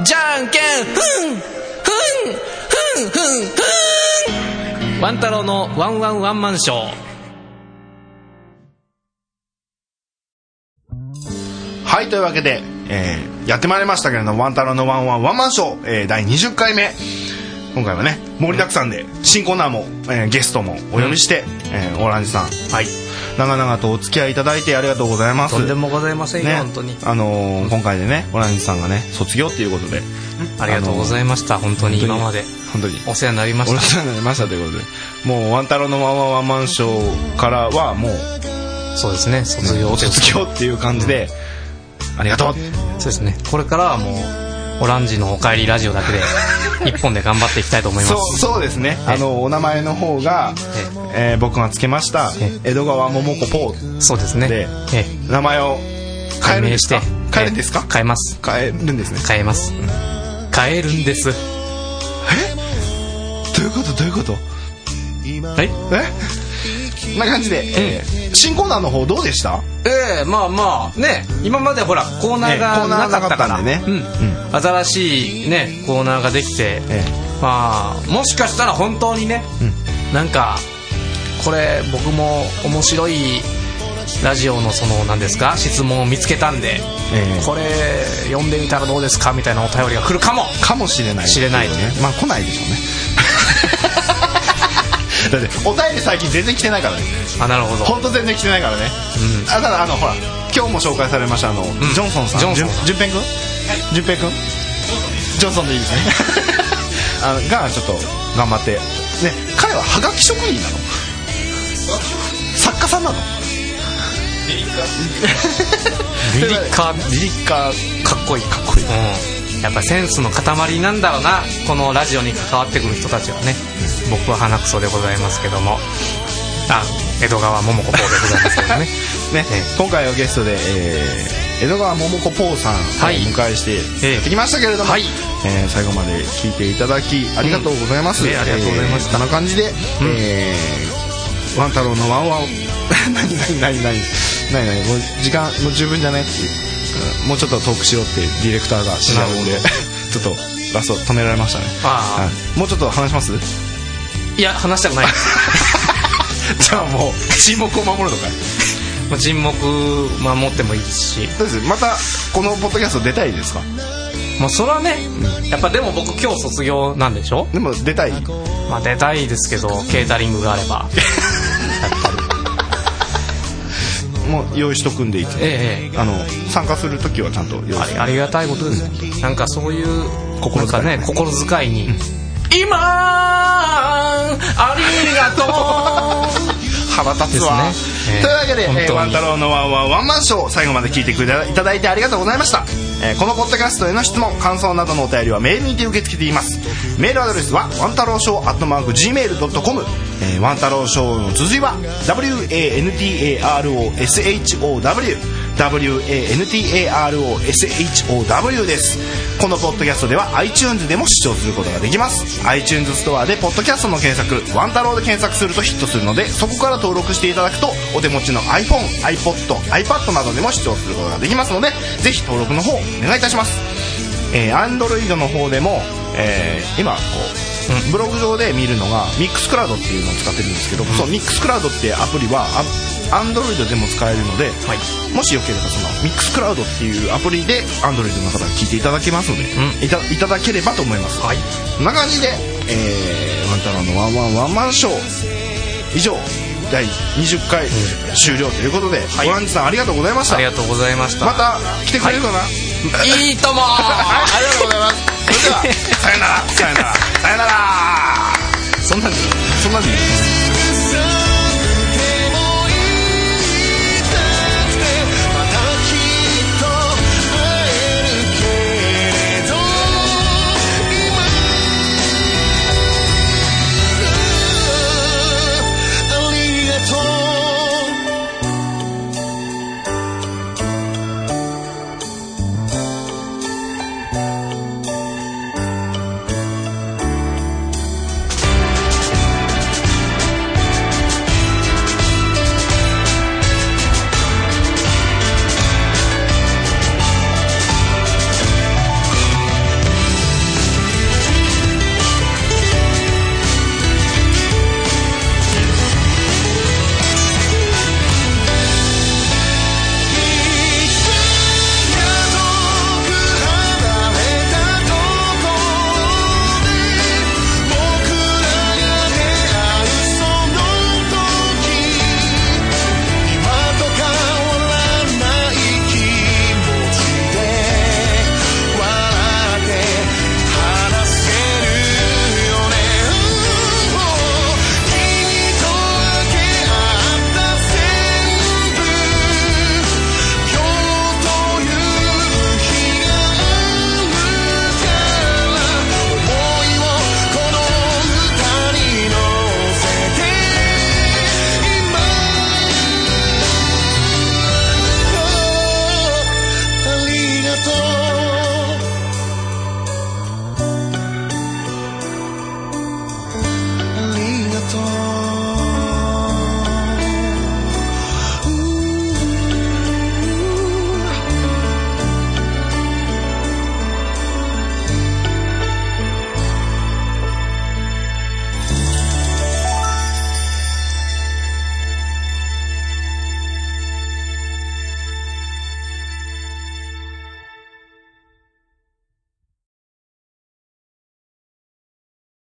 Speaker 2: じゃんけんふんふんふんふんふんワン太郎のワンワンワンマンショー。
Speaker 1: はい、というわけで、えーやってまいりましたけれども、ワンタロウのワンワンワンマンショー、えー第20回目。今回はね、盛りだくさんで、新コーナーも、えーゲストもお呼びして、えーオランジさん、
Speaker 2: はい。
Speaker 1: 長々とお付き合いいただいてありがとうございます。
Speaker 2: とんでもございませんよ、
Speaker 1: ね、
Speaker 2: 本当に。
Speaker 1: あのー今回でね、オランジさんがね、卒業っていうことで、
Speaker 2: ありがとうございました、本当に今まで。
Speaker 1: 本当に。
Speaker 2: お世話になりま
Speaker 1: お世
Speaker 2: し
Speaker 1: 話になりましたということで、もう、ワンタロウのワンワンワンマンショーからは、もう、
Speaker 2: た。そうですね、卒業ということ
Speaker 1: 卒業っていう感じで、ありがとう
Speaker 2: そうですね。これからはもう、オランジのお帰りラジオだけで、 一本で頑張っていきたいと思います。
Speaker 1: そうそうですねあのお名前の方が、えー僕がつけました江戸川桃子ポー
Speaker 2: そうですね。
Speaker 1: で
Speaker 2: ええ
Speaker 1: 名前を変えるんですか
Speaker 2: 改名して
Speaker 1: 変えるんですか
Speaker 2: 変えます。
Speaker 1: 変えるんですね
Speaker 2: 変えます。変えるんで
Speaker 1: ど
Speaker 2: す。
Speaker 1: ういうことどういうこと
Speaker 2: はい。
Speaker 1: えこんな感じで、えー新コーナーの方どうでした
Speaker 2: ええまあまあね今までほらコーナー
Speaker 1: ええコー
Speaker 2: が
Speaker 1: ナーが
Speaker 2: な
Speaker 1: なか
Speaker 2: か
Speaker 1: ったた
Speaker 2: っか、
Speaker 1: かららね
Speaker 2: うん新しいねコーナーができて、
Speaker 1: え
Speaker 2: まあもしかしたら本当にね、なんかこれ僕も面白いラジオのその何ですか質問を見つけたんで、
Speaker 1: ええ
Speaker 2: これ読んでみたらどうですかみたいなお便りが来るかも
Speaker 1: かもしれない
Speaker 2: 知れないよね
Speaker 1: まあ来ないでしょうねだってお便り最近全然来てないからね
Speaker 2: あなるほど
Speaker 1: 本当全然来てないからね、あただあのほら今日も紹介されましたあの、ジョンソンさん
Speaker 2: ジョンソンさん
Speaker 1: じゅんぺんくんじゅんぺんくんジョンソンでいいですね あのがちょっと頑張ってね彼はハガキ職人なの作家さんなの
Speaker 2: リリカ
Speaker 1: リリカ
Speaker 2: かっこいいかっこいい、うん、やっぱセンスの塊なんだろうなこのラジオに関わってくる人たちはね僕は鼻くそでございますけどもあ江戸川桃子ポーでございますけどね
Speaker 1: ね
Speaker 2: え
Speaker 1: 今回はゲストで、えー江戸川桃子ポーさんを
Speaker 2: はい
Speaker 1: お迎えしてやってきましたけれども、
Speaker 2: はい
Speaker 1: えー最後まで聞いていただきありがとうございます、
Speaker 2: うんねありがとうございまし
Speaker 1: えー
Speaker 2: た
Speaker 1: こんな感じで、えーワン太郎のワンワン 何何何何何何もう時間もう十分じゃないっていううんもうちょっとトークしろってディレクターが指導で ちょっとラスト止められましたね
Speaker 2: あー
Speaker 1: はいもうちょっと話します
Speaker 2: いや話した くない
Speaker 1: じゃあもう沈黙を守るのかい
Speaker 2: まあ沈黙守ってもいいし、
Speaker 1: どうですまたこのポッドキャスト出たいですか
Speaker 2: まあ、それはねやっぱでも僕今日卒業なんでしょ、
Speaker 1: でも出たい
Speaker 2: まあ、出たいですけどケータリングがあれば
Speaker 1: もう用意しとくんでいつも
Speaker 2: ええええ
Speaker 1: あの参加する時はちゃんと用意
Speaker 2: ありありがたいことですねなんかそういう
Speaker 1: 心遣い
Speaker 2: なんかね心遣いに、今ありがとう
Speaker 1: 腹立つわ、
Speaker 2: ですねええ
Speaker 1: というわけで
Speaker 2: 本当に
Speaker 1: えー「ワン太郎のワンワンワンマンショー」最後まで聞いてくだいただいてありがとうございました、えーこのポッドキャストへの質問感想などのお便りはメールにて受け付けていますメールアドレスはワン太郎ショーアットマーク Gmail.com えーワン太郎ショーの続きは WANTAROSHOW WANTAROSHOW ですこのポッドキャストでは iTunes でも視聴することができます iTunes ストアでポッドキャストの検索「ワン太郎」で検索するとヒットするのでそこから登録していただくとお手持ちの iPhoneiPodiPad などでも視聴することができますのでぜひ登録の方お願いいたしますえー Android の方でも、えー今こう、ブログ上で見るのが MixCloud っていうのを使ってるんですけど、そう MixCloud っていうアプリはあ Android でも使えるので、もしよければその MixCloud っていうアプリで Android の方が聞いていただけますので、いたいただければと思います、
Speaker 2: はい
Speaker 1: こんな感じで、えーワンタラのワンワンワンマンショー以上第20回終了ということで、オランジさんありがとうございました
Speaker 2: ありがとうございました
Speaker 1: また来てくれるかな、
Speaker 2: いいとも
Speaker 1: ありがとうございます。それでは、さよなら、さよなら、さよなら。そんなんでいいそんなんでいい